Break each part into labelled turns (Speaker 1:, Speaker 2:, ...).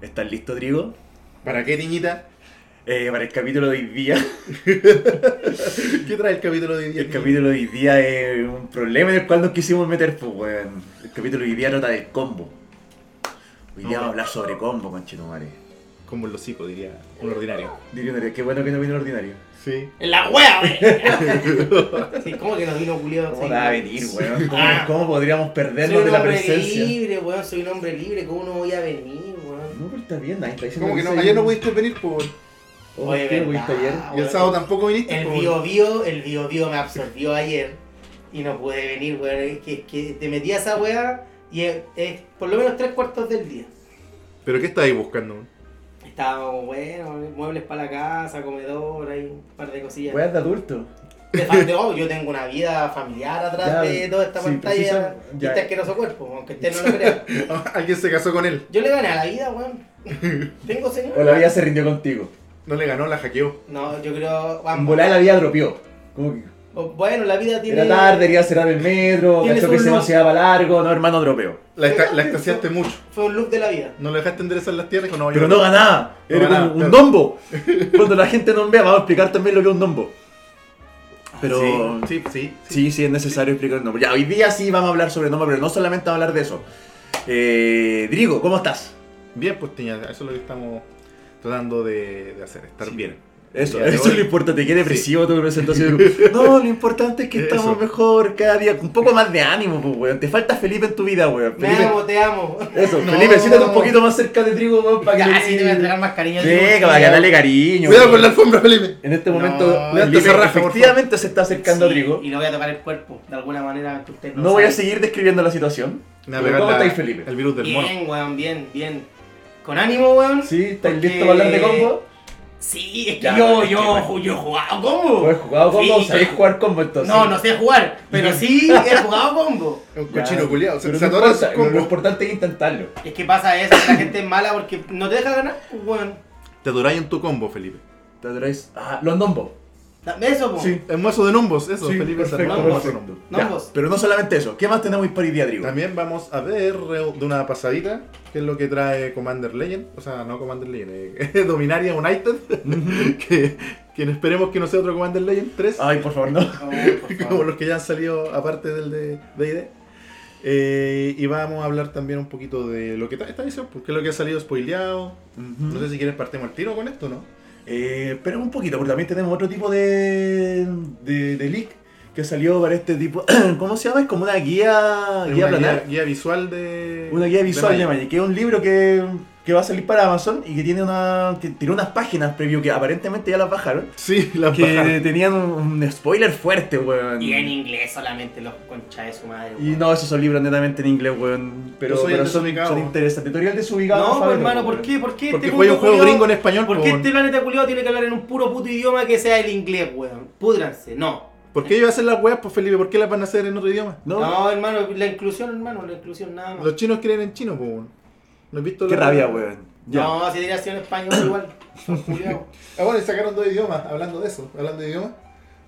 Speaker 1: ¿Estás listo, Trigo?
Speaker 2: ¿Para qué, niñita?
Speaker 1: Eh, para el capítulo de hoy día.
Speaker 2: ¿Qué trae el capítulo de hoy día?
Speaker 1: El capítulo de hoy día es un problema en el cual nos quisimos meter, pues, weón. El capítulo de hoy día trata del combo. Hoy día vamos a hablar sobre combo, conchetumare.
Speaker 2: Como el hocico, diría. Un ordinario.
Speaker 1: Diría, Andrea, qué bueno que no vino el ordinario.
Speaker 2: Sí.
Speaker 3: ¡En la wea, wey! Sí, ¿Cómo que no vino culiado?
Speaker 1: ¿Cómo va a venir, weón? ¿Cómo,
Speaker 3: Ah.
Speaker 1: cómo podríamos
Speaker 3: Soy
Speaker 1: perdernos
Speaker 3: un
Speaker 1: de la
Speaker 3: hombre
Speaker 1: presencia?
Speaker 3: libre, weón. Soy un hombre libre. ¿Cómo no voy a venir, weón?
Speaker 1: No, pero está bien, nadie está diciendo
Speaker 2: ¿Cómo que no?
Speaker 1: sea-
Speaker 2: Ayer no pudiste venir, por.
Speaker 1: Oh,
Speaker 3: Oye,
Speaker 1: ¿qué,
Speaker 3: verdad,
Speaker 1: pudiste ayer?
Speaker 2: Y el sábado pues. tampoco viniste,
Speaker 3: El
Speaker 2: po.
Speaker 3: bio bio, el bio bio me absorbió ayer y no pude venir, weón. Es que, es que te metí a esa weá y es, es por lo menos tres cuartos del día.
Speaker 2: ¿Pero qué estáis buscando?
Speaker 3: Estábamos, bueno, muebles para la casa, comedor, hay un par de cosillas.
Speaker 1: Weas de adulto.
Speaker 3: De fa- de- oh, yo tengo una vida familiar atrás
Speaker 1: Ya,
Speaker 3: de toda esta
Speaker 1: sí,
Speaker 3: pantalla
Speaker 1: precisa-
Speaker 3: y
Speaker 1: ya.
Speaker 3: este asqueroso cuerpo, aunque usted no lo crea.
Speaker 2: Alguien se casó con él.
Speaker 3: Yo le gané a la vida, weón. Tengo señor.
Speaker 1: O la vida se rindió contigo.
Speaker 2: No le ganó, la hackeó.
Speaker 3: No, yo creo.
Speaker 1: En
Speaker 3: vamos.
Speaker 1: volar la vida dropeó. Como que
Speaker 3: O- Bueno, la vida tiene.
Speaker 1: era tarde, quería cerrar el metro,
Speaker 3: Tiene
Speaker 1: cachó que
Speaker 3: su
Speaker 1: se
Speaker 3: luz.
Speaker 1: nos para largo. No, hermano, dropeó.
Speaker 2: La, esta- la estaciaste mucho.
Speaker 3: Fue un loop de la vida.
Speaker 2: No lo dejaste enderezar las tierras y dijo, no, yo
Speaker 1: Pero no ganaba.
Speaker 2: No
Speaker 1: Era
Speaker 2: ganaba,
Speaker 1: como un
Speaker 2: claro.
Speaker 1: dombo. Cuando la gente no vea, vamos a explicar también lo que es un dombo. Pero sí,
Speaker 2: Sí, sí, sí.
Speaker 1: sí, es necesario explicar el nombre. Ya, hoy día sí vamos a hablar sobre el nombre, pero no solamente vamos a hablar de eso. Eh, Drigo, ¿cómo estás?
Speaker 2: Bien, pues, tiña, eso es lo que estamos tratando de, de hacer, estar
Speaker 1: Sí.
Speaker 2: bien.
Speaker 1: Eso,
Speaker 2: Ya,
Speaker 1: eso
Speaker 2: hoy-
Speaker 1: es lo importante, qué depresivo tu presentación. No, lo importante es que
Speaker 2: Eso.
Speaker 1: estamos mejor cada día, un poco más de ánimo, pues, weón. Te falta Felipe en tu vida, weón.
Speaker 3: Me
Speaker 1: Felipe-
Speaker 3: amo, te amo.
Speaker 1: Eso,
Speaker 2: No.
Speaker 1: Felipe, siéntate un poquito más cerca de Trigo, weón, para que...
Speaker 3: Ya, sí, te voy a entregar más cariño.
Speaker 1: Venga, para que dale cariño.
Speaker 2: Cuidado
Speaker 1: weón.
Speaker 2: con la alfombra, Felipe.
Speaker 1: En este
Speaker 3: No,
Speaker 1: momento,
Speaker 3: cuidado,
Speaker 1: Felipe
Speaker 2: te raja, por
Speaker 1: efectivamente se está acercando a Trigo.
Speaker 3: Y lo voy a tocar el cuerpo, de alguna manera que usted no
Speaker 1: No voy a
Speaker 3: sabe.
Speaker 1: seguir describiendo la situación.
Speaker 2: Me va a
Speaker 1: Pero
Speaker 2: pegar
Speaker 1: ¿Cómo
Speaker 2: la-
Speaker 1: estáis, Felipe?
Speaker 2: El virus del mono.
Speaker 3: Bien, weón, bien, bien. Con ánimo, weón.
Speaker 1: ¿Sí? ¿Estáis
Speaker 3: Porque-
Speaker 1: listos para hablar de combo?
Speaker 3: Sí, es que
Speaker 1: Ya,
Speaker 3: yo,
Speaker 1: es que Pues,
Speaker 3: yo,
Speaker 1: bueno.
Speaker 3: yo he jugado combo.
Speaker 1: ¿O he jugado combo?
Speaker 3: Sí.
Speaker 1: ¿Sabéis jugar combo entonces?
Speaker 3: No, no sé jugar, pero sí he jugado combo.
Speaker 2: Es un
Speaker 1: Ya.
Speaker 2: cochino culiado. Se,
Speaker 1: Pero
Speaker 2: se
Speaker 1: no
Speaker 2: atora
Speaker 1: importa,
Speaker 2: sus
Speaker 1: Lo
Speaker 2: combos.
Speaker 1: importante es intentarlo.
Speaker 3: Es que pasa eso, que la gente es mala porque no te deja ganar, pues, weón.
Speaker 2: Te adoráis en tu combo, Felipe.
Speaker 1: ¿Te adoráis? Ah, los nombos.
Speaker 3: Da- Eso, po.
Speaker 1: Sí.
Speaker 2: Es mazo de nombos, eso, Felipe. se armó
Speaker 3: perfecto,
Speaker 2: un mazo de
Speaker 3: perfecto.
Speaker 2: nombos.
Speaker 3: No, pues.
Speaker 1: Ya,
Speaker 3: vos.
Speaker 1: pero no solamente eso. ¿Qué más tenemos para hoy día, Drigo?
Speaker 2: También vamos a ver re- de una pasadita, que es lo que trae Commander Legend, o sea, no Commander Legend, eh, Dominaria United, que, quien esperemos que no sea otro Commander Legend 3,
Speaker 1: Ay, por favor, no.
Speaker 3: Oh, por
Speaker 2: como
Speaker 1: ah.
Speaker 3: favor.
Speaker 2: los que ya han salido aparte del de D&D. Eh, y vamos a hablar también un poquito de lo que está esta edición, porque es lo que ha salido spoileado. No sé si quieres partimos el tiro con esto, ¿no?
Speaker 1: Eh, espera un poquito, porque también tenemos otro tipo de, de, de leak que salió para este tipo. ¿Cómo se llama? Es como una guía,
Speaker 2: Es
Speaker 1: Ah, guía
Speaker 2: una
Speaker 1: planar.
Speaker 2: guía, guía visual de...
Speaker 1: Una guía
Speaker 2: de
Speaker 1: visual de
Speaker 2: Magic.
Speaker 1: Magic, que es un libro que, que va a salir para Amazon y que tiene una que tiene unas páginas preview que aparentemente ya las bajaron.
Speaker 2: Sí, la
Speaker 1: Que
Speaker 2: paja.
Speaker 1: tenían un, un spoiler fuerte, weón.
Speaker 3: Y en inglés solamente los concha de su madre.
Speaker 1: Y
Speaker 3: weón.
Speaker 1: no, esos son libros netamente en inglés, weón. Pero,
Speaker 2: Yo soy el
Speaker 1: pero son,
Speaker 2: desubicado.
Speaker 1: son interesantes. Tutorial desubicado.
Speaker 3: No, pues,
Speaker 1: alfabeto,
Speaker 3: hermano, ¿por
Speaker 1: weón.
Speaker 3: qué? ¿Por qué
Speaker 2: Porque
Speaker 3: este
Speaker 2: juega un
Speaker 3: mundo
Speaker 2: juego
Speaker 3: culiao-
Speaker 2: gringo en español,
Speaker 3: ¿Por qué
Speaker 2: po,
Speaker 3: este planeta culiado tiene que hablar en un puro puto idioma que sea el inglés, weón? Púdranse, no.
Speaker 2: ¿Por qué ellos hacen las weas, pues Felipe? ¿Por qué las van a hacer en otro idioma?
Speaker 1: No,
Speaker 3: No, hermano, la inclusión, hermano, la inclusión nada más.
Speaker 2: Los chinos creen en chino, pues. weón. ¿No has visto
Speaker 1: qué
Speaker 2: la-
Speaker 1: rabia, weón. Ya.
Speaker 3: No, si diría así en español igual. son culiados.
Speaker 2: Ah, bueno, y sacaron dos idiomas, hablando de eso, hablando de idiomas.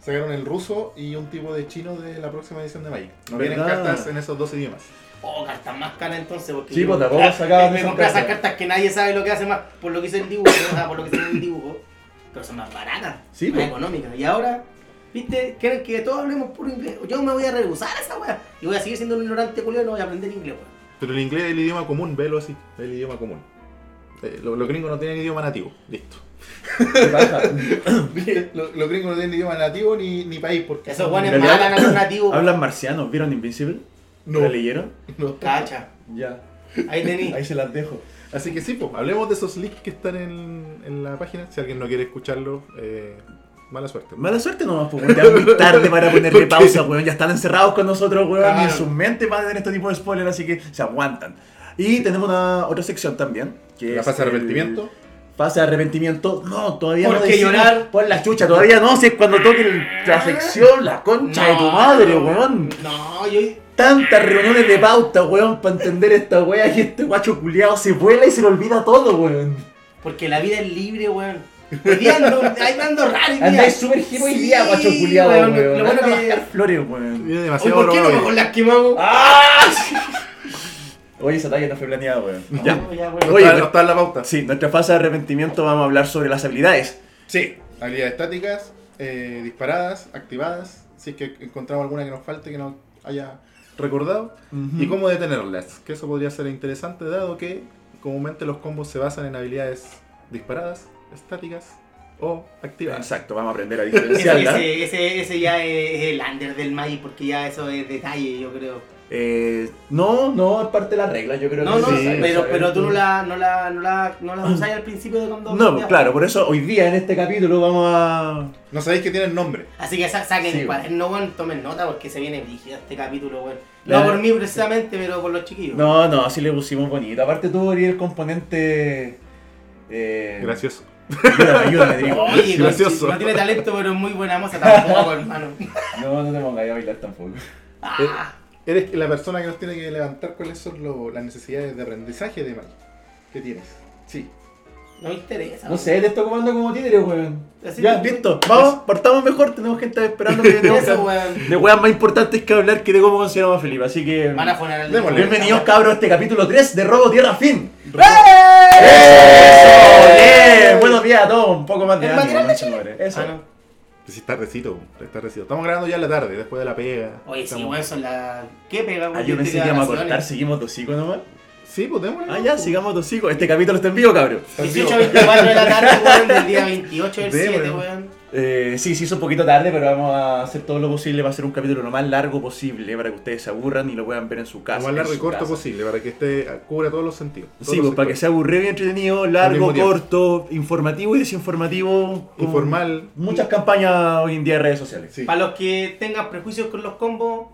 Speaker 2: Sacaron el ruso y un tipo de chino de la próxima edición de Magic. No vienen
Speaker 1: ¿Verdad?
Speaker 2: cartas en esos dos idiomas.
Speaker 3: Oh, cartas más caras entonces, porque.
Speaker 1: Sí,
Speaker 3: yo
Speaker 1: pues,
Speaker 3: me
Speaker 1: tampoco
Speaker 3: compraba-
Speaker 1: sacaban
Speaker 3: Me,
Speaker 1: esas
Speaker 3: me compraba esas
Speaker 1: cartas.
Speaker 3: cartas que nadie sabe lo que hace más por lo que hizo el dibujo, o sea, por lo que hizo el dibujo. Pero son más baratas,
Speaker 1: Sí,
Speaker 3: más
Speaker 1: pues.
Speaker 3: económicas. Y ahora, viste, quieren que todos hablemos puro inglés. Yo me voy a rehusar a esa weá. Y voy a seguir siendo un ignorante culiado y no voy a aprender inglés, weón.
Speaker 2: Pero el inglés es el idioma común, velo así, es el idioma común. Eh, lo- los gringos no tienen idioma nativo, listo.
Speaker 1: ¿Qué pasa?
Speaker 2: Lo- los gringos no tienen idioma nativo ni, ni país, porque...
Speaker 3: Esos
Speaker 2: son-
Speaker 3: guanes
Speaker 1: En
Speaker 3: más
Speaker 1: realidad-
Speaker 3: hablan algo nativo. weón.
Speaker 1: Hablan marcianos. ¿Vieron Invincible?
Speaker 2: No.
Speaker 1: ¿La leyeron?
Speaker 2: no.
Speaker 3: Cacha.
Speaker 1: Ya.
Speaker 3: Ahí tení.
Speaker 1: Ahí se las dejo.
Speaker 2: Así que sí, pues, hablemos de esos leaks que están en, en la página. Si alguien no quiere escucharlo, eh, mala suerte.
Speaker 1: Mala suerte nomás, pues, weón. Ya es muy tarde para ponerle pausa, weón. Ya están encerrados con nosotros, weón. Y en
Speaker 2: Claro.
Speaker 1: sus mentes van a tener este tipo de spoilers, así que se aguantan. Y tenemos una otra sección también. Que
Speaker 2: La
Speaker 1: es
Speaker 2: fase de
Speaker 1: el-
Speaker 2: arrepentimiento.
Speaker 1: Fase de arrepentimiento. No, todavía
Speaker 3: ¿Por
Speaker 1: no.
Speaker 3: qué
Speaker 1: decimos.
Speaker 3: llorar?
Speaker 1: Por la chucha, todavía no. Si es cuando toque el- la sección, la concha de tu madre, weón.
Speaker 3: No, yo.
Speaker 1: Tantas reuniones de pauta, weón, para entender esta wea. Y este guacho culiado se vuela y se le olvida todo, weón.
Speaker 3: Porque la vida es libre, weón. Hoy día ando, ahí me ando raro, hoy día.
Speaker 1: Andáis súper hipo y
Speaker 3: Sí,
Speaker 1: día, guacho culiado,
Speaker 3: weón,
Speaker 1: weón.
Speaker 3: lo bueno
Speaker 1: Anda a
Speaker 3: que-
Speaker 1: bajar flores, weón.
Speaker 2: Viene
Speaker 3: Oye,
Speaker 2: demasiado
Speaker 3: ¿por qué no
Speaker 2: oro hoy.
Speaker 3: mejor las quemamos?
Speaker 1: ¡Ah! Oye, esa talla no fue planeada, weón.
Speaker 3: No,
Speaker 1: Ya.
Speaker 3: ya,
Speaker 2: No
Speaker 3: bueno.
Speaker 1: Oye,
Speaker 2: está-
Speaker 1: pero-
Speaker 2: no está en la pauta.
Speaker 1: Sí, nuestra fase de arrepentimiento vamos a hablar sobre las habilidades.
Speaker 2: Sí, habilidades estáticas, eh, disparadas, activadas, si es que encontramos alguna que nos falte, que no haya recordado, y cómo detenerlas, que eso podría ser interesante dado que comúnmente los combos se basan en habilidades disparadas, estáticas o activadas.
Speaker 1: Exacto, vamos a aprender a
Speaker 3: Ese,
Speaker 1: diferenciarla.
Speaker 3: ese, ese- ese ya es el under del Magic porque ya eso es detalle, yo creo.
Speaker 1: Eh, no, no, es parte de la regla, yo creo
Speaker 3: No,
Speaker 1: que
Speaker 3: no,
Speaker 2: sí,
Speaker 1: ¿sabes?
Speaker 3: pero, pero tú no la, no la, no la, no la usas al principio de cuando...
Speaker 1: No, pues, claro, por eso hoy día en este capítulo vamos a...
Speaker 2: No sabéis que tienen nombre.
Speaker 3: Así que sa- saquen
Speaker 1: e- Sí,
Speaker 3: el
Speaker 1: bueno.
Speaker 3: cuaderno, weón, tomen nota porque se viene brígido este capítulo, weón.
Speaker 1: La-
Speaker 3: No por mí precisamente, pero por los chiquillos.
Speaker 1: No, no, así le pusimos bonito. Aparte tú eres el componente... Eh...
Speaker 2: Gracioso.
Speaker 1: Ayúdame, ayúdame, Drigo.
Speaker 3: Oye,
Speaker 2: Gracioso.
Speaker 3: no, no tiene talento, pero es muy buena moza tampoco, hermano.
Speaker 1: Eh, No, no te pongas a bailar tampoco.
Speaker 3: Ah,
Speaker 2: Eres la persona que nos tiene que levantar cuáles son lo- las necesidades de aprendizaje de Magic que tienes. Sí.
Speaker 3: no me interesa.
Speaker 1: No sé, te estoy comando como títere, weón.
Speaker 3: Así
Speaker 1: Ya,
Speaker 3: que-
Speaker 1: listo. Vamos, partamos mejor. Tenemos gente esperando que
Speaker 3: weón.
Speaker 1: tenemos
Speaker 3: Eso,
Speaker 1: que-
Speaker 3: weón.
Speaker 1: De weas más importantes que hablar que de cómo consideramos a Felipe. Así que...
Speaker 3: Van a funar al
Speaker 2: Démosle.
Speaker 1: Bienvenidos, cabros, a este capítulo 3 de Robo Tierra Fin.
Speaker 3: ¡Eh!
Speaker 1: ¡Bien! Buenos días a todos. Un poco más de
Speaker 3: El
Speaker 1: ánimo,
Speaker 3: material de
Speaker 1: concha madre. Eso.
Speaker 3: Ah, no.
Speaker 2: Pues Sí, está recito, está recito. Estamos grabando ya en la tarde, después de la pega.
Speaker 3: Oye, sí,
Speaker 2: Estamos-
Speaker 3: weón, son las... ¿Qué pega, weón?
Speaker 1: Ah, yo
Speaker 3: Este
Speaker 1: pensé que
Speaker 3: de
Speaker 1: íbamos a
Speaker 3: vacaciones.
Speaker 1: cortar, seguimos tosico nomás.
Speaker 2: Sí, pues démosle.
Speaker 1: Ah, ya, sigamos tosico. Este capítulo está en vivo, cabrón.
Speaker 3: 18 24 de la tarde, weón, del día 28 del
Speaker 2: Démosle.
Speaker 3: 7, weón.
Speaker 1: Eh, sí, sí, hizo un poquito tarde, pero vamos a hacer todo lo posible para hacer un capítulo lo más largo posible para que ustedes se aburran y lo puedan ver en su casa.
Speaker 2: Lo más
Speaker 1: en
Speaker 2: largo y
Speaker 1: su
Speaker 2: corto
Speaker 1: casa.
Speaker 2: posible, para que este cubra todos los sentidos. todos
Speaker 1: Sí,
Speaker 2: los
Speaker 1: pues para que
Speaker 2: sectores.
Speaker 1: sea aburrido y entretenido,
Speaker 2: mismo
Speaker 1: largo,
Speaker 2: tiempo.
Speaker 1: corto, informativo y desinformativo. con
Speaker 2: informal.
Speaker 1: Muchas campañas hoy en día de redes sociales.
Speaker 2: Sí.
Speaker 3: Para los que tengan prejuicios con los combos,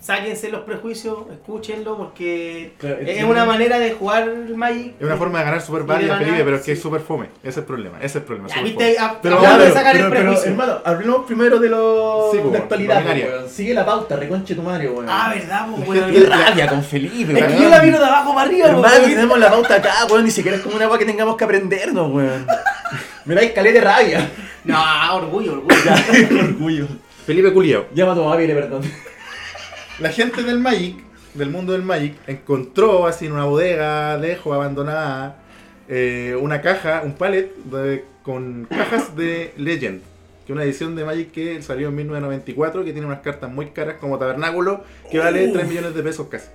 Speaker 3: sáquense los prejuicios, escúchenlo, porque
Speaker 1: Claro,
Speaker 3: es,
Speaker 1: entiendo.
Speaker 3: una manera de jugar el Magic.
Speaker 2: Es una forma de ganar super válida,
Speaker 3: ganar,
Speaker 2: Felipe, pero es que
Speaker 3: sí.
Speaker 2: es super fome. Ese es el problema, ese es el problema.
Speaker 3: Ya,
Speaker 2: super
Speaker 3: viste, ah,
Speaker 2: fome.
Speaker 3: a-
Speaker 2: pero
Speaker 3: a-
Speaker 2: vamos a
Speaker 3: Vamos
Speaker 2: ver,
Speaker 3: a sacar el prejuicio.
Speaker 1: hermano, hablemos primero de lo
Speaker 2: Sí, pues,
Speaker 1: de
Speaker 2: bueno,
Speaker 1: actualidad.
Speaker 2: dominaria.
Speaker 1: pues, weón. Sigue la pauta, reconche tu madre, weón.
Speaker 3: Ah, verdad, pues,
Speaker 1: Qué
Speaker 3: weón.
Speaker 1: rabia con Felipe,
Speaker 3: Es que
Speaker 1: weón.
Speaker 3: yo la miro de abajo para arriba,
Speaker 1: Hermano,
Speaker 3: weón.
Speaker 1: tenemos la pauta acá, weón. Ni siquiera es como una agua que tengamos que aprendernos, weón. Me da escalera de rabia.
Speaker 3: No, orgullo, orgullo.
Speaker 1: Ya, orgullo.
Speaker 2: Felipe Culiao.
Speaker 1: Llama a tu mamá, pídele perdón.
Speaker 2: La gente del Magic, del mundo del Magic, encontró así en una bodega lejos, abandonada, eh, una caja, un pallet de- con cajas de Legend. Que es una edición de Magic que salió en 1994, que tiene unas cartas muy caras como Tabernáculo, que vale
Speaker 1: Uh.
Speaker 3: Uf.
Speaker 2: 3 millones de pesos casi.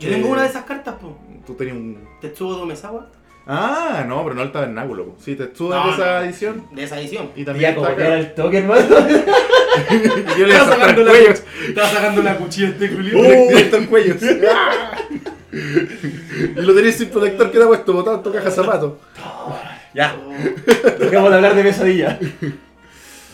Speaker 3: Yo tengo una de esas cartas, pues.
Speaker 2: Tú tenías un...
Speaker 3: Te estuvo de Mesawa,
Speaker 2: Ah, no, pero no el Tabernáculo. po. Sí, te estuve
Speaker 3: No,
Speaker 2: de esa
Speaker 3: no.
Speaker 2: edición.
Speaker 3: de esa edición.
Speaker 2: Y
Speaker 1: Ya,
Speaker 2: también
Speaker 1: como
Speaker 2: está
Speaker 1: que era
Speaker 2: acá.
Speaker 1: el toque, hermano.
Speaker 2: Y yo le
Speaker 3: Estaba
Speaker 2: salto el
Speaker 3: sacando la-
Speaker 2: cuello.
Speaker 3: Estaba sacando la cuchilla este Julio.
Speaker 2: Yo le salto el cuello. y lo tenéis sin protector que te ha puesto, botado en tu caja de zapatos.
Speaker 1: Ya, dejemos de hablar de pesadilla.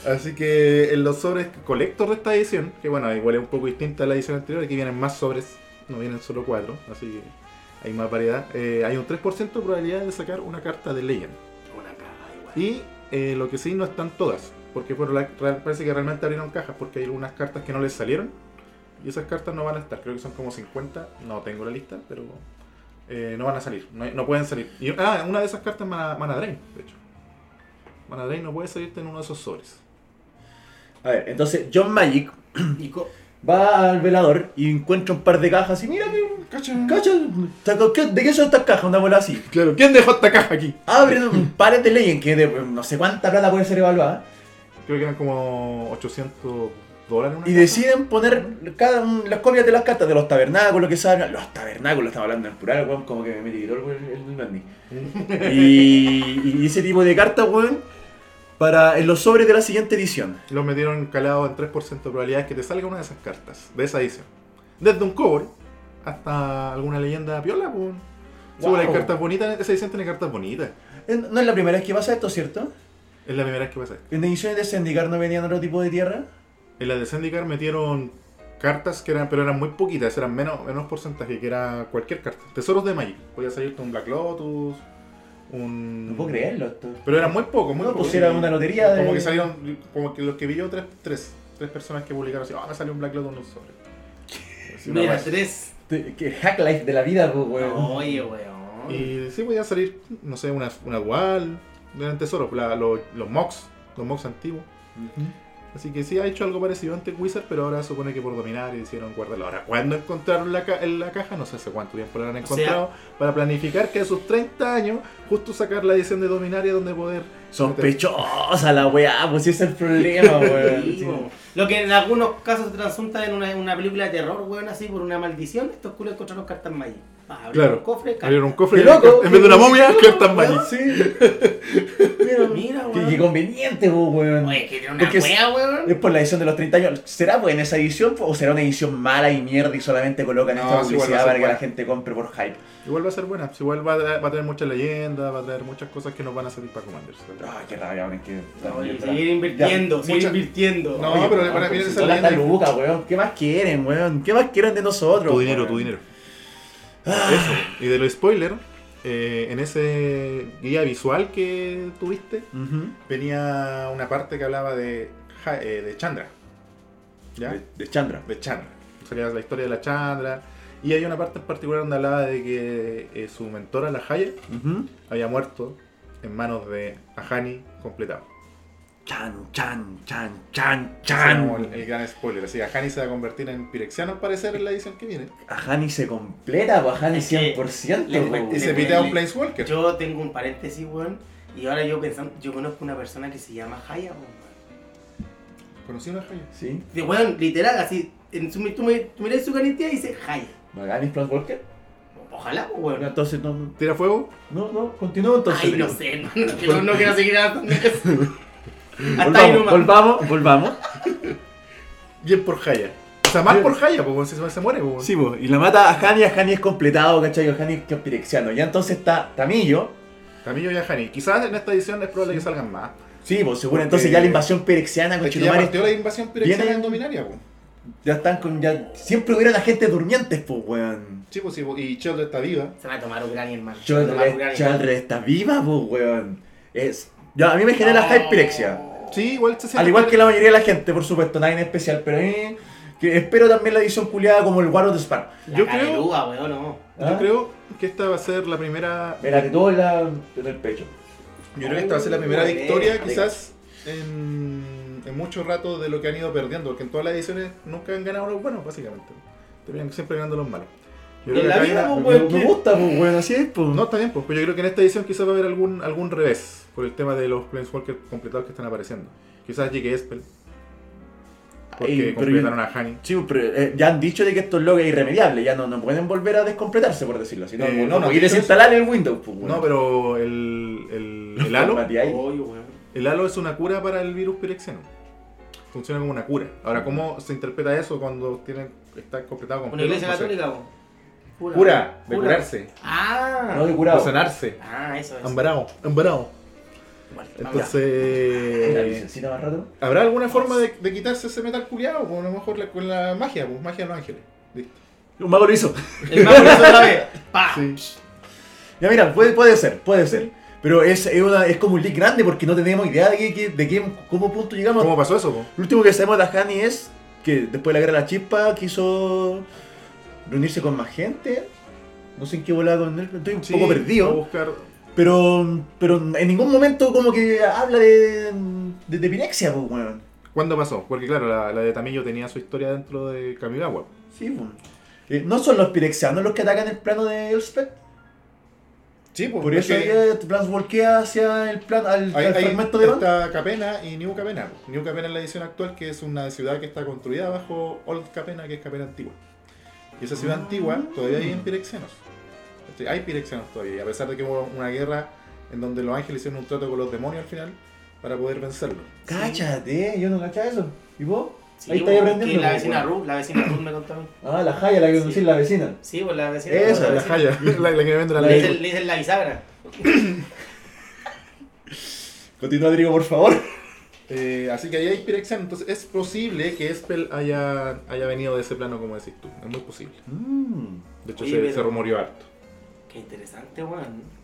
Speaker 2: Así que en los sobres colector de esta edición, que bueno, igual es un poco distinta a la edición anterior, aquí vienen más sobres, no vienen solo cuatro, así que hay más variedad. Eh, hay un 3% de probabilidad de sacar una carta de Legend.
Speaker 3: Una caja, igual.
Speaker 2: Y eh, lo que sí, no están todas, porque fueron la- real- parece que realmente abrieron cajas, porque hay algunas cartas que no les salieron, y esas cartas no van a estar, creo que son como 50, no tengo la lista, pero eh, no van a salir, no, no pueden salir. Y- ah, una de esas cartas es Mana, Mana Drain, de hecho. Mana Drain no puede salirte en uno de esos sobres.
Speaker 1: A ver, entonces John Magic
Speaker 3: Y co-
Speaker 1: va al velador y encuentra un par de cajas y mira que. Cacha, saca- ¿qué- ¿de qué son estas cajas? Una bola así.
Speaker 2: Claro, ¿quién dejó esta caja aquí?
Speaker 1: Abre un par de leyes que de, pues, no sé cuánta plata puede ser evaluada.
Speaker 2: Creo que eran como 800 dólares. una
Speaker 1: Y
Speaker 2: caja.
Speaker 1: deciden poner cada un- las copias de las cartas de los tabernáculos que saben. Los tabernáculos, estaba hablando en plural, weón, como que me tiró el weón, el Randy. Y, y ese tipo de cartas, weón, para en los sobres de la siguiente edición.
Speaker 2: Los metieron calado en 3% de probabilidades que te salga una de esas cartas, de esa edición. Desde un cobre hasta alguna leyenda piola, pues. Sí,
Speaker 1: Wow.
Speaker 2: pues, hay cartas bonitas, esa edición tiene cartas bonitas.
Speaker 1: Eh, No es la primera vez que pasa esto, ¿cierto?
Speaker 2: Es la primera vez que pasa esto.
Speaker 1: En ediciones de Sendicar no venían otro tipo de tierra.
Speaker 2: En la de Zendikar metieron cartas que eran, pero eran muy poquitas, eran menos, menos porcentaje que era cualquier carta. Tesoros de Magic. Podía salirte un Black Lotus, un.
Speaker 1: No puedo creerlo esto.
Speaker 2: Pero eran muy pocos, muy
Speaker 1: No,
Speaker 2: pocos.
Speaker 1: pues era una lotería de-
Speaker 2: Como que salieron, como que los que vi yo, tres, tres, tres personas que publicaron así, ah, me salió un Black Lotus en los sobres. Así, una
Speaker 3: Mira,
Speaker 2: wea.
Speaker 3: tres.
Speaker 1: Te- Que hack life de la vida, pues, weón.
Speaker 3: Oye,
Speaker 1: Ah,
Speaker 3: weón.
Speaker 2: Y sí podía salir, no sé, una, una dual, eran tesoros, la- los, los mocks, los mocks antiguos. Así que sí ha hecho algo parecido antes Wizard, pero ahora supone que por dominar hicieron guardarlo. Ahora, cuando encontraron la, ca- en la caja, no sé hace cuánto tiempo la han
Speaker 3: O sea-
Speaker 2: encontrado, para planificar que a sus 30 años, justo sacar la edición de Dominaria donde poder.
Speaker 1: Sospechosa la weá, pues ese es el problema, weón.
Speaker 3: Sí,
Speaker 1: Sí.
Speaker 3: po. Lo que en algunos casos se transunta en una, una película de terror, weón, así por una maldición, estos culos encontraron cartas mayas. Ah, abrieron
Speaker 2: Claro.
Speaker 3: un cofre, cartas.
Speaker 2: Abrieron un cofre
Speaker 1: ¡Qué
Speaker 2: y había
Speaker 1: loco!
Speaker 2: cartas- en vez de una momia, cartas
Speaker 1: Weón,
Speaker 2: magic.
Speaker 1: Sí. Mira,
Speaker 3: Mira,
Speaker 1: qué,
Speaker 3: weón.
Speaker 1: qué conveniente, po, weón.
Speaker 3: Oye, que tiene una
Speaker 1: Porque es-
Speaker 3: wea, weón.
Speaker 1: Es por la edición de los 30 años. ¿Será pues, en esa edición o será una edición mala y mierda y solamente colocan
Speaker 2: No,
Speaker 1: esta
Speaker 2: sí, igual va a
Speaker 1: publicidad
Speaker 2: ser
Speaker 1: para que la
Speaker 2: buena.
Speaker 1: gente compre por hype?
Speaker 2: Igual va a ser buena, pues igual va a, tra- va a traer mucha leyenda, va a traer muchas cosas que nos van a servir para Commanders.
Speaker 1: Ay, qué rabia, weón. es que-
Speaker 3: Oye, seguir invirtiendo,
Speaker 2: Ya,
Speaker 3: seguir
Speaker 2: mucha-
Speaker 3: invirtiendo.
Speaker 2: No,
Speaker 1: Oye,
Speaker 2: pero le
Speaker 1: weón,
Speaker 2: van a
Speaker 1: pero
Speaker 2: pedir
Speaker 1: si
Speaker 2: esa
Speaker 1: son hasta
Speaker 2: leyenda.
Speaker 1: lucas, weón. ¿Qué más quieren, weón? ¿Qué más quieren de nosotros?
Speaker 2: Tu dinero,
Speaker 1: weón?
Speaker 2: tu dinero. Eso. Y de los spoiler, eh, en ese guía visual que tuviste,
Speaker 1: Ujú.
Speaker 2: venía una parte que hablaba de, Ja- eh, de Chandra. ¿Ya?
Speaker 1: De, de Chandra.
Speaker 2: de Chandra. Sería la historia de la Chandra. Y hay una parte en particular donde hablaba de que eh, su mentora, la Haya,
Speaker 1: Ujú.
Speaker 2: había muerto en manos de Ahani completado.
Speaker 1: Chan, chan, chan, chan,
Speaker 2: Ese era como
Speaker 1: chan.
Speaker 2: el, el gran spoiler. Así que Ahani se va a convertir en Pirexiano al parecer en la edición que viene.
Speaker 1: Ajani se completa, pues Ajani
Speaker 3: Es que-
Speaker 1: 100%.
Speaker 3: le-
Speaker 1: po,
Speaker 2: Y
Speaker 3: le-
Speaker 2: se
Speaker 1: weón.
Speaker 2: pitea un Planeswalker.
Speaker 3: Yo tengo un paréntesis, weón. Y ahora yo pensando, yo conozco una persona que se llama Jaya, weón.
Speaker 2: ¿Conocí una Haya?
Speaker 1: Sí.
Speaker 3: De weón, literal, así, en su, tú, me- tú miras su garantía y dice Jaya.
Speaker 1: ¿Maganis Plus Walker?
Speaker 3: Ojalá, pues,
Speaker 1: Bueno,
Speaker 3: weón.
Speaker 1: entonces no.
Speaker 2: ¿Tira fuego?
Speaker 1: No, no, continúa entonces.
Speaker 3: Ay, no
Speaker 1: Diego.
Speaker 3: sé, no, no quiero, no quiero seguir avanzando en eso. Hasta ahí
Speaker 1: Volvamos,
Speaker 3: nomás.
Speaker 1: volvamos, volvamos.
Speaker 2: Bien por Haya. O sea, mal
Speaker 1: Bien.
Speaker 2: por Haya, porque si se se muere. po.
Speaker 1: Sí, pues, y la mata a Hani, a Hani es completado, ¿cachai? Hani es que es pirexiano. Ya entonces está Tamillo.
Speaker 2: Tamillo y Ahani. Quizás en esta edición es probable que salgan más.
Speaker 1: Sí, pues seguro
Speaker 2: Porque-
Speaker 1: entonces ya la invasión pirexiana con
Speaker 2: Es que ya
Speaker 1: Chitumare.
Speaker 2: partió la invasión Pirexiana
Speaker 1: Viene-
Speaker 2: en Dominaria. pues. po.
Speaker 1: Ya están con. ya Siempre hubieron agentes durmientes, pues, weón.
Speaker 2: Sí, pues sí, po. y Sheldon está viva.
Speaker 3: Se va a tomar Ucrania, hermano. Se va a tomar
Speaker 1: Chandra
Speaker 3: Ucrania.
Speaker 1: Chandra está viva, pues, weón. Es. Ya, a mí me genera hype pirexia.
Speaker 2: Sí, igual se siente.
Speaker 1: Al igual que la mayoría de la gente, por supuesto, nadie en especial, pero a mí- que espero también la edición culiada como el War of the Spark.
Speaker 3: La
Speaker 2: Yo creo-
Speaker 3: caberuga, weón, no.
Speaker 2: Yo
Speaker 1: Ah.
Speaker 2: creo que esta va a ser la primera.
Speaker 1: Me la tatuó en, la- en el pecho.
Speaker 2: Yo creo que esta va a ser la primera
Speaker 3: Uy,
Speaker 2: victoria,
Speaker 1: venga.
Speaker 2: quizás en, en mucho rato de lo que han ido perdiendo, porque en todas las ediciones nunca han ganado los buenos, básicamente. Terminan siempre ganando los malos. Yo
Speaker 3: Y
Speaker 2: creo Ah,
Speaker 3: en
Speaker 2: que
Speaker 3: la
Speaker 2: acá hay
Speaker 3: vida,
Speaker 2: una-
Speaker 3: pues,
Speaker 1: Me,
Speaker 3: weón,
Speaker 1: me
Speaker 3: ¿qué?
Speaker 1: gusta, pues, weón, así es, pues.
Speaker 2: No, está bien, pues, pero yo creo que en esta edición quizás va a haber algún, algún revés por el tema de los Planeswalkers completados que están apareciendo. Quizás llegue Espel, porque
Speaker 1: Ey, pero yo-
Speaker 2: completaron a Hani.
Speaker 1: Sí, pero eh, ya han dicho de que esto es logo es irremediable, ya no, no pueden volver a descompletarse, por decirlo así. No,
Speaker 2: Eh,
Speaker 1: no,
Speaker 2: no, no,
Speaker 1: y
Speaker 2: dicho
Speaker 1: desinstalar el Windows, pues, weón.
Speaker 2: No, pero Oh. el, el, el halo.
Speaker 1: Formateáis.
Speaker 3: Oye, weón.
Speaker 2: El halo es una cura para el virus pirexiano. Funciona como una cura. Ahora, ¿cómo se interpreta eso cuando tienen, está completado con
Speaker 3: Una iglesia
Speaker 2: no sé?
Speaker 3: católica, weón. Cura,
Speaker 2: Cura, de curarse,
Speaker 3: Ah.
Speaker 1: No, de
Speaker 2: de
Speaker 1: curado.
Speaker 2: sanarse.
Speaker 3: Ah, eso es.
Speaker 2: Ambarado, ambarado.
Speaker 3: Bueno, vamos.
Speaker 1: ¿La
Speaker 2: Entonces, eh,
Speaker 1: licencita más rato?
Speaker 2: ¿habrá alguna forma de, de quitarse ese metal culiado? O a lo mejor la- con la magia, pues magia de los ángeles. Listo.
Speaker 1: Un mago lo hizo.
Speaker 3: El mago hizo otra vez. Pa.
Speaker 2: Sí.
Speaker 1: Ya mira, puede, puede ser, puede ser. Pero es, es, una- es como un leak grande porque no tenemos idea de, qué, qué- de qué, cómo punto llegamos.
Speaker 2: ¿Cómo pasó eso? po?
Speaker 1: Lo último que sabemos de Ajani es que después de la guerra de la chispa quiso reunirse con más gente. No sé en qué volaba con él, estoy un
Speaker 2: Sí, oh.
Speaker 1: poco
Speaker 2: a
Speaker 1: perdido.
Speaker 2: buscar-
Speaker 1: Pero, pero en ningún momento como que habla de, de, de Pirexia, pues, weón.
Speaker 2: ¿Cuándo pasó? Porque claro, la, la de Tamillo tenía su historia dentro de Kamigawa.
Speaker 1: Sí, pues. Eh, no son los pirexianos los que atacan el plano de Elspeth.
Speaker 2: Sí, pues,
Speaker 1: Por eso ella transvolquea hacia el plan, al,
Speaker 2: Ahí,
Speaker 1: al
Speaker 2: ahí
Speaker 1: fragmento de Van.
Speaker 2: está Capena y New Capena. New Capena es la edición actual, que es una ciudad que está construida bajo Old Capena, que es Capena antigua. Y esa ciudad
Speaker 1: Ah.
Speaker 2: antigua todavía hay en pirexianos. ¿Cachai? Hay pirexianos todavía, y a pesar de que hubo una guerra en donde los ángeles hicieron un trato con los demonios al final para poder vencerlo.
Speaker 1: Cáchate, yo no cachaba eso. ¿Y vos?
Speaker 3: Sí,
Speaker 1: Ahí está
Speaker 3: weón,
Speaker 1: aprendiendo,
Speaker 3: que La
Speaker 1: weón.
Speaker 3: vecina Ruth, la vecina Ruth me contó a mí.
Speaker 1: Ah, la Jaya, la que
Speaker 3: Sí.
Speaker 1: sí. la vecina.
Speaker 3: Sí, pues la vecina
Speaker 1: Esa,
Speaker 3: Ruth,
Speaker 2: la
Speaker 3: vecina.
Speaker 2: Jaya, la, la que vende la
Speaker 1: La
Speaker 3: Le
Speaker 2: ley.
Speaker 3: dicen, le dicen la bisagra.
Speaker 1: Continúa, Rodrigo, por favor.
Speaker 2: Eh, así que ahí hay pirexianos. Entonces es posible que Espel haya, haya venido de ese plano, como decís tú. Es muy posible.
Speaker 1: Mm.
Speaker 2: De hecho,
Speaker 3: Oye,
Speaker 2: se,
Speaker 3: pero-
Speaker 2: se rumoreó harto.
Speaker 3: Qué interesante, weón.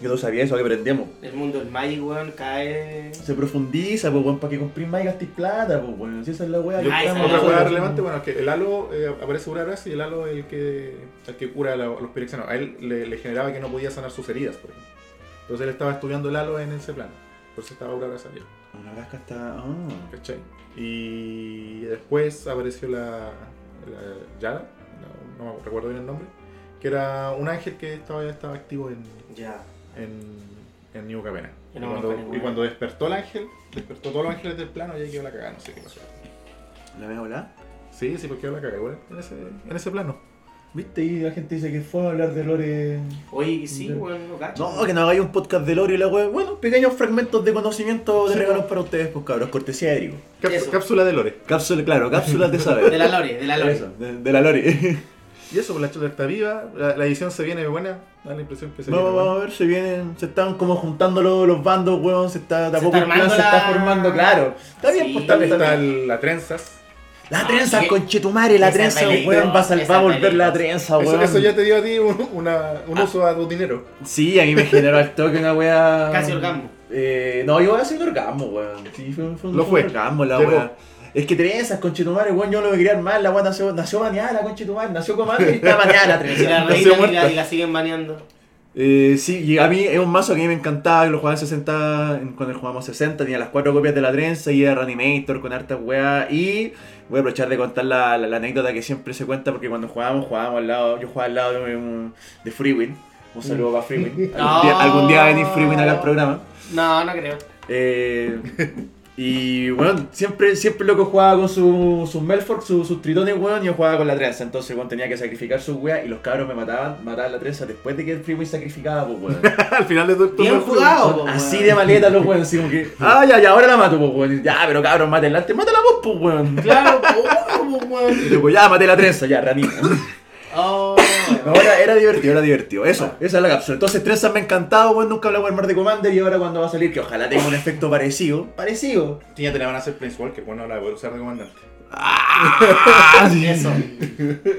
Speaker 1: Yo no sabía eso, que aprendemos.
Speaker 3: El mundo del Magic, weón, cae.
Speaker 1: Se profundiza, pues, weón, para que comprís más y gastéis plata, pues, weón. Si esa es la weá.
Speaker 2: Yo-
Speaker 1: que
Speaker 3: Ah, esa
Speaker 1: estamos-
Speaker 2: otra
Speaker 3: es la
Speaker 2: hueá
Speaker 3: otra.
Speaker 2: relevante, bueno, es que el halo eh, aparece una vez y el halo es el que, el que cura a la- a los pirexianos. A él le, le generaba que no podía sanar sus heridas, por ejemplo. Entonces él estaba estudiando el halo en ese plano. Por eso estaba Aura Brasil.
Speaker 1: Una casca está. Ah.
Speaker 2: ¿Cachai? Y después apareció la, la Yara, la- no me recuerdo bien el nombre, que era un ángel que estaba, estaba activo en,
Speaker 3: Ya.
Speaker 2: en, en New Capena.
Speaker 3: Y
Speaker 2: Y,
Speaker 3: no me acuerdo
Speaker 2: cuando, y
Speaker 3: ninguna.
Speaker 2: cuando despertó el ángel, despertó todos los ángeles del plano y ahí quedó la cagada, no sé qué pasó.
Speaker 1: ¿La voy a volar?
Speaker 2: Sí, sí, porque quedó la cagada igual en ese, en ese plano.
Speaker 1: ¿Viste? Y la gente dice que fue a hablar de Lore.
Speaker 3: Oye, que sí,
Speaker 1: Ya.
Speaker 3: weón, no cacho.
Speaker 1: No, que no hagáis un podcast de Lore y la web. Bueno, pequeños fragmentos de conocimiento de
Speaker 2: Sí,
Speaker 1: regalos
Speaker 2: po.
Speaker 1: para ustedes, pues cabros. Cortesía de Erigo.
Speaker 2: Cápsu-
Speaker 3: Eso.
Speaker 2: cápsula de Lore.
Speaker 1: Cápsulas, claro, cápsulas de saber.
Speaker 3: De la Lore, de la Lore.
Speaker 1: Eso, de, de la Lore.
Speaker 2: Y eso, pues la charla está viva, la, la edición se viene buena, da la impresión que se
Speaker 1: Vamos,
Speaker 2: viene buena.
Speaker 1: vamos a ver, se vienen, se están como juntando los, los bandos, weón, se está, de a
Speaker 3: Se
Speaker 1: poco
Speaker 3: está
Speaker 1: el plan
Speaker 3: armando
Speaker 1: se está
Speaker 3: la-
Speaker 1: formando, claro. Está bien,
Speaker 3: Sí.
Speaker 1: pues está
Speaker 2: Tal
Speaker 1: bien.
Speaker 2: está
Speaker 1: Está bien.
Speaker 2: el- la trenzas.
Speaker 1: La
Speaker 3: Ah,
Speaker 1: trenza,
Speaker 3: sí.
Speaker 1: conchetumare, la
Speaker 3: Esa
Speaker 1: trenza,
Speaker 3: película,
Speaker 1: weón, va a, sal-
Speaker 3: esa
Speaker 1: va a volver
Speaker 3: película.
Speaker 1: la trenza,
Speaker 2: Eso,
Speaker 1: weón.
Speaker 2: eso ya te dio a ti un, una- un
Speaker 3: Ah.
Speaker 2: uso a tu dinero.
Speaker 1: Sí, a mí me generó al toque una wea.
Speaker 3: Casi orgasmo.
Speaker 1: Eh, no, yo voy a hacer un orgasmo, weón. Sí, fue, fue un-
Speaker 2: Lo fue.
Speaker 1: un orgasmo la
Speaker 2: Llegó.
Speaker 1: wea. Es que trenzas, conchetumare, weón, yo no me quería armar, la wea nació, nació baneada, la conchetumare, nació comando y está baneada la
Speaker 3: Y
Speaker 1: trenza.
Speaker 3: la
Speaker 2: Nació
Speaker 3: reina y
Speaker 2: muerta.
Speaker 3: la, y la siguen baneando.
Speaker 1: Eh, sí, y a mí es un mazo que a mí me encantaba, que lo jugaba en 60, en- cuando jugábamos 60, tenía las cuatro copias de la trenza y era Reanimator con harta weá. Y voy a aprovechar de contar la, la- la anécdota que siempre se cuenta, porque cuando jugábamos, jugábamos al lado, yo jugaba al lado de, un- de Freewin. Un saludo para Freewin. Algún, día, algún día va a venir Freewin acá al programa.
Speaker 3: No, no creo.
Speaker 1: Eh, y bueno, siempre, siempre loco jugaba con su- sus Melfork, su- sus tritones, weón, y yo jugaba con la trenza. Entonces, weón, tenía que sacrificar sus weas y los cabros me mataban, mataban la trenza después de que el Freewin sacrificaba, pues weón.
Speaker 2: Al final de todo el
Speaker 3: Bien
Speaker 2: turno-
Speaker 3: jugado, po,
Speaker 1: Son así
Speaker 3: weón.
Speaker 1: de maleta los weones, así como que. Ah, ya, ya, ahora la mato, pues weón. Ya, pero cabrón, maten la mátala vos, pues weón.
Speaker 3: Claro, po, po,
Speaker 1: Y
Speaker 3: weón.
Speaker 1: luego, ya, maté la trenza, ya, ranita.
Speaker 3: Oh,
Speaker 1: No, era, era divertido, era divertido. Eso, esa es la cápsula. Entonces, trenzas me ha encantado, weón. Nunca hablamos de armar de Commander y ahora cuando va a salir, que ojalá tenga un efecto parecido. Parecido.
Speaker 2: Sí, ya te la van a hacer Prince Walker, bueno, la voy a usar de comandante.
Speaker 1: Ah, sí.
Speaker 3: Eso.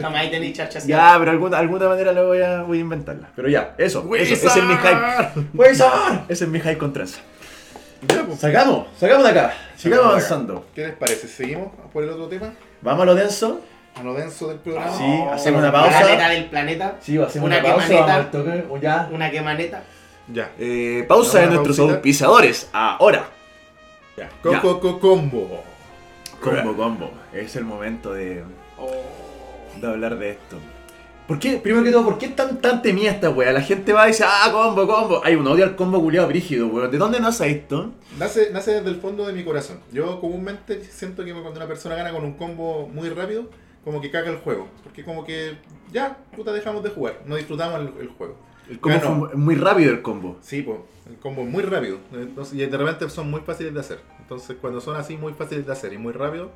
Speaker 3: Toma, ahí tenéis charcha. así.
Speaker 1: Ya, pero alguna, alguna manera la voy a, voy a inventarla. Pero ya, eso, eso ese es mi hype. ¡Wizard! Ese es mi hype con trenza.
Speaker 2: Ya, pues.
Speaker 1: Sacamos, sacamos de acá. Sigamos
Speaker 2: Sacamos de acá.
Speaker 1: avanzando.
Speaker 2: ¿Qué les parece? ¿Seguimos por el otro tema?
Speaker 1: Vamos a lo denso.
Speaker 2: A lo denso del programa.
Speaker 1: Sí, hacemos una pausa.
Speaker 3: Planeta del planeta.
Speaker 1: Sí, va a ser
Speaker 3: Una
Speaker 1: una,
Speaker 3: que
Speaker 1: pausa.
Speaker 3: maneta.
Speaker 1: vamos al toque, o ya.
Speaker 3: Una quemaneta.
Speaker 2: Ya.
Speaker 1: Eh, pausa de
Speaker 2: Vamos a
Speaker 1: nuestros
Speaker 2: pausita.
Speaker 1: auspiciadores. Ahora.
Speaker 2: ya. Co- co- co- combo.
Speaker 1: Combo, combo. Es el momento de,
Speaker 3: Oh.
Speaker 1: de hablar de esto. ¿Por qué? Primero que todo, ¿por qué es tan, tan temida esta wea? La gente va y dice, ah, combo, combo. Hay un odio al combo culiado brígido, weón. ¿De dónde nace esto?
Speaker 2: Nace, nace desde el fondo de mi corazón. Yo comúnmente siento que cuando una persona gana con un combo muy rápido, como que caga el juego. Porque como que ya, puta, dejamos de jugar. No disfrutamos el, el juego.
Speaker 1: El combo
Speaker 2: Ganó.
Speaker 1: fue muy rápido el combo.
Speaker 2: Sí, pues, el combo es muy rápido. Entonces, y de repente son muy fáciles de hacer. Entonces, cuando son así muy fáciles de hacer y muy rápido,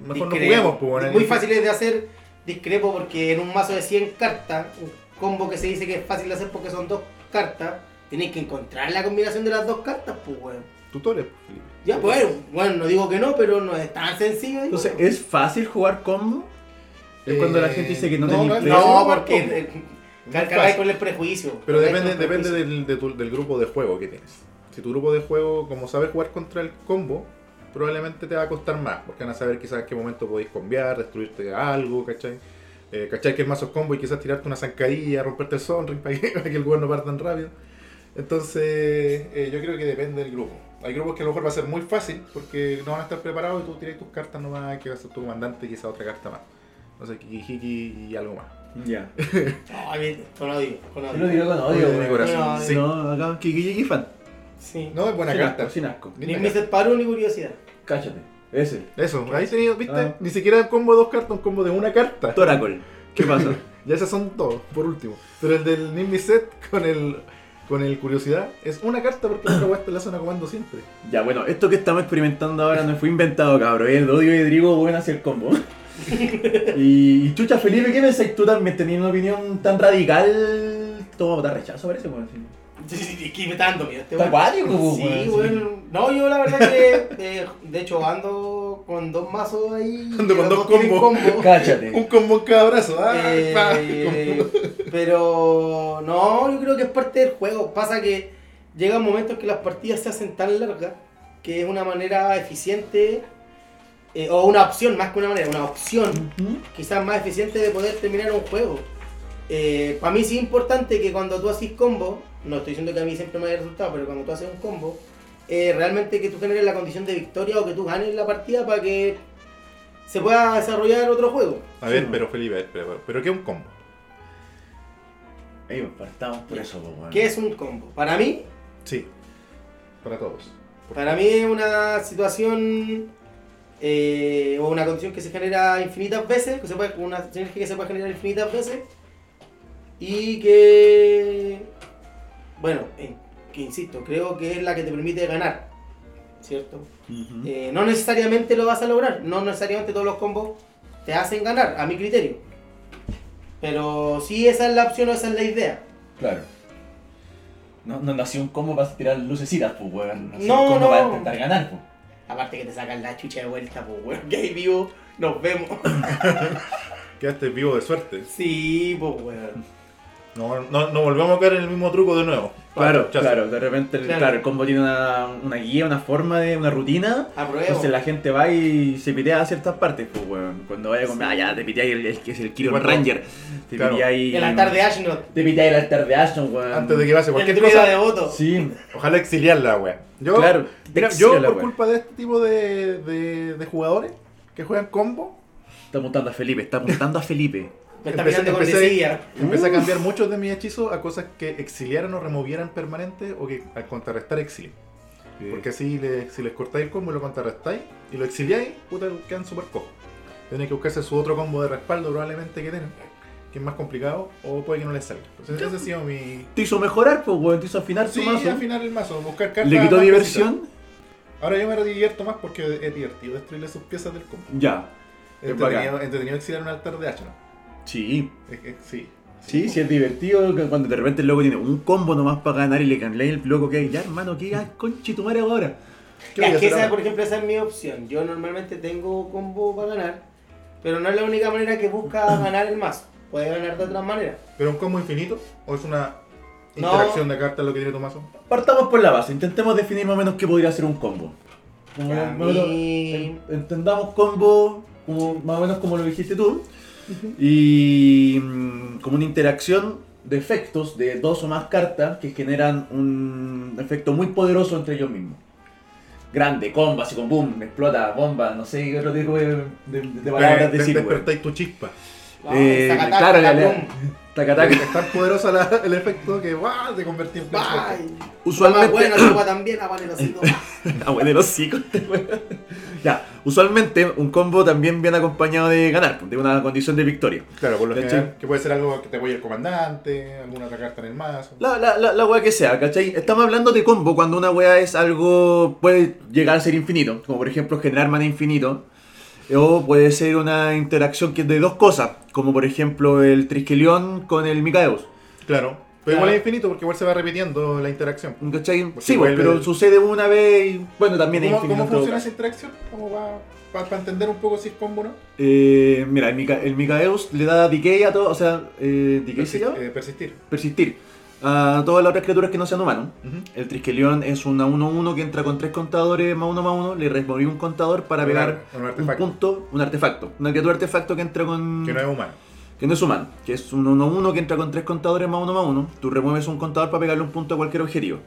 Speaker 2: mejor no
Speaker 3: Discrepo.
Speaker 2: juguemos, pues. bueno.
Speaker 3: Muy fáciles de hacer, discrepo, porque en un mazo de 100 cartas, un combo que se dice que es fácil de hacer porque son dos cartas, tenéis que encontrar la combinación de las dos cartas, pues, weón.
Speaker 2: Tutores, pues, Felipe.
Speaker 3: Ya, pues, bueno, bueno, no digo que no, pero no es tan sencillo. digo.
Speaker 1: Entonces, ¿es fácil jugar combo? Es
Speaker 2: Eh,
Speaker 1: cuando la gente dice que no,
Speaker 2: no,
Speaker 1: tenéis
Speaker 2: no,
Speaker 1: pre-
Speaker 3: no,
Speaker 2: no,
Speaker 3: porque
Speaker 2: no,
Speaker 3: eh,
Speaker 2: No
Speaker 3: car-
Speaker 2: es
Speaker 3: cargáis
Speaker 2: fácil.
Speaker 3: con el prejuicio.
Speaker 2: Pero
Speaker 3: cargáis
Speaker 2: depende,
Speaker 3: con el
Speaker 2: depende
Speaker 3: prejuicio.
Speaker 2: del, de tu- del grupo de juego que tienes. Si tu grupo de juego, como sabes jugar contra el combo, probablemente te va a costar más. Porque van a saber quizás en qué momento podéis cambiar, destruirte algo, ¿cachai? Eh, ¿Cachai que el mazo es combo y quizás tirarte una zancadilla, romperte el sonring para que, para que el juego no parta tan rápido? Entonces, eh, yo creo que depende del grupo. Hay grupos que a lo mejor va a ser muy fácil porque no van a estar preparados y tú tiras tus cartas nomás, que va a ser tu comandante y quizás otra carta más. No sé, Kikijiki y algo más.
Speaker 1: Ya.
Speaker 3: Ay, bien, con odio, con
Speaker 1: Yo lo
Speaker 3: odio.
Speaker 1: digo con odio,
Speaker 2: Odio de mi
Speaker 1: weón.
Speaker 2: corazón.
Speaker 3: No,
Speaker 2: Sí.
Speaker 1: No, acá, Kiki Kiki fan.
Speaker 3: Sí.
Speaker 2: No, es buena
Speaker 1: Sin
Speaker 2: carta.
Speaker 1: asco, sin asco.
Speaker 2: Linda
Speaker 3: Ni
Speaker 2: carta.
Speaker 3: me separo ni curiosidad.
Speaker 1: Cáchate. Ese.
Speaker 2: Eso, ahí tenido, ¿viste?
Speaker 1: Ah.
Speaker 2: Ni siquiera el combo de dos cartas, un combo de una carta.
Speaker 1: Toracol. ¿Qué pasa?
Speaker 2: Ya esas son dos, por último. Pero el del Nimbi Set con el con el curiosidad es una carta porque la weá te la hacen a comando siempre.
Speaker 1: Ya, bueno, esto que estamos experimentando ahora no fue inventado, cabrón. El odio de Drigo, bueno, hacia el combo. y, y chucha, Felipe, ¿qué pensáis tú también? ¿Tenías una opinión tan radical? Todo te rechazo, parece, weón. sí.
Speaker 3: Es que me está dando miedo este
Speaker 1: Está
Speaker 3: weón.
Speaker 1: acuático, pues,
Speaker 3: Sí,
Speaker 1: weón, sí.
Speaker 3: bueno. No, yo la verdad que eh, de hecho ando con dos mazos ahí.
Speaker 2: Ando con
Speaker 3: los
Speaker 2: dos
Speaker 3: tienen
Speaker 2: combos.
Speaker 3: combo.
Speaker 1: Cáchate.
Speaker 2: Un combo en cada brazo, ah, pa,
Speaker 3: Eh, pero no, yo creo que es parte del juego. Pasa que llegan momentos que las partidas se hacen tan largas que es una manera eficiente eh, o una opción, más que una manera, una opción
Speaker 1: Ujú.
Speaker 3: quizás más eficiente de poder terminar un juego. Para mí sí es importante que cuando tú haces combo, no estoy diciendo que a mí siempre me haya resultado, pero cuando tú haces un combo, eh, realmente que tú generes la condición de victoria o que tú ganes la partida para que se pueda desarrollar otro juego.
Speaker 2: A
Speaker 1: Sí,
Speaker 2: ver,
Speaker 1: no.
Speaker 2: pero Felipe, a ver, pero, pero ¿qué es un combo?
Speaker 1: Ahí partamos por eso, po, weón.
Speaker 3: ¿Qué es un combo? Para mí,
Speaker 2: Sí. Para todos.
Speaker 3: Para mí es una situación eh, o una condición que se genera infinitas veces, que se puede, una sinergia que se puede generar infinitas veces y que, bueno, eh, que insisto, creo que es la que te permite ganar, ¿cierto?
Speaker 1: Ujú.
Speaker 3: Eh, no necesariamente lo vas a lograr, no necesariamente todos los combos te hacen ganar, a mi criterio. Pero sí esa es la opción o esa es la idea.
Speaker 1: Claro. No, no nació un combo para tirar lucecitas, pues, weón. Nació
Speaker 3: No,
Speaker 1: un combo
Speaker 3: no.
Speaker 1: para intentar ganar, pues.
Speaker 3: Aparte que te sacan la chucha de vuelta, pues weón, que ahí vivo, nos vemos.
Speaker 2: Quedaste vivo de suerte.
Speaker 3: Sí, pues weón.
Speaker 2: No, no, no volvemos a caer en el mismo truco de nuevo.
Speaker 1: Claro,
Speaker 2: Chazo.
Speaker 1: claro, de repente el,
Speaker 3: Claro.
Speaker 1: claro. el combo tiene una, una guía, una forma de, una rutina.
Speaker 3: Apruebo.
Speaker 1: Entonces la gente va y se pitea a ciertas partes, pues weón. Cuando vaya a comprar, ah, ya, te piteáis el, el, que es el Kiron
Speaker 2: Cuando-
Speaker 1: Ranger. Te
Speaker 2: Claro.
Speaker 1: piteáis.
Speaker 3: El altar de Ashnod.
Speaker 1: Te piteáis el altar de Ashton, weón.
Speaker 2: Antes de que pase
Speaker 3: El
Speaker 2: cualquier
Speaker 3: druida
Speaker 2: cosa,
Speaker 3: de voto.
Speaker 1: Sí,
Speaker 2: ojalá exiliarla, wea. Yo,
Speaker 1: claro.
Speaker 2: mira,
Speaker 1: Te
Speaker 2: yo
Speaker 1: exila,
Speaker 2: por
Speaker 1: weón.
Speaker 2: culpa de este tipo de, de, de jugadores que juegan combo,
Speaker 1: Está apuntando a Felipe, está apuntando a Felipe.
Speaker 3: Me está
Speaker 2: Empecé-
Speaker 3: mirando con
Speaker 2: empecé-
Speaker 3: desidia.
Speaker 2: empecé a cambiar muchos de mis hechizos a cosas que exiliaran o removieran permanente o que al contrarrestar exilio. Porque así le- si les cortáis el combo y lo contrarrestáis y lo exiliáis, puta, quedan super cojos. Tienen que buscarse su otro combo de respaldo probablemente que tienen, que es más complicado, o puede que no les salga. Entonces ese ha sido mi...
Speaker 1: Te hizo mejorar, pues weón, te hizo afinar
Speaker 2: Sí,
Speaker 1: tu mazo.
Speaker 2: afinar el mazo, buscar cartas.
Speaker 1: Le quitó
Speaker 2: más
Speaker 1: diversión.
Speaker 2: precisas. Ahora yo me divierto más porque es divertido destruirle sus piezas del combo.
Speaker 1: Ya. Es
Speaker 2: Entretenido, entretenido exiliar un altar de Ashram.
Speaker 1: Sí.
Speaker 2: Es que- sí.
Speaker 1: Sí, sí es divertido que cuando de repente el loco tiene un combo nomás para ganar y le canlea el loco que ya hermano, que ya conche tu madre ahora.
Speaker 2: ¿Qué voy a
Speaker 3: Es que
Speaker 2: hacer
Speaker 3: esa,
Speaker 2: ahora?
Speaker 3: por ejemplo, esa es mi opción. Yo normalmente tengo combo para ganar, pero no es la única manera que busca ganar el mazo. Puede ganar de otras maneras.
Speaker 2: ¿Pero un combo infinito? ¿O es una
Speaker 3: No.
Speaker 2: interacción de cartas lo que tiene tu mazo?
Speaker 1: Partamos por la base, intentemos definir más o menos qué podría ser un combo. Como-
Speaker 3: Para
Speaker 1: más o menos,
Speaker 3: mí-
Speaker 1: en- entendamos combo como, más o menos como lo dijiste tú. Y mm, como una interacción de efectos de dos o más cartas que generan un efecto muy poderoso entre ellos mismos. Grande, combo, así con boom, explota, bomba, no sé qué otro tipo de, de- de palabras
Speaker 2: Des-
Speaker 1: decir. weón.
Speaker 2: despertáis tu chispa.
Speaker 3: No,
Speaker 1: Eh,
Speaker 3: saca taca,
Speaker 1: claro, la-
Speaker 3: taca,
Speaker 1: la-
Speaker 3: pum.
Speaker 1: taca, taca.
Speaker 2: Es tan poderosa la- el efecto que ¡guau! te convertí en
Speaker 3: Ay,
Speaker 2: flash.
Speaker 3: Más
Speaker 1: Usualmente.
Speaker 3: bueno, la agua también, la vale así.
Speaker 1: Ah, bueno, el hocico, este weón. Ya, usualmente un combo también viene acompañado de ganar, de una condición de victoria.
Speaker 2: Claro, por lo
Speaker 1: De hecho-
Speaker 2: general, que puede ser algo que te voy el comandante, alguna otra carta en el mazo.
Speaker 1: La, la, la, la wea que sea, ¿cachai? Estamos hablando de combo cuando una wea es algo. puede llegar a ser infinito, como por ejemplo generar mana infinito. O puede ser una interacción que es de dos cosas, como por ejemplo el Triskelion con el Mikaeus.
Speaker 2: Claro. Pero igual es infinito porque igual se va repitiendo la interacción.
Speaker 1: ¿cachai?
Speaker 2: Porque
Speaker 1: Sí, pues,
Speaker 2: vuelve-
Speaker 1: pero sucede una vez y. bueno, también es
Speaker 2: ¿Cómo,
Speaker 1: infinito.
Speaker 2: cómo
Speaker 1: en todo
Speaker 2: funciona
Speaker 1: caso.
Speaker 2: esa interacción? ¿Cómo va? Para entender un poco si es combo o no.
Speaker 1: Eh, mira, el, Mika- el Mikaeus le da decay a todo, o sea, eh, decay se
Speaker 2: Persi-
Speaker 1: llama?
Speaker 2: eh, persistir.
Speaker 1: persistir a todas las otras criaturas que no sean humanos.
Speaker 2: Ujú.
Speaker 1: El Triskelion es una 1-1 que entra con tres contadores más uno más uno, le removí un contador para
Speaker 2: Un
Speaker 1: pegar
Speaker 2: ar- un
Speaker 1: un
Speaker 2: artefacto
Speaker 1: punto, un artefacto. Una criatura artefacto que entra con.
Speaker 2: que no es humano.
Speaker 1: que no es humano, que es un 1-1 que entra con tres contadores más uno más uno. Tú remueves un contador para pegarle un punto a cualquier objetivo.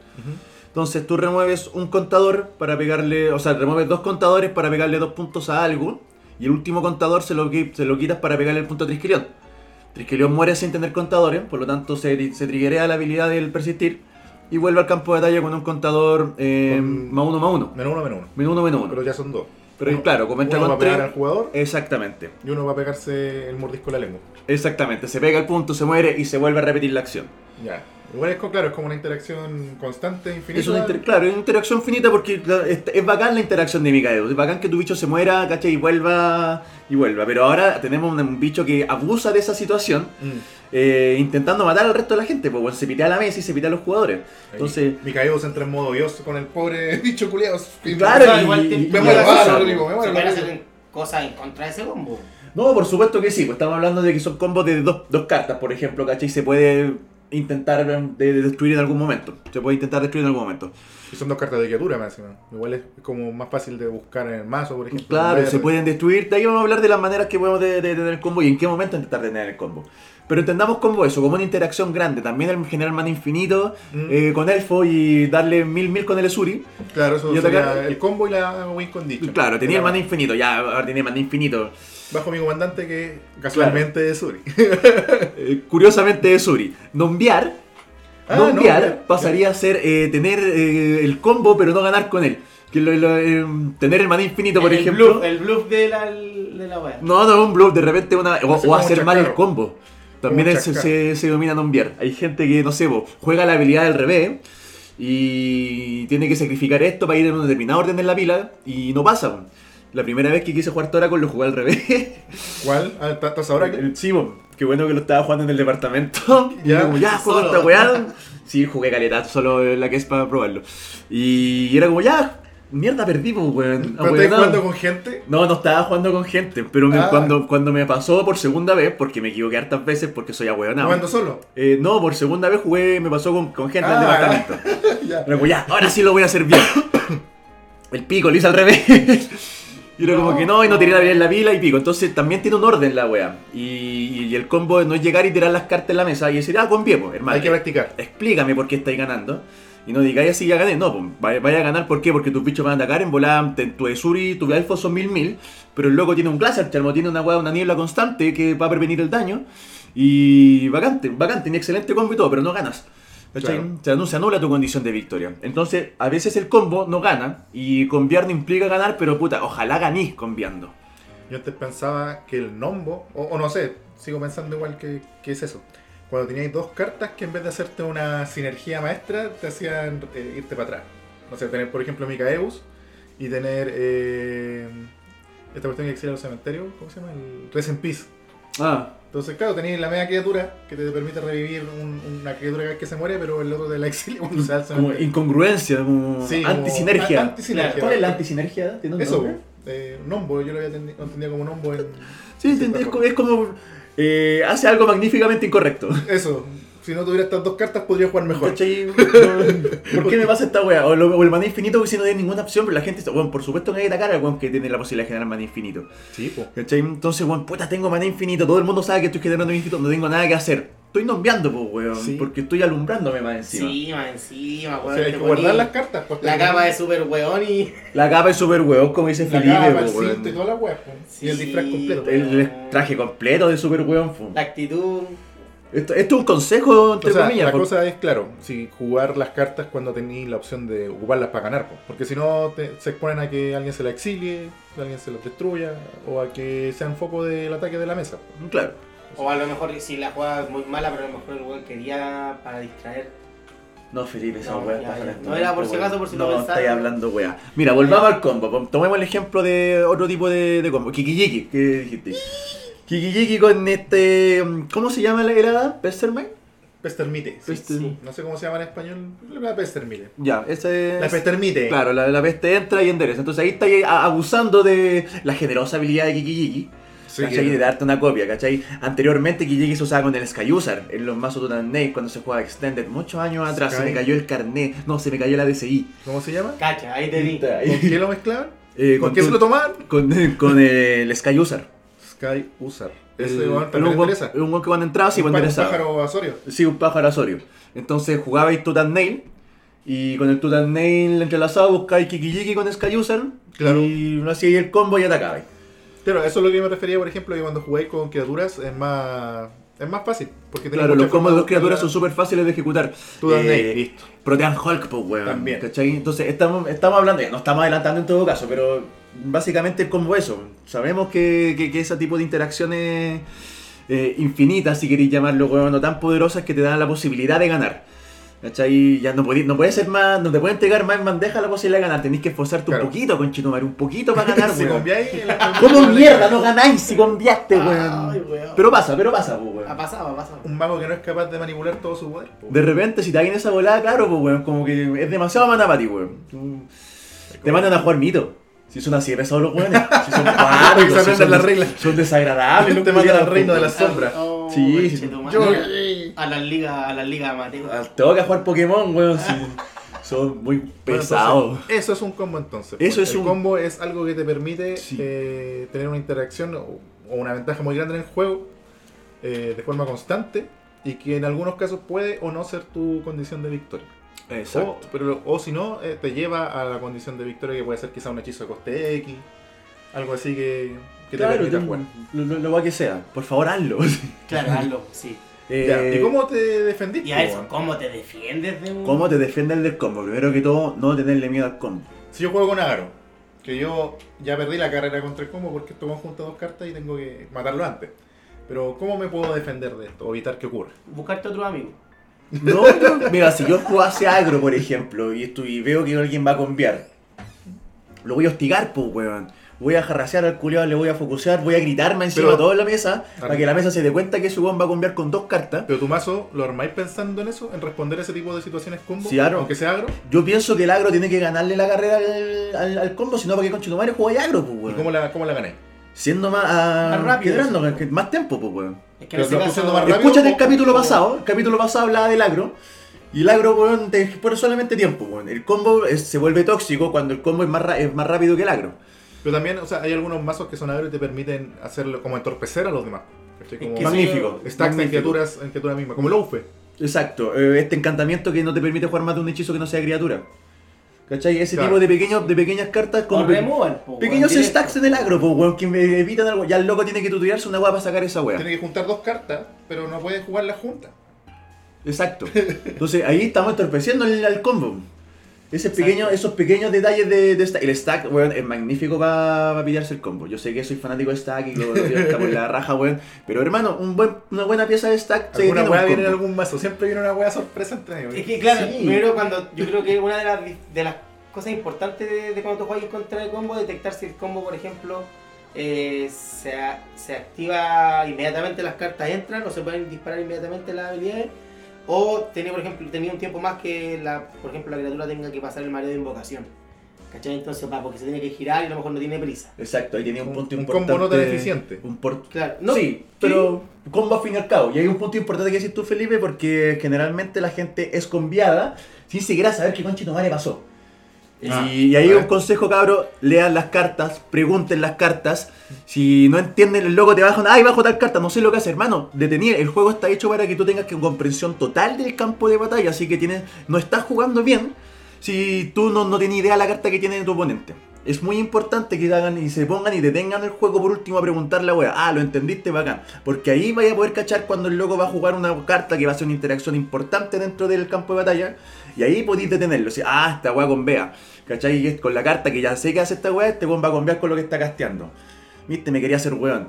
Speaker 1: Entonces tú remueves un contador para pegarle, o sea, remueves dos contadores para pegarle dos puntos a algo y el último contador se lo, qui- se lo quitas para pegarle el punto a Triskelion. Triskelion muere sin tener contadores, por lo tanto se, tri- se triggerea la habilidad del persistir y vuelve al campo de batalla con un contador eh,
Speaker 2: Con-
Speaker 1: más uno más uno.
Speaker 2: Menos uno, menos uno.
Speaker 1: Menos uno, menos uno.
Speaker 2: Pero ya son dos.
Speaker 1: Pero
Speaker 2: Uno-
Speaker 1: claro, como entra
Speaker 2: uno va a
Speaker 1: con
Speaker 2: pegar al
Speaker 1: tres...
Speaker 2: jugador
Speaker 1: Exactamente,
Speaker 2: y uno va a pegarse el mordisco en la lengua.
Speaker 1: exactamente. Se pega el punto, se muere y se vuelve a repetir la acción.
Speaker 2: Ya. Igual es, co- claro, es como una interacción constante, infinita.
Speaker 1: Es una inter- claro, es una interacción finita porque claro, es, es bacán la interacción de Mikael. Es bacán que tu bicho se muera, ¿cachai? Y vuelva, y vuelva. Pero ahora tenemos un, un bicho que abusa de esa situación
Speaker 2: Mm.
Speaker 1: eh, intentando matar al resto de la gente. Pues bueno, se pitea a la mesa y se pitea a los jugadores. Entonces,
Speaker 2: Mi se entra en modo Dios con el pobre bicho culiado.
Speaker 1: Claro,
Speaker 3: Ah,
Speaker 1: y-
Speaker 3: igual
Speaker 1: y-
Speaker 3: tiene-
Speaker 1: y-
Speaker 2: Me
Speaker 1: y
Speaker 2: muero,
Speaker 1: abusa,
Speaker 2: ah,
Speaker 1: pues.
Speaker 2: Rodrigo, me
Speaker 3: Se
Speaker 2: muero.
Speaker 3: pueden
Speaker 2: Rodrigo.
Speaker 3: hacer cosas en contra de ese combo.
Speaker 1: No, por supuesto que sí. Pues estamos hablando de que son combos de dos, dos cartas, por ejemplo, ¿cachai? Se puede intentar em, de- de destruir en algún momento. Se puede intentar destruir en algún momento.
Speaker 2: Y son dos cartas de criatura más encima. Igual es como más fácil de buscar en el mazo, por ejemplo.
Speaker 1: Claro,
Speaker 2: en
Speaker 1: se
Speaker 2: verde.
Speaker 1: pueden destruir. De ahí vamos a hablar de las maneras que podemos de, de- de tener el combo y en qué momento intentar tener el combo. Pero entendamos combo eso, como una interacción grande. También el generar mana infinito
Speaker 2: Mm.
Speaker 1: eh, con elfo y darle mil mil con el Esuri.
Speaker 2: Claro, eso
Speaker 1: Y
Speaker 2: sería
Speaker 1: atacar-
Speaker 2: el combo y la win condition.
Speaker 1: Claro, tenía el
Speaker 2: Era
Speaker 1: mana infinito, ya, ahora tiene mana infinito.
Speaker 2: Bajo mi comandante que casualmente es Suri.
Speaker 1: Eh, curiosamente Esuri. Nombiar,
Speaker 2: Ah,
Speaker 1: nombiar
Speaker 2: nombiar.
Speaker 1: pasaría a ser eh, tener eh, el combo pero no ganar con él. Que lo- lo, eh, tener el mana infinito, por
Speaker 3: el
Speaker 1: ejemplo.
Speaker 3: Bluff, el bluff de la, de la wea.
Speaker 1: No, no, un bluff, de repente una, o,
Speaker 2: Hace
Speaker 1: o
Speaker 2: como
Speaker 1: hacer
Speaker 2: un
Speaker 1: mal el
Speaker 2: chascarro.
Speaker 1: combo. También
Speaker 2: Como un
Speaker 1: es- se,
Speaker 2: chascarro.
Speaker 1: se, domina nombiar. Hay gente que, no sé, bo, juega la habilidad al revés y tiene que sacrificar esto para ir en un determinado orden en la pila y no pasa. bo. La primera vez que quise jugar Toracle lo jugué al revés.
Speaker 2: ¿Cuál? Ah, ¿Estás ahora? que-
Speaker 1: El Simon, qué bueno que lo estaba jugando en el departamento. Y
Speaker 2: Ya.
Speaker 1: como, ya, juego
Speaker 3: Solo.
Speaker 1: esta weá. Sí, jugué caleta, solo la que es para probarlo. Y era como, ya, mierda, perdimos, weón.
Speaker 2: ¿Pero estás
Speaker 1: Ahueonado.
Speaker 2: jugando con gente?
Speaker 1: No, no estaba jugando con gente, pero me-
Speaker 2: Ah.
Speaker 1: cuando, cuando me pasó por segunda vez, porque me equivoqué hartas veces porque soy
Speaker 2: ¿Jugando
Speaker 1: ahueonado.
Speaker 2: solo?
Speaker 1: Eh, no, por segunda vez jugué, me pasó con, con gente
Speaker 2: Ah.
Speaker 1: del departamento.
Speaker 2: ya.
Speaker 1: Pero como, ya, ahora sí lo voy a hacer bien. El pico, lo hice al revés. Y era como que no, y no tiré la habilidad en la pila y pico. Entonces también tiene un orden la wea. Y, y- y el combo no es llegar y tirar las cartas en la mesa y decir, ah, con pues, hermano
Speaker 2: Hay que practicar.
Speaker 1: explícame por qué estáis ganando. Y no digáis así, ya gané. No, pues, vaya, vaya a ganar, ¿por qué? Porque tus bichos van a atacar en volada. te- Tu Esuri, tu Elfo son mil mil. Pero el loco tiene un Glacier Charmo, tiene una, hueá, una niebla constante que va a prevenir el daño. Y vacante, vacante, un excelente combo y todo, pero no ganas. ¿Cachai?
Speaker 2: Claro.
Speaker 1: Se, anu- se anula tu condición de victoria. Entonces, a veces el combo no gana. Y conviar no implica ganar, pero puta, ojalá ganís conviando.
Speaker 2: Yo antes pensaba que el nombo, o, o no sé, sigo pensando igual que, que es eso. Cuando teníais dos cartas que en vez de hacerte una sinergia maestra, te hacían eh, irte para atrás. No sé, tener por ejemplo Micaeus y tener eh, esta cuestión que exila los cementerios, ¿cómo se llama? El Rest in Peace.
Speaker 1: Ah,
Speaker 2: Entonces, claro, tenéis la media criatura que te permite revivir un- una criatura cada vez que se muere, pero el otro te la exilia cuando se da al
Speaker 1: como
Speaker 2: cementerio.
Speaker 1: incongruencia, como
Speaker 2: Sí, como
Speaker 1: antisinergia.
Speaker 2: a- antisinergia.
Speaker 1: ¿Cuál es la antisinergia? ¿Tiene un
Speaker 2: Eso,
Speaker 1: nombre?
Speaker 2: eh, nombo, yo lo había tendi- lo entendía como nombo en.
Speaker 1: Sí,
Speaker 2: en
Speaker 1: es,
Speaker 2: cierta
Speaker 1: es
Speaker 2: forma.
Speaker 1: como- es como. eh, hace algo magníficamente incorrecto.
Speaker 2: Eso, si no tuviera estas dos cartas podría jugar mejor.
Speaker 1: ¿Cachai? No, ¿Por qué me pasa esta wea? O, lo- o el maná infinito que si no tiene ninguna opción, pero la gente está, bueno, por supuesto que hay que atacar al weón que tiene la posibilidad de generar maná infinito.
Speaker 2: Sí, po.
Speaker 1: ¿Cachai? Entonces, weón, puta, tengo maná infinito, todo el mundo sabe que estoy generando maná infinito, no tengo nada que hacer. Estoy nombeando, pues, weón,
Speaker 2: Sí.
Speaker 1: porque estoy alumbrándome más encima.
Speaker 3: Sí, más encima,
Speaker 2: O
Speaker 3: weón.
Speaker 2: sea, hay
Speaker 3: te
Speaker 2: que guardar
Speaker 3: poní
Speaker 2: las cartas. pues,
Speaker 3: La
Speaker 2: te-
Speaker 3: capa de super weón y.
Speaker 1: La capa es super weón, como dice
Speaker 2: la
Speaker 1: Felipe,
Speaker 2: capa, el
Speaker 1: po,
Speaker 2: cinto y
Speaker 1: weón. eh,
Speaker 2: todas las weas. po. Y el
Speaker 3: Sí,
Speaker 2: disfraz completo.
Speaker 3: weón.
Speaker 1: El traje completo de super weón. po.
Speaker 3: La actitud.
Speaker 1: Esto, esto es un consejo,
Speaker 2: O
Speaker 1: entre
Speaker 2: sea,
Speaker 1: comillas.
Speaker 2: la
Speaker 1: por-
Speaker 2: cosa es, claro, si jugar las cartas cuando tenéis la opción de ocuparlas para ganar, po. porque si no te- se exponen a que alguien se la exilie, que alguien se la destruya, o a que sean foco del ataque de la mesa. po.
Speaker 1: Claro.
Speaker 3: O a lo mejor si la jugada es muy mala, pero a lo mejor el weón quería para distraer.
Speaker 1: No, Felipe, esa
Speaker 3: No,
Speaker 1: weá
Speaker 3: ya,
Speaker 1: pasa
Speaker 3: ya.
Speaker 1: en
Speaker 3: No
Speaker 1: este
Speaker 3: era por si
Speaker 1: weón.
Speaker 3: acaso, por si lo
Speaker 1: No,
Speaker 3: pensaba.
Speaker 1: estáis hablando weá. Mira, volvamos al combo. Pon- Tomemos el ejemplo de otro tipo de, de combo. Kikijiki, que dijiste. Kikijiki con este. ¿Cómo se llama la helada? ¿Pestermite?
Speaker 2: Pestermite. sí.
Speaker 1: Pester-
Speaker 3: sí.
Speaker 2: No sé cómo se llama en español. La pestermite.
Speaker 1: Ya, ese es.
Speaker 2: La pestermite.
Speaker 1: Claro, la, la peste entra y endereza. Entonces ahí estáis eh, a- abusando de la generosa habilidad de Kikijiki.
Speaker 2: Sí,
Speaker 1: ¿Cachai? De darte una copia, ¿cachai? Anteriormente Kijiki se usaba con el Skyuser en los mazos Tutanei cuando se jugaba Extended. Muchos años atrás se
Speaker 2: Sky.
Speaker 1: me cayó el carnet. No, se me cayó la DCI.
Speaker 2: ¿Cómo se llama?
Speaker 3: Cacha, ahí te di.
Speaker 1: Puta,
Speaker 2: ¿Con
Speaker 1: y-
Speaker 2: qué lo mezclaban?
Speaker 1: eh,
Speaker 2: ¿Con qué
Speaker 1: tu-
Speaker 2: se lo tomaban?
Speaker 1: Con, con el Sky User.
Speaker 2: Sky User.
Speaker 1: El-
Speaker 2: Ese weón
Speaker 1: era
Speaker 2: también
Speaker 1: un weón-
Speaker 2: interesa.
Speaker 1: era un weón que cuando entraba sí,
Speaker 2: Un
Speaker 1: cuando
Speaker 2: pá- un
Speaker 1: enderezaba.
Speaker 2: pájaro asorio.
Speaker 1: Sí, un pájaro asorio. Entonces jugabais Total Nail. Y con el Total Nail entrelazado buscabais Kikijiki con Sky User.
Speaker 2: Claro.
Speaker 1: Y no hacíais el combo y atacabais.
Speaker 2: Claro, eso es lo que me refería, por ejemplo, que cuando jugáis con criaturas es más, es más fácil. Porque tenéis
Speaker 1: Claro,
Speaker 2: muchas
Speaker 1: los combos
Speaker 2: formas
Speaker 1: de dos criaturas son
Speaker 2: buscar
Speaker 1: súper fáciles de ejecutar. Eh,
Speaker 2: Total Nail,
Speaker 1: listo. Protean Hulk, pues, weón.
Speaker 2: También.
Speaker 1: ¿Cachai? Entonces, estamos, estamos hablando, ya no estamos adelantando en todo caso, pero básicamente el combo es eso. Sabemos que, que, que ese tipo de interacciones eh, infinitas, si queréis llamarlo, weón, o tan poderosas que te dan la posibilidad de ganar. ¿Cachai? Ya no puede, no puede ser más, no te puede entregar más en bandeja la posibilidad de ganar. Tenés que esforzarte
Speaker 2: Claro.
Speaker 1: un poquito, conchetumare, un poquito para ganar,
Speaker 2: Si
Speaker 1: weón.
Speaker 2: conviáis en la-
Speaker 1: ¿Cómo mierda no ganáis si conviaste, weón?
Speaker 3: Ay, weón.
Speaker 1: Pero pasa, pero pasa, pues, weón.
Speaker 3: Ha pasado, ha pasado.
Speaker 2: Un mago que no es capaz de manipular todo su poder. po.
Speaker 1: De repente, si te viene esa volada, claro, pues, weón, como que es demasiado mana para ti, weón. Tú- Te mandan a jugar mito. Si son así de pesados los weones. Si son cuatro,
Speaker 2: Porque se
Speaker 1: si
Speaker 2: aprenden
Speaker 1: son,
Speaker 2: las reglas.
Speaker 1: son desagradables. los
Speaker 2: Te mandan
Speaker 1: culiados,
Speaker 2: al reino de
Speaker 1: pues,
Speaker 2: las sombras.
Speaker 3: Oh,
Speaker 1: Sí, sí.
Speaker 3: conchetumare.
Speaker 2: Yo-
Speaker 3: A las ligas, a las ligas amateur.
Speaker 1: Al toque a jugar Pokémon, weón. sí. Son muy
Speaker 2: Bueno,
Speaker 1: pesados.
Speaker 2: entonces, eso es un combo entonces.
Speaker 1: Eso
Speaker 2: porque
Speaker 1: es
Speaker 2: el
Speaker 1: un-
Speaker 2: combo es algo que te permite
Speaker 1: Sí.
Speaker 2: eh, tener una interacción o, o una ventaja muy grande en el juego eh, de forma constante y que en algunos casos puede o no ser tu condición de victoria.
Speaker 1: Exacto.
Speaker 2: O, pero, o si no, eh, te lleva a la condición de victoria que puede ser quizá un hechizo de coste X, algo así que, que te
Speaker 1: claro,
Speaker 2: permita
Speaker 1: ten-
Speaker 2: jugar.
Speaker 1: lo, lo- lo va que sea. Por favor, hazlo.
Speaker 3: Claro, hazlo, sí.
Speaker 2: Ya,
Speaker 1: Eh,
Speaker 2: ¿Y cómo te defendiste?
Speaker 3: Y a eso,
Speaker 2: weón?
Speaker 3: ¿cómo te defiendes de un.?
Speaker 1: ¿Cómo te defiendes del combo? Primero que todo, no tenerle miedo al combo.
Speaker 2: Si yo juego con Agaro, que yo ya perdí la carrera contra el combo porque tomo juntas dos cartas y tengo que matarlo antes. Pero ¿cómo me puedo defender de esto? O evitar que ocurra.
Speaker 3: Buscarte otro amigo.
Speaker 1: No, no, mira, si yo jugase agro, por ejemplo, y, estu- y veo que alguien va a conviar, lo voy a hostigar, pues, weón. Voy a jarrasear al culiado, le voy a focusear, voy a gritar más encima
Speaker 2: Pero-
Speaker 1: de toda la mesa, para que la mesa se dé cuenta que su weón va a conviar con dos cartas.
Speaker 2: Pero tu mazo, ¿lo armáis pensando en eso? ¿En responder ese tipo de situaciones combo?
Speaker 1: Sí, claro.
Speaker 2: Aunque sea agro.
Speaker 1: Yo pienso que el agro tiene que ganarle la carrera al, al- al combo, si no, ¿para qué conchito madre juega agro, pues,
Speaker 2: ¿Y cómo
Speaker 1: weón?
Speaker 2: la, cómo la ganáis?
Speaker 1: Siendo más, ah,
Speaker 3: Más rápido,
Speaker 1: quebrando,
Speaker 3: eso.
Speaker 1: que- más tiempo, pues, weón.
Speaker 3: Es que
Speaker 2: Pero
Speaker 3: en ese
Speaker 2: lo
Speaker 3: caso-
Speaker 2: puso más rápido.
Speaker 1: Escúchate el
Speaker 2: o-
Speaker 1: capítulo
Speaker 2: o-
Speaker 1: pasado. El capítulo pasado hablaba del agro. Y el agro, weón, te pone solamente tiempo, weón. El combo es- se vuelve tóxico cuando el combo es más, ra- es más rápido que el agro.
Speaker 2: Pero también, o sea, hay algunos mazos que son agro y te permiten hacerlo como entorpecer a los demás. ¿Cachai?
Speaker 3: Es
Speaker 2: Como
Speaker 3: que
Speaker 2: stacks
Speaker 1: Magnífico.
Speaker 3: sí,
Speaker 2: en
Speaker 1: magnífico.
Speaker 2: criaturas, en criaturas mismas. Como el Oufe.
Speaker 1: Exacto. eh, este encantamiento que no te permite jugar más de un hechizo que no sea criatura. ¿Cachai? Ese
Speaker 2: Claro.
Speaker 1: tipo de, pequeños, de pequeñas cartas
Speaker 3: o
Speaker 1: como pe-
Speaker 3: removal, po, weón,
Speaker 1: pequeños
Speaker 3: directo.
Speaker 1: stacks en el agro, po, weón, que me evitan algo. Ya el loco tiene que tutearse una weá para sacar esa weá.
Speaker 2: Tiene que juntar dos cartas, pero no puedes jugarlas juntas.
Speaker 1: Exacto. Entonces ahí estamos entorpeciendo el, al combo. Ese
Speaker 3: Exacto.
Speaker 1: pequeño, esos pequeños detalles de, de stack. El stack, weón, es magnífico para pillarse el combo. Yo sé que soy fanático de stack y lo digo hasta por la raja, weón. Pero hermano, un buen, una buena pieza de stack se
Speaker 2: Alguna
Speaker 1: detiene
Speaker 2: weá
Speaker 1: un
Speaker 2: viene en
Speaker 1: combo.
Speaker 2: algún mazo. Siempre viene una weá sorpresa entre medio.
Speaker 3: Es que claro,
Speaker 1: Sí.
Speaker 3: primero cuando yo creo que una de las, de las cosas importantes de, de cuando tú juegas en contra de combo, detectar si el combo, por ejemplo, eh, se, a- se activa inmediatamente las cartas entran o se pueden disparar inmediatamente las habilidades. O tenía, por ejemplo, tenía un tiempo más que la, por ejemplo, la criatura tenga que pasar el mareo de invocación. ¿Cachai? Entonces va, porque se tiene que girar y a lo mejor no tiene prisa.
Speaker 1: Exacto, ahí tiene un,
Speaker 2: Un-
Speaker 1: punto
Speaker 2: un
Speaker 1: importante.
Speaker 2: combo no tan eficiente.
Speaker 1: Un por-
Speaker 3: Claro, no,
Speaker 1: sí, pero combo al fin y al cabo. Y hay un punto importante que decís tú, Felipe, porque generalmente la gente es conviada sin siquiera saber qué conchito madre pasó.
Speaker 2: Ah,
Speaker 1: y, y ahí
Speaker 2: a ver.
Speaker 1: un consejo, cabro, lean las cartas, pregunten las cartas. Si no entienden, el loco te baja una, ay, bajo tal carta, no sé lo que hace, hermano. Detenido, el juego está hecho para que tú tengas que comprensión total del campo de batalla, así que tienes, no estás jugando bien si tú no, no tienes idea de la carta que tiene tu oponente. Es muy importante que hagan y se pongan y detengan el juego por último a preguntar la wea. Ah, lo entendiste, bacán. Porque ahí vaya a poder cachar cuando el loco va a jugar una carta que va a ser una interacción importante dentro del campo de batalla. Y ahí
Speaker 2: Mm.
Speaker 1: podéis detenerlo. O sea, ah, esta wea con Bea. ¿Cachai? Y es Con la carta que ya sé que hace esta wea, este weón va a conviar con lo que está casteando. Viste, me quería hacer weón.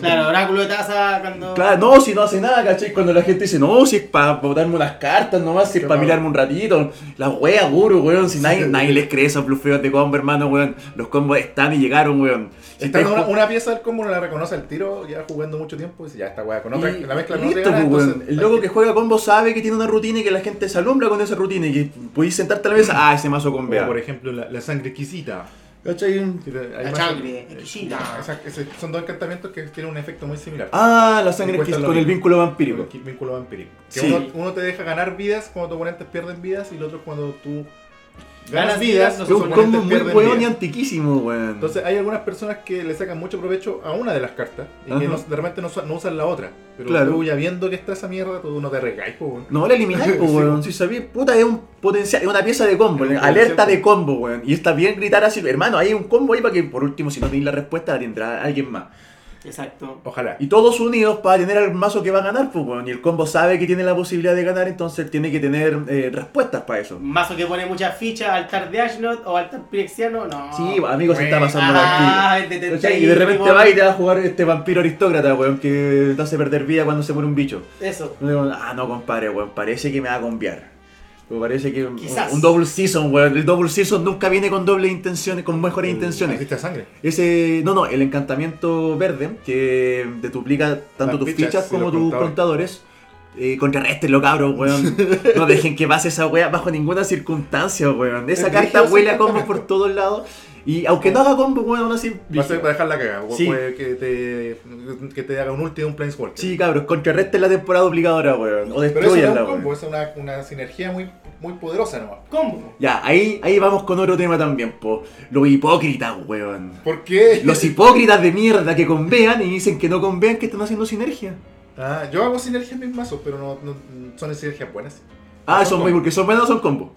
Speaker 3: Claro, oráculo de taza cuando.
Speaker 1: Claro, no, si no hace nada, ¿cachai? Cuando la gente dice, no, si es para botarme unas cartas nomás, si es para
Speaker 2: Claro.
Speaker 1: mirarme un ratito. Las weas, guru, weón. Si nadie, nadie les cree esos blufeos de combo, hermano, weón. Los combos están y llegaron, weón. Si
Speaker 2: Está
Speaker 1: estáis
Speaker 2: una,
Speaker 1: ju-
Speaker 2: una pieza del combo no la reconoce al tiro, ya jugando mucho tiempo, y dice, ya esta weá con otra,
Speaker 1: y-
Speaker 2: oh, la mezcla con
Speaker 1: listo,
Speaker 2: otra gana,
Speaker 1: pues, weón.
Speaker 2: entonces,
Speaker 1: El loco que juega combo sabe que tiene una rutina y que la gente se alumbra con esa rutina y que podéis sentarte a la mesa, ah, ese mazo con
Speaker 2: Como
Speaker 1: vea.
Speaker 2: Mm. por ejemplo la, la sangre exquisita.
Speaker 1: ¿Cachai?
Speaker 2: Que le- hay
Speaker 3: La
Speaker 2: más-
Speaker 3: sangre
Speaker 2: eh,
Speaker 3: exquisita.
Speaker 2: esa- ese- son dos encantamientos que tienen un efecto muy similar.
Speaker 1: Ah, la sangre
Speaker 2: Cuesta
Speaker 1: que-
Speaker 2: lo
Speaker 1: con el
Speaker 2: mismo.
Speaker 1: vínculo vampírico.
Speaker 2: El vínculo vampírico. Que
Speaker 1: Sí.
Speaker 2: uno, uno te deja ganar vidas cuando tus oponentes pierden vidas y el otro es cuando tú
Speaker 3: Ganas
Speaker 2: ganas
Speaker 3: vidas,
Speaker 2: vidas.
Speaker 1: Es
Speaker 3: los
Speaker 2: tus
Speaker 1: un
Speaker 2: oponentes
Speaker 1: combo muy
Speaker 2: pierden
Speaker 1: weón y
Speaker 2: vidas.
Speaker 1: antiquísimo, weón.
Speaker 2: Entonces hay algunas personas que le sacan mucho provecho a una de las cartas y
Speaker 1: Ajá.
Speaker 2: que no- de repente no, usa- no usan la otra. Pero
Speaker 1: Claro.
Speaker 2: tú ya viendo que está esa mierda, tú no te arriesgáis, pues, weón.
Speaker 1: No, la elimináis, po,
Speaker 2: Sí,
Speaker 1: weón. Si sabéis, puta, es un potencial, es una pieza de combo,
Speaker 2: Es un
Speaker 1: alerta
Speaker 2: potencial.
Speaker 1: de combo, weón. Y está bien gritar así, hermano, hay un combo ahí para que por último, si no tenéis la respuesta, la tendrá alguien más.
Speaker 3: Exacto.
Speaker 2: Ojalá.
Speaker 1: Y todos unidos para tener al mazo que va a ganar, pues, weón. Y el combo sabe que tiene la posibilidad de ganar, entonces tiene que tener eh, respuestas para eso.
Speaker 3: Mazo que pone muchas fichas, altar de Ashnot o altar pirexiano, no.
Speaker 2: Ah,
Speaker 1: Sí, amigo, se está pasando la
Speaker 3: Ah,
Speaker 1: aquí.
Speaker 3: el detente
Speaker 1: ¿Cachai?
Speaker 3: ahí,
Speaker 1: Y de repente
Speaker 3: tipo-
Speaker 1: va y te va a jugar este vampiro aristócrata, weón, que te hace perder vida cuando se muere un bicho.
Speaker 3: Eso.
Speaker 1: No digo, ah, no, compadre, weón, parece que me va a conviar. Me parece que un,
Speaker 3: Quizás.
Speaker 1: un double season, weón. El double season nunca viene con dobles intenciones, con
Speaker 2: Mm.
Speaker 1: mejores
Speaker 2: Aquí
Speaker 1: intenciones.
Speaker 2: está sangre.
Speaker 1: Ese, no, no, el encantamiento verde que te duplica
Speaker 2: Las
Speaker 1: tanto tus
Speaker 2: fichas
Speaker 1: fichas
Speaker 2: y
Speaker 1: como
Speaker 2: los
Speaker 1: tus
Speaker 2: contadores.
Speaker 1: contadores. Eh, contrarrestenlo, cabrón, weón. No dejen que pase esa wea bajo ninguna circunstancia, weón. Esa
Speaker 2: Es
Speaker 1: carta
Speaker 2: brígido ese
Speaker 1: huele a combos
Speaker 2: tratamiento.
Speaker 1: por todos lados. Y aunque no haga combos, weón, aún así.
Speaker 2: Va a ser para dejar la cagada. o
Speaker 1: Sí.
Speaker 2: puede que, te, que te haga un ulti de un Planeswalker.
Speaker 1: Sí, cabros, contrarresten la temporada obligadora, weón. O
Speaker 2: Pero eso no es
Speaker 1: destruyanla,
Speaker 2: un
Speaker 1: weón.
Speaker 2: combo, es una, una sinergia muy, muy poderosa nomás.
Speaker 3: ¿Cómo?
Speaker 1: Ya, ahí, ahí vamos con otro tema también, po. Los hipócritas, weón.
Speaker 2: ¿Por qué?
Speaker 1: Los hipócritas de mierda que convean y dicen que no convean que están haciendo sinergia.
Speaker 2: Ah, yo hago sinergias en mis mazos, pero no, no- son sinergias buenas. Son
Speaker 1: Ah, son
Speaker 2: combos.
Speaker 1: muy porque son buenos son combos.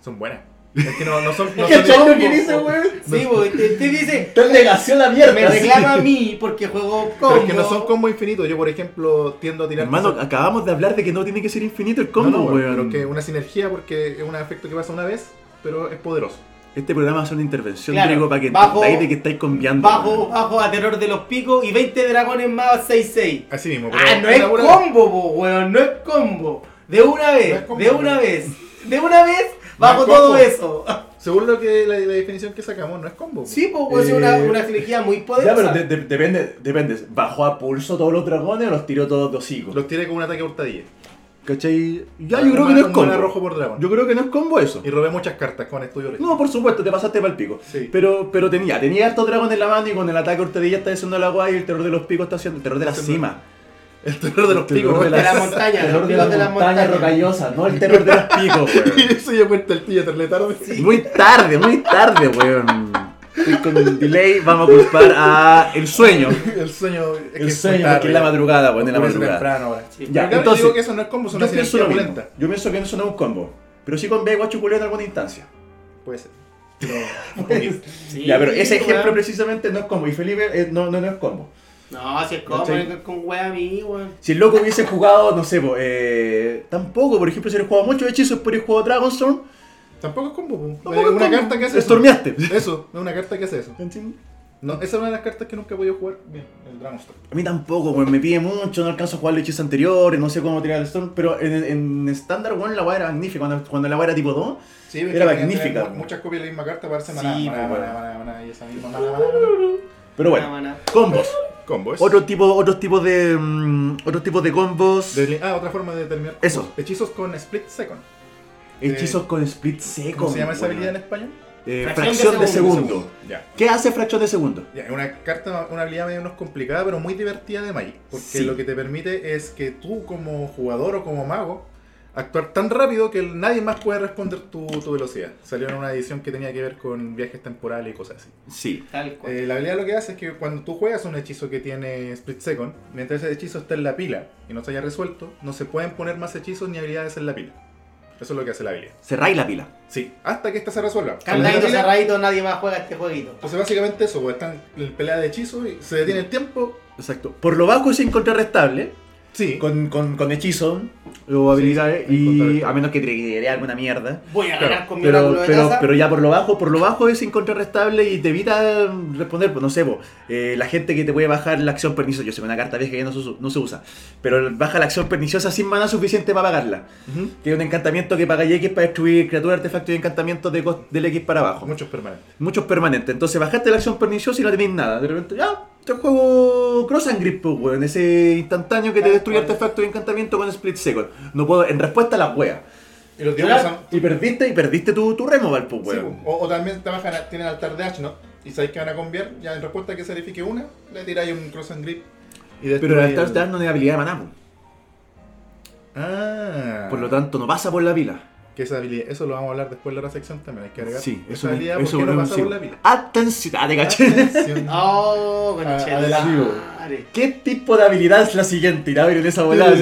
Speaker 2: Son buenas. Es que no, no son. No
Speaker 1: ¿Cachai
Speaker 2: son
Speaker 1: lo que dice, weón?
Speaker 3: Sí, pues, usted, usted dice,
Speaker 1: Están negación abierta.
Speaker 3: me reclama a mí porque juego
Speaker 2: Pero
Speaker 3: combo.
Speaker 2: es que no son combos infinitos. Yo, por ejemplo, tiendo a tirar.
Speaker 1: Hermano,
Speaker 2: cosas-
Speaker 1: acabamos de hablar de que no tiene que ser infinito el combo,
Speaker 2: No, no,
Speaker 1: weón.
Speaker 2: Pero que una sinergia porque es un efecto que pasa una vez, pero es poderoso.
Speaker 1: Este programa es una intervención,
Speaker 3: Claro,
Speaker 1: Diego, para que
Speaker 3: bajo-
Speaker 1: entendáis de que estáis conviando.
Speaker 3: Bajo,
Speaker 1: weón.
Speaker 3: bajo a terror de los picos y 20 dragones más 6-6.
Speaker 2: Así mismo. pero-
Speaker 3: Ah, no es
Speaker 2: pero-
Speaker 3: combo, po, weón, no es combo. De una
Speaker 2: No
Speaker 3: vez,
Speaker 2: es combo,
Speaker 3: de una
Speaker 2: weón.
Speaker 3: vez, de una vez,
Speaker 2: No es
Speaker 3: bajo
Speaker 2: combo.
Speaker 3: todo eso.
Speaker 2: Según lo que la, la definición que sacamos, no es combo.
Speaker 3: Sí, pues, weón, es una,
Speaker 1: Eh,
Speaker 3: una sinergia muy
Speaker 1: Ya,
Speaker 3: poderosa.
Speaker 1: pero de- de- depende, depende. ¿Bajó a pulso todos los dragones o los tiró todos de hocico?
Speaker 2: Los tiene con un ataque a hurtadilla.
Speaker 1: ¿Cachai? Ya, yo creo que
Speaker 2: Un-
Speaker 1: no es
Speaker 2: un
Speaker 1: combo.
Speaker 2: mana rojo por dragón.
Speaker 1: Yo creo que no es combo eso.
Speaker 2: Y robé muchas cartas con estudio Origin.
Speaker 1: No, por supuesto, te pasaste para el pico.
Speaker 2: Sí.
Speaker 1: Pero, pero tenía, tenía harto dragón en la mano y con el ataque Ortedilla está haciendo la guay y el terror de los picos está haciendo el terror de la
Speaker 2: Haciendo-
Speaker 1: cima.
Speaker 2: El terror de los
Speaker 1: El terror
Speaker 2: picos.
Speaker 1: de
Speaker 3: De
Speaker 2: weón.
Speaker 3: la montaña,
Speaker 1: El terror de
Speaker 3: los
Speaker 1: la
Speaker 3: de las
Speaker 1: montaña
Speaker 3: montañas.
Speaker 1: rocallosa, no el terror de los picos, weón.
Speaker 2: Y se dio cuenta el tío Terletardo.
Speaker 1: Muy tarde, muy tarde, weón. Estoy con un delay, vamos a culpar a el sueño.
Speaker 2: El sueño. es que
Speaker 1: El
Speaker 2: es
Speaker 1: sueño,
Speaker 2: tarde,
Speaker 1: porque es la
Speaker 2: ya.
Speaker 1: madrugada, weón, es la
Speaker 2: Por eso
Speaker 1: madrugada.
Speaker 2: temprano ahora.
Speaker 3: Sí.
Speaker 2: Pero
Speaker 1: Ya,
Speaker 2: claro, yo
Speaker 1: entonces,
Speaker 2: digo que eso no es combo, son
Speaker 1: Yo pienso lo mismo.
Speaker 2: violenta.
Speaker 1: Yo pienso que eso no es un combo. Pero sí con B guacho culero en alguna instancia.
Speaker 2: Puede ser. No, poquito.
Speaker 3: Sí,
Speaker 1: ya, pero ese
Speaker 3: weón.
Speaker 1: ejemplo precisamente no es combo. Y Felipe eh, no, no, no es combo.
Speaker 3: No, si es combo,
Speaker 1: ¿Cachai?
Speaker 3: es con wea a mí, weón.
Speaker 1: Si el loco hubiese jugado, no sé, po, eh, tampoco, por ejemplo, si hubiera jugado muchos hechizos, pero hubiera jugado Dragon Storm,
Speaker 2: Tampoco es combo. po.
Speaker 1: Tampoco
Speaker 2: Es
Speaker 1: es
Speaker 2: una
Speaker 1: combo.
Speaker 2: carta que hace eso.
Speaker 1: Estormeaste.
Speaker 2: Eso, es una carta que hace eso.
Speaker 1: ¿entiendes?
Speaker 2: No, esa es una de las cartas que nunca he podido jugar bien, el Dragonstorm.
Speaker 1: A mí tampoco, weón, me pide mucho, no alcanzo a jugar los hechizos anteriores, no sé cómo tirar el Storm, pero en- en estándar, weón, la weá era magnífica, cuando, cuando la weá era tipo 2,
Speaker 2: Sí, pero
Speaker 1: Era
Speaker 2: es que tenía
Speaker 1: magnífica,
Speaker 2: mu-
Speaker 1: po.
Speaker 2: Muchas copias de la misma carta parece maná,
Speaker 1: Sí,
Speaker 2: maná,
Speaker 1: po,
Speaker 2: maná,
Speaker 1: bueno.
Speaker 2: maná, maná, y esa misma maná, maná, maná.
Speaker 1: pero bueno,
Speaker 3: Maná, maná.
Speaker 1: combos,
Speaker 2: Combo, eso.
Speaker 1: otros tipos otros tipos de, mm, otros tipos de combos,
Speaker 2: De- ah, otra forma de terminar.
Speaker 1: Eso.
Speaker 2: Hechizos con split second.
Speaker 1: hechizos con split seco,
Speaker 2: ¿Cómo se llama esa
Speaker 1: weón.
Speaker 2: habilidad en español?
Speaker 1: Eh,
Speaker 3: Fracción
Speaker 1: fracción
Speaker 3: de
Speaker 1: de
Speaker 3: segundo.
Speaker 1: segundo.
Speaker 2: Ya.
Speaker 1: ¿Qué hace fracción de segundo?
Speaker 2: Ya, es una carta, una habilidad medio menos complicada, pero muy divertida de Magic. Porque
Speaker 1: Sí.
Speaker 2: lo que te permite es que tú, como jugador o como mago, actuar tan rápido que el- nadie más puede responder tu, tu velocidad. Salió en una edición que tenía que ver con viajes temporales y cosas así.
Speaker 1: Sí,
Speaker 3: Tal cual.
Speaker 2: Eh, la habilidad lo que hace es que cuando tú juegas un hechizo que tiene split second, mientras ese hechizo está en la pila y no se haya resuelto, no se pueden poner más hechizos ni habilidades en la pila. Eso es lo que hace la habilidad.
Speaker 1: cerráis la pila.
Speaker 2: Sí, hasta que esta se resuelva. Cuando está en la
Speaker 3: Candadito
Speaker 2: pila,
Speaker 3: cerradito, nadie más juega este jueguito.
Speaker 2: Entonces básicamente eso, pues están en pelea de hechizos y se detiene el tiempo.
Speaker 1: Exacto. Por lo bajo es incontrarrestable,
Speaker 2: Sí.
Speaker 1: con, con, con hechizo o habilidades,
Speaker 2: sí,
Speaker 1: y
Speaker 2: incontrarrestable.
Speaker 1: a menos que triggeree alguna mierda.
Speaker 3: Voy a ganar
Speaker 2: Claro,
Speaker 3: con mi
Speaker 1: Pero,
Speaker 3: oráculo de
Speaker 1: pero,
Speaker 3: taza.
Speaker 1: pero ya por lo bajo, por lo bajo es incontrarrestable y te evita mm, responder, pues no sé, po, eh, la gente que te puede bajar la acción perniciosa, yo sé, una carta vieja que ya no se, usa- no se usa, pero baja la acción perniciosa sin mana suficiente para pagarla.
Speaker 2: Ujú.
Speaker 1: Que es un encantamiento que paga y X para destruir criaturas, artefactos y encantamientos de cost- del X para abajo.
Speaker 2: Muchos permanentes.
Speaker 1: Muchos permanentes. Entonces bajaste la acción perniciosa y no tenéis nada. De repente, ya, te juego Cross and Grip, pues, weón. Ese instantáneo que te
Speaker 3: Ah,
Speaker 1: destruye
Speaker 3: bueno.
Speaker 1: artefactos y encantamientos con Split Second. No puedo, en respuesta a las weas.
Speaker 2: Y los
Speaker 3: Claro.
Speaker 2: dioses son-
Speaker 1: Y perdiste, y perdiste tu, tu removal, pues,
Speaker 2: sí, pues.
Speaker 1: weón.
Speaker 2: o, o también te bajan, tienen altar de Ashnot y sabéis que van a conviar. Ya en respuesta a que se verifique una, le tiráis un cross and grip. Y
Speaker 1: Pero el
Speaker 2: destruye
Speaker 1: altar Dark no tiene habilidad de maná, po.
Speaker 2: Ah.
Speaker 1: por lo tanto no pasa por la pila.
Speaker 2: Que esa habilidad, eso lo vamos a hablar después de la otra sección también, hay que agregar.
Speaker 1: Sí,
Speaker 2: esa
Speaker 1: eso me-
Speaker 2: habilidad
Speaker 1: eso
Speaker 2: porque
Speaker 1: me-
Speaker 2: no pasa
Speaker 1: sí.
Speaker 2: por la pila.
Speaker 1: Atención, ah, te caché.
Speaker 2: Atención.
Speaker 3: Oh,
Speaker 2: Ah,
Speaker 3: conchera.
Speaker 2: adelante.
Speaker 3: madre.
Speaker 1: ¿Qué tipo de habilidad es la siguiente? Irá a ver en esa volada.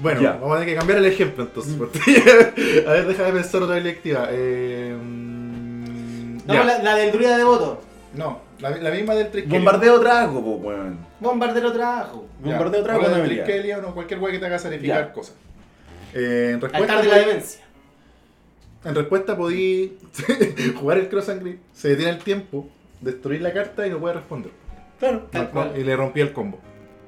Speaker 2: Bueno,
Speaker 1: Ya. Mm.
Speaker 2: vamos a tener que cambiar el ejemplo entonces. porque- a ver, deja de pensar otra habilidad activa. Eh, mm,
Speaker 3: No,
Speaker 2: ya.
Speaker 3: la, la del druida devoto.
Speaker 2: No, la, la misma del Triskelion.
Speaker 1: Bombardeo trago, po, weón.
Speaker 3: Bombardero trabajo.
Speaker 2: Ya,
Speaker 1: Bombardeo
Speaker 2: o
Speaker 1: trago
Speaker 2: la
Speaker 1: no
Speaker 2: del
Speaker 1: habilidad.
Speaker 2: Triskelion o cualquier weá que te haga sacrificar
Speaker 1: Ya.
Speaker 2: cosas. Eh, en respuesta,
Speaker 3: Altar de la demencia.
Speaker 2: en respuesta podí jugar el Cross and Grip, se detiene el tiempo, destruir la carta y no puede responder.
Speaker 1: Claro.
Speaker 3: Tal
Speaker 2: No,
Speaker 3: cual.
Speaker 2: Y le rompí el combo.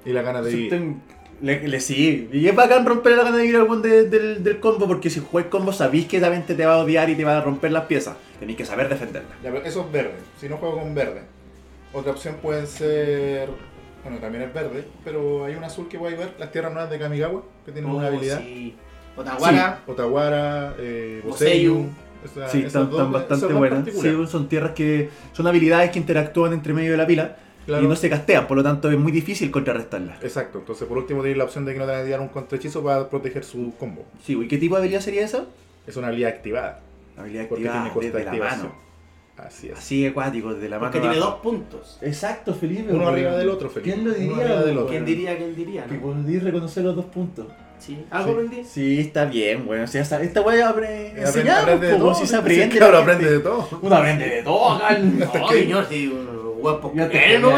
Speaker 2: Y la gana de
Speaker 1: Sí,
Speaker 2: vivir.
Speaker 1: ten- Le, le sí, y es bacán romper la gana de ir al weón de- del, del combo porque si juegas combo sabéis que también te va a odiar y te va a romper las piezas. Tenéis que saber defenderla.
Speaker 2: Ya, pero eso es verde. Si no juego con verde. Otra opción pueden ser Bueno, también es verde, pero hay un azul que voy a ver, las tierras nuevas de Kamigawa, que tienen una
Speaker 3: Oh,
Speaker 2: habilidad.
Speaker 3: sí. Otawara.
Speaker 2: Otawara, eh, Boseyu. esa-
Speaker 1: Sí,
Speaker 2: Ah, esas
Speaker 1: están,
Speaker 2: dos-
Speaker 1: están
Speaker 2: esas
Speaker 1: bastante
Speaker 2: dos
Speaker 1: buenas.
Speaker 2: particulares.
Speaker 1: Sí, son tierras que. Son habilidades que interactúan entre medio de la pila
Speaker 2: Claro.
Speaker 1: y no se castean, por lo tanto es muy difícil contrarrestarlas.
Speaker 2: Exacto, entonces por último tiene la opción de que no te van a tirar un contrahechizo para proteger su combo.
Speaker 1: Sí, ¿y qué tipo de habilidad sería esa?
Speaker 2: Es una habilidad activada,
Speaker 1: Habilidad
Speaker 2: porque
Speaker 1: activada
Speaker 2: tiene coste
Speaker 1: desde
Speaker 2: de
Speaker 1: la
Speaker 2: activación.
Speaker 1: mano.
Speaker 2: Así es.
Speaker 1: Así acuático, desde la mano.
Speaker 3: Porque tiene
Speaker 1: abajo.
Speaker 3: dos puntos.
Speaker 1: Exacto, Felipe.
Speaker 2: Uno
Speaker 1: weón.
Speaker 2: arriba del otro, Felipe.
Speaker 1: ¿Quién lo
Speaker 2: Uno
Speaker 1: diría?
Speaker 2: arriba del
Speaker 1: weón?
Speaker 2: otro.
Speaker 3: ¿Quién diría, quién diría?
Speaker 1: Que
Speaker 3: no?
Speaker 1: podéis reconocer los dos puntos.
Speaker 3: Sí. ¿Algo
Speaker 2: Sí.
Speaker 3: aprendí?
Speaker 1: Sí, está bien, bueno. Si esta, esta weá abre.
Speaker 2: Eh,
Speaker 1: enseñamos, po, weón, si se aprende.
Speaker 2: Sí, claro,
Speaker 1: la gente.
Speaker 2: aprende de todo.
Speaker 1: Uno aprende de todo acá.
Speaker 3: No, señor, sí, un guapo.
Speaker 1: Ya
Speaker 3: ¿Qué,
Speaker 1: te
Speaker 3: no?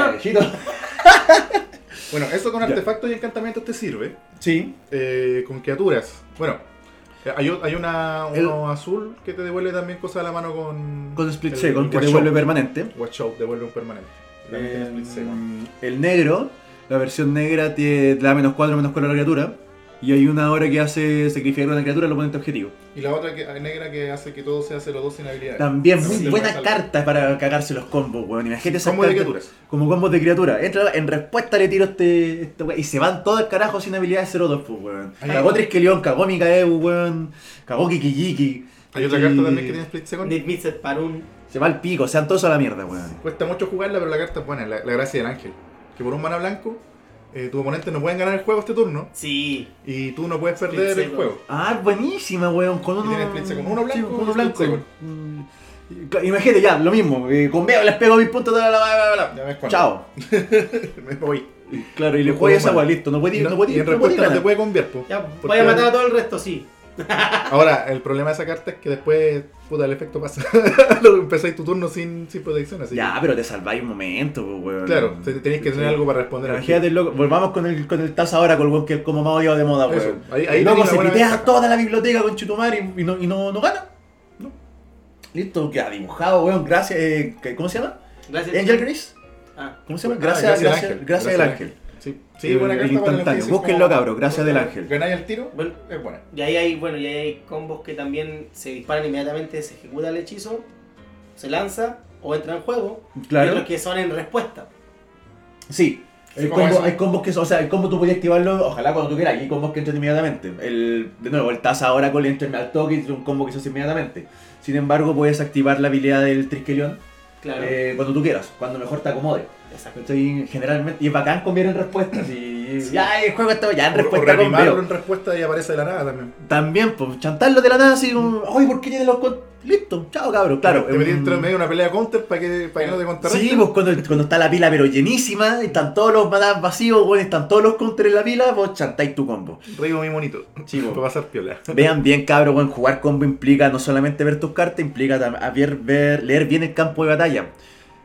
Speaker 2: Bueno, eso con
Speaker 1: Ya.
Speaker 2: artefactos y encantamientos te sirve.
Speaker 1: Sí.
Speaker 2: eh, con criaturas. Bueno, eh, hay, o- hay una,
Speaker 1: El-
Speaker 2: uno azul que te devuelve también cosas a la mano con.
Speaker 1: Con Split
Speaker 2: el-
Speaker 1: Second,
Speaker 2: el
Speaker 1: que
Speaker 2: Watch
Speaker 1: devuelve
Speaker 2: Out.
Speaker 1: permanente.
Speaker 2: Watch Out devuelve un permanente. También tiene Split Second.
Speaker 1: Eh, el negro, la versión negra tiene, te da menos 4, menos 4 a la criatura. Y hay una hora que hace sacrificar una criatura al oponente este objetivo.
Speaker 2: Y la otra que, negra que hace que todo sea 0-2 sin habilidades.
Speaker 1: También muy
Speaker 2: Sí.
Speaker 1: buena
Speaker 2: Sí.
Speaker 1: carta para cagarse los combos, weón. Imagínate esas
Speaker 2: Como de
Speaker 1: cartas-
Speaker 2: criaturas.
Speaker 1: Como combos de criatura. Entra en respuesta le tiro este, este weón. Y se van todo el carajo sin habilidades 0-2, pues, weón.
Speaker 2: Hay
Speaker 1: Cagó
Speaker 2: otra-
Speaker 1: Triskelion, cagó Mikaeu, weón. Cagó Kikijiki.
Speaker 2: Hay otra
Speaker 1: Y-
Speaker 2: carta también que tiene Split Second.
Speaker 3: Nick Mitchell para un.
Speaker 1: Se va al pico, se dan todos a la mierda, weón.
Speaker 2: Cuesta mucho jugarla, pero la carta es buena, la, la gracia del ángel. Que por un mana blanco, eh, tus oponentes no pueden ganar el juego este turno
Speaker 3: Sí.
Speaker 2: y tú no puedes
Speaker 3: Split
Speaker 2: perder el
Speaker 3: Second.
Speaker 2: juego.
Speaker 1: Ah, buenísima, weón. Con uno.
Speaker 2: tiene split second. Uno blanco,
Speaker 1: con uno
Speaker 2: split
Speaker 1: blanco.
Speaker 2: second.
Speaker 1: Mm, y- claro, Imagínate ya, lo mismo. eh, con Veo les pego mis puntos. Bla, bla, bla, bla, bla.
Speaker 2: Ya ves cuándo.
Speaker 1: Chao.
Speaker 2: Me voy.
Speaker 1: Y Claro, y le
Speaker 2: No
Speaker 1: juegas esa
Speaker 2: juego
Speaker 1: weá,
Speaker 2: mal.
Speaker 1: listo. No puede ir, no,
Speaker 2: No,
Speaker 1: puede
Speaker 2: y
Speaker 1: ir.
Speaker 2: en
Speaker 1: No puede
Speaker 2: respuesta
Speaker 1: ir
Speaker 2: no te
Speaker 1: ganar.
Speaker 2: puede convivir, po.
Speaker 3: Ya,
Speaker 2: Porque
Speaker 3: vaya a matar a todo el resto, sí.
Speaker 2: Ahora, el problema de esa carta es que después, puta, el efecto pasa. Lo empezáis tu turno sin, sin protección, así
Speaker 1: Ya, pero te salváis un momento, pues,
Speaker 2: que.
Speaker 1: weón.
Speaker 2: Claro, te- tenéis que tener
Speaker 1: Sí.
Speaker 2: algo para responder. al
Speaker 1: Imagínate el loco. Volvamos con el, con el Taz ahora, con el weón que es como más odiado de moda,
Speaker 2: Eso,
Speaker 1: weón.
Speaker 2: ahí- ahí
Speaker 1: el loco
Speaker 2: tenés
Speaker 1: se
Speaker 2: una buena
Speaker 1: pitea
Speaker 2: ventaja.
Speaker 1: toda la biblioteca con Chutumar y, y no, y no, no gana. No. Listo, queda dibujado, weón. Gracias. eh, ¿Cómo se llama?
Speaker 3: Gracias.
Speaker 1: Angel Grace.
Speaker 3: Ah,
Speaker 1: ¿Cómo se
Speaker 2: tiro.
Speaker 1: llama?
Speaker 2: Ah,
Speaker 1: Gracias, gracias, gracias, del
Speaker 2: al
Speaker 1: ángel.
Speaker 2: Sí,
Speaker 1: El-
Speaker 2: sí buena carta
Speaker 1: el
Speaker 2: para
Speaker 1: Eh, instantáneo.
Speaker 2: difícil,
Speaker 1: Búsquenlo,
Speaker 2: como-
Speaker 1: cabros, gracias del ángel.
Speaker 2: Ganáis el tiro,
Speaker 3: bueno.
Speaker 2: es buena.
Speaker 3: Y ahí hay, bueno, y ahí hay combos que también se disparan inmediatamente, se ejecuta el hechizo, se lanza o entra en juego. Y
Speaker 1: Claro.
Speaker 3: otros que son en respuesta.
Speaker 1: Sí.
Speaker 2: Sí,
Speaker 1: Hay,
Speaker 2: como
Speaker 1: combo-
Speaker 2: eso.
Speaker 1: hay combos que, son- o sea, el combo tú podías activarlo, ojalá cuando tú quieras, y hay combos que entran inmediatamente. El, de nuevo, el Taza ahora con el entra al toque y es un combo que se hace inmediatamente. Sin embargo, puedes activar la habilidad del Triskelion
Speaker 3: Claro.
Speaker 1: eh, cuando tú quieras, cuando mejor te acomode.
Speaker 3: Exacto.
Speaker 1: Estoy generalmente, y es bacán comer en respuesta. si-
Speaker 3: Sí.
Speaker 1: Ya, el juego está ya en
Speaker 2: O- o
Speaker 1: respuesta con
Speaker 2: reanimarlo
Speaker 1: Veo.
Speaker 2: en respuesta y aparece de la nada también.
Speaker 1: También, pues, chantarlo de la nada así como, ay, ¿por qué tiene los con-?" Listo, chao cabrón, claro.
Speaker 2: Te metí
Speaker 1: em,
Speaker 2: entre medio de una pelea counter para que, para que no te contaré.
Speaker 1: Sí, pues cuando, cuando está la pila pero llenísima, están todos los manas vacíos, bueno, están todos los contra en la pila, vos chantáis tu combo.
Speaker 2: Rigo muy bonito.
Speaker 1: Sí, po.
Speaker 2: Para pasar piola.
Speaker 1: Vean bien, cabrón, bueno, jugar combo implica no solamente ver tus cartas, implica tam- a ver, ver- leer bien el campo de batalla.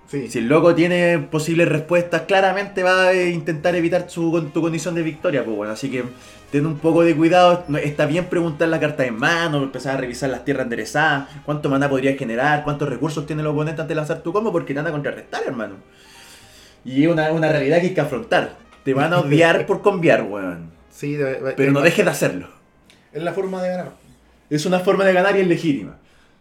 Speaker 2: Sí.
Speaker 1: Si el loco tiene posibles respuestas, claramente va a eh, intentar evitar su, con- tu condición de victoria, pues bueno, así que ten un poco de cuidado, no- está bien preguntar las cartas en mano, empezar a revisar las tierras enderezadas, cuánto maná podría generar, cuántos recursos tiene el oponente antes de lanzar tu combo, porque te van a contrarrestar, hermano. Y es una, una realidad que hay que afrontar. Te van a odiar por conviar, weón.
Speaker 2: Sí, de- de-
Speaker 1: Pero
Speaker 2: es
Speaker 1: no
Speaker 2: la-
Speaker 1: dejes de hacerlo.
Speaker 2: Es la forma de ganar.
Speaker 1: Es una forma de ganar y es legítima.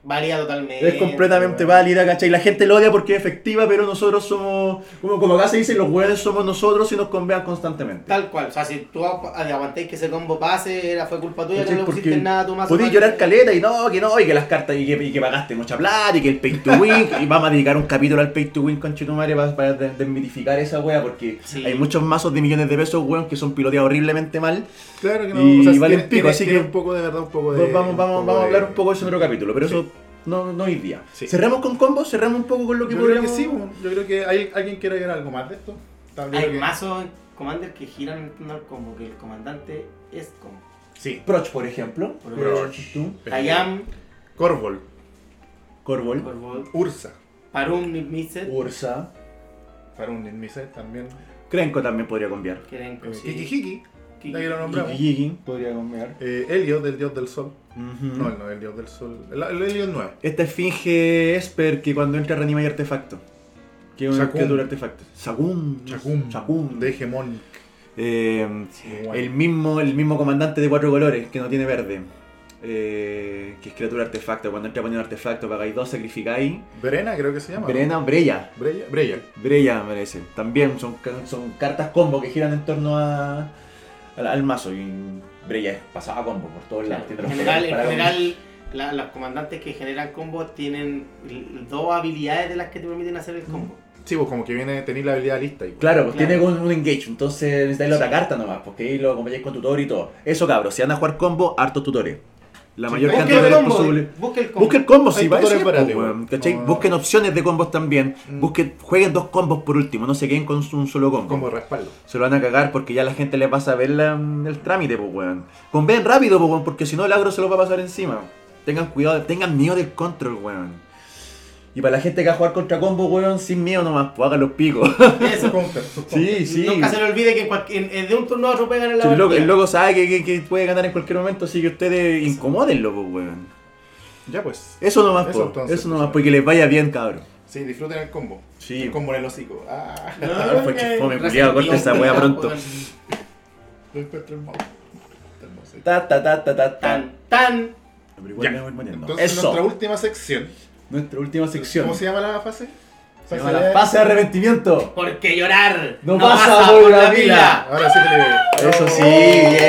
Speaker 3: Varía totalmente.
Speaker 1: Es
Speaker 2: Eh,
Speaker 1: completamente
Speaker 2: bueno.
Speaker 1: válida, ¿cachai? La gente lo odia porque es efectiva, pero nosotros somos. Como, como acá se dice, los weones somos nosotros y nos convean constantemente.
Speaker 3: Tal cual. O sea, si tú agu- ah, aguantáis que ese combo pase, era, fue culpa tuya que
Speaker 1: ¿Cachai?
Speaker 3: no le pusiste
Speaker 1: Porque
Speaker 3: nada a tu mazo.
Speaker 1: Podéis
Speaker 3: para-
Speaker 1: llorar caleta y no, que no, y que las cartas, y que, y que pagaste mucha plata, y que el pay to win, y vamos a dedicar un capítulo al pay to win con Chitumare para, para de- desmitificar esa wea, porque
Speaker 3: Sí.
Speaker 1: hay muchos mazos de millones de pesos, weón, que son piloteados horriblemente mal.
Speaker 2: Claro que no.
Speaker 1: Y
Speaker 2: o sea, si
Speaker 1: vale un
Speaker 2: tiene-
Speaker 1: pico,
Speaker 2: tiene-
Speaker 1: así
Speaker 2: tiene
Speaker 1: que-
Speaker 2: un poco de verdad, un poco de.
Speaker 1: vamos vamos,
Speaker 2: poco
Speaker 1: vamos a
Speaker 2: de-
Speaker 1: hablar un poco de eso en otro capítulo, pero
Speaker 2: Pues, Sí.
Speaker 1: eso no, no hoy día.
Speaker 2: Sí.
Speaker 1: Cerramos con combos, cerramos un poco con lo que
Speaker 2: yo creo que
Speaker 1: podríamos.
Speaker 2: sí, pues. bueno, yo creo que hay, alguien quiere agregar algo más de esto. Tal vez
Speaker 3: Hay
Speaker 2: que-
Speaker 3: mazos en Commander que giran en torno al combo, que el comandante es combo.
Speaker 2: Sí.
Speaker 1: Proch, por ejemplo.
Speaker 3: Proch.
Speaker 1: Eh, tú,
Speaker 3: Tayam,
Speaker 2: Corvol,
Speaker 1: Corbol.
Speaker 3: Corvold,
Speaker 2: Ursa,
Speaker 3: Parun, Mitset,
Speaker 1: Oh. Ursa.
Speaker 2: Farun Inmise también. eh,
Speaker 1: Crenco también podría cambiar.
Speaker 3: Kerenko, sí.
Speaker 2: Kikijiki,
Speaker 3: Kiki.
Speaker 2: ya que lo nombramos.
Speaker 1: Gigin podría cambiar.
Speaker 2: Eh, Helios, del dios del sol. No, él no, el dios del sol. El, el Helios 9.
Speaker 1: Esta Este esfinge Esper que cuando entra reanima y artefacto. Que es una
Speaker 2: Shakun.
Speaker 1: criatura artefacto. Shakun.
Speaker 2: Chacum.
Speaker 1: Shakun.
Speaker 2: De Hegemón.
Speaker 1: Eh, el, mismo, el mismo comandante de cuatro colores que no tiene verde. eh, que es criatura artefacto. Cuando entra poniendo un artefacto, pagáis dos, sacrificáis.
Speaker 2: Brena, creo que se llama. ¿no?
Speaker 1: Brena, Breya.
Speaker 2: Breya. Breya.
Speaker 1: Breya merece. También son, ca- son cartas combo que giran en torno a, al, al mazo. Y Breya es pasada combo por todos lados.
Speaker 3: En
Speaker 1: Tiene los
Speaker 3: general,
Speaker 1: poderes
Speaker 3: en
Speaker 1: para
Speaker 3: general la- los comandantes que generan combos tienen l- dos habilidades de las que te permiten hacer el combo.
Speaker 2: Sí, pues como que viene, tenéis la habilidad lista. Igual.
Speaker 1: Claro, pues
Speaker 3: Claro.
Speaker 1: tiene un, un engage, entonces necesitáis la otra carta nomás, porque ahí lo acompañáis con tutor y todo. Eso cabros, si van a jugar combo, hartos tutores. La
Speaker 2: Sí,
Speaker 1: mayor
Speaker 2: busca
Speaker 1: cantidad
Speaker 3: Busca
Speaker 1: de
Speaker 3: el
Speaker 1: veces
Speaker 3: combo.
Speaker 1: posible.
Speaker 3: Busca el combo.
Speaker 1: Busquen combos,
Speaker 2: Hay
Speaker 1: si va a
Speaker 2: tutores
Speaker 1: ser,
Speaker 2: baratos,
Speaker 1: pues,
Speaker 2: igual.
Speaker 1: weón, ¿cachai?
Speaker 2: No.
Speaker 1: Busquen opciones de combos también.
Speaker 2: Mm.
Speaker 1: Busquen, jueguen dos combos por último, no se queden con un solo combo.
Speaker 2: Como respaldo.
Speaker 1: Se lo van a cagar porque ya la gente les va a saber la- el trámite, pues weón. Convén rápido, pues weón, porque si no el agro se lo va a pasar encima. Tengan cuidado, tengan miedo del control, weón. Y para la gente que va a jugar contra combo, weón, sin miedo nomás, pues hagan los picos.
Speaker 2: Su
Speaker 3: Eso.
Speaker 2: counter, su counter.
Speaker 1: sí, sí.
Speaker 3: Nunca se le olvide que en cualquier- en- en- de un turno a otro pegan en la
Speaker 1: Si el, loco,
Speaker 3: partida.
Speaker 1: el loco sabe que, que- que puede ganar en cualquier momento, así que ustedes incomódenlo, pues, weón.
Speaker 2: Ya pues.
Speaker 1: Eso nomás,
Speaker 2: Eso
Speaker 1: po,
Speaker 2: entonces,
Speaker 1: eso nomás,
Speaker 2: pues,
Speaker 1: porque les vaya bien, cabrón.
Speaker 2: Sí, disfruten el combo.
Speaker 1: Sí.
Speaker 2: El combo en el hocico. Ah,
Speaker 3: No,
Speaker 1: Ah, fue
Speaker 3: que-
Speaker 1: chifome, culiao, corta esa
Speaker 3: resentido,
Speaker 1: wea pronto.
Speaker 3: weón.
Speaker 2: lo encuentro hermoso. Está hermoso.
Speaker 1: Ta, ta, ta, ta, ta, ta.
Speaker 3: Tan, tan.
Speaker 1: Pero igual
Speaker 2: Ya.
Speaker 1: me voy poniendo.
Speaker 2: Entonces,
Speaker 1: Eso,
Speaker 2: nuestra
Speaker 1: nuestra,
Speaker 2: última sección.
Speaker 1: última sección.
Speaker 2: ¿Cómo se llama la fase?
Speaker 1: Se llama la fase de arrepentimiento.
Speaker 3: Porque llorar
Speaker 1: No pasa por la Oh. vida.
Speaker 2: Ahora sí que le. Oh.
Speaker 1: Eso sí,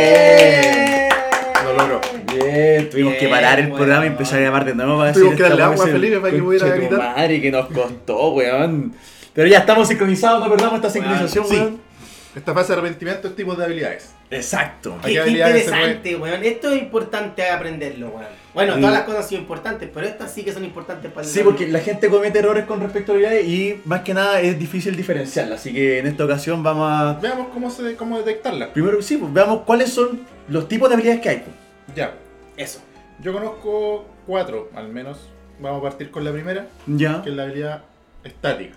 Speaker 1: bien.
Speaker 3: Bien.
Speaker 2: Lo logró.
Speaker 1: Bien, tuvimos
Speaker 3: Bien,
Speaker 1: que parar el
Speaker 3: weón.
Speaker 1: programa y empezar a llamar de nuevo para
Speaker 2: Tuvimos
Speaker 1: decir
Speaker 2: que darle
Speaker 1: esta weá
Speaker 2: agua
Speaker 1: es
Speaker 2: a
Speaker 1: el
Speaker 2: Felipe para que pudiera
Speaker 1: conche tu
Speaker 2: gritar.
Speaker 1: Madre, que nos costó, weón. Pero ya estamos sincronizados, no perdamos esta sincronización,
Speaker 2: sí.
Speaker 1: weón.
Speaker 2: Esta fase de arrepentimiento es tipo de habilidades.
Speaker 1: Exacto.
Speaker 2: Hay
Speaker 3: Qué, qué
Speaker 2: habilidades se
Speaker 3: interesante, weón. Esto es importante aprenderlo, weón. Bueno,
Speaker 1: Mm.
Speaker 3: todas las cosas han sido importantes, pero estas sí que son importantes para el
Speaker 1: Sí, porque la gente comete errores con respecto a habilidades y más que nada es difícil diferenciarla. Así que en esta ocasión vamos a.
Speaker 2: Veamos cómo, se, cómo detectarla.
Speaker 1: Primero, sí, pues veamos cuáles son los tipos de habilidades que hay. pues.
Speaker 2: Ya.
Speaker 3: Eso.
Speaker 2: Yo conozco cuatro, al menos. Vamos a partir con la primera,
Speaker 1: Ya.
Speaker 2: que es la habilidad estática.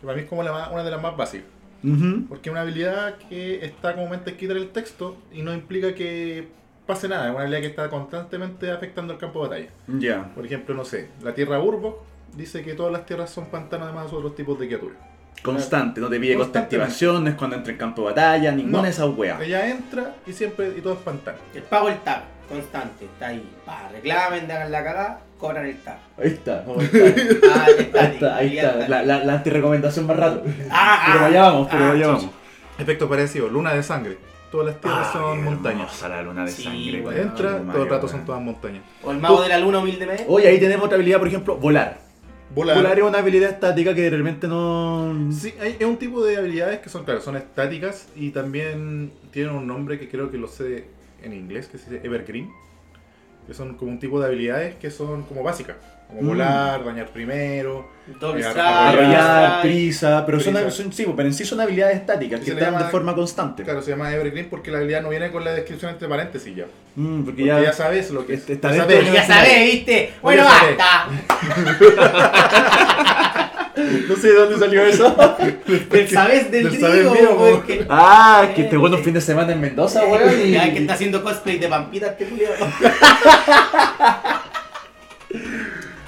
Speaker 2: Que para mí es como la más- una de las más básicas.
Speaker 1: Ujú.
Speaker 2: Porque es una habilidad que está comúnmente escrita en el texto y no implica que pase nada. Es una habilidad que está constantemente afectando el campo de batalla.
Speaker 1: Ya.
Speaker 2: Por ejemplo, no sé, la tierra Urbo dice que todas las tierras son pantanos además de otros tipos de criaturas.
Speaker 1: Constante, no te pide coste
Speaker 2: Constantemente.
Speaker 1: activaciones cuando entra en campo de batalla, ninguna
Speaker 2: No.
Speaker 1: de esas weas.
Speaker 2: Ella entra y siempre y todo es pantano.
Speaker 3: El pago el tab, constante. Está ahí. Pa, reclamen, hagan la cagada, cobran el tab.
Speaker 1: Ahí está, vamos a estar.
Speaker 3: Ah, está,
Speaker 1: Ahí está, ahí está. La, la, la antirrecomendación más rato.
Speaker 3: Ah, ah,
Speaker 1: pero allá vamos, pero
Speaker 3: ah,
Speaker 1: allá vamos.
Speaker 3: chucha.
Speaker 2: Efecto parecido, luna de sangre. Todas las tierras son montañas.
Speaker 1: A Ah, la luna de
Speaker 3: Sí,
Speaker 1: sangre.
Speaker 3: weón.
Speaker 1: weón,
Speaker 2: Entra,
Speaker 1: Mario,
Speaker 2: todo el rato
Speaker 1: weón.
Speaker 2: son todas montañas.
Speaker 3: O el
Speaker 1: Uh.
Speaker 3: mago de la luna humildemente.
Speaker 1: Oye, ahí tenemos otra habilidad, por ejemplo, volar.
Speaker 2: Volar.
Speaker 1: Volar es una habilidad estática que realmente no.
Speaker 2: Sí, hay, es un tipo de habilidades que son, claro, son estáticas y también tienen un nombre que creo que lo sé en inglés, que se dice Evergreen. Que son como un tipo de habilidades que son como básicas. Como
Speaker 1: Mm.
Speaker 2: volar, dañar primero.
Speaker 3: Doble
Speaker 2: Arrollar,
Speaker 3: strike,
Speaker 1: Arrollar,
Speaker 3: strike.
Speaker 1: prisa, pero son,
Speaker 2: Prisa.
Speaker 1: son- sí, pues, pero en sí son habilidades estáticas
Speaker 2: Y
Speaker 1: que
Speaker 2: se le
Speaker 1: están de
Speaker 2: llama-
Speaker 1: forma constante.
Speaker 2: Claro, se llama Evergreen porque la habilidad no viene con la descripción entre paréntesis ya.
Speaker 1: Mm, porque
Speaker 2: Porque
Speaker 1: ya,
Speaker 2: ya, sabes lo que es.
Speaker 1: Este- está
Speaker 2: Ya
Speaker 1: dentro
Speaker 2: sabes.
Speaker 1: de
Speaker 3: Ya sabés, viste. Bueno,
Speaker 2: ya sabés.
Speaker 3: basta.
Speaker 1: no sé de dónde salió eso.
Speaker 3: Del sabés del
Speaker 2: Del sabés
Speaker 3: griego,
Speaker 2: mío,
Speaker 3: weón,
Speaker 2: weón.
Speaker 3: que-
Speaker 1: ah, que te bueno un fin de semana en Mendoza,
Speaker 2: Eh,
Speaker 1: weón. y-
Speaker 3: Ya que está haciendo cosplay de vampira este culiao.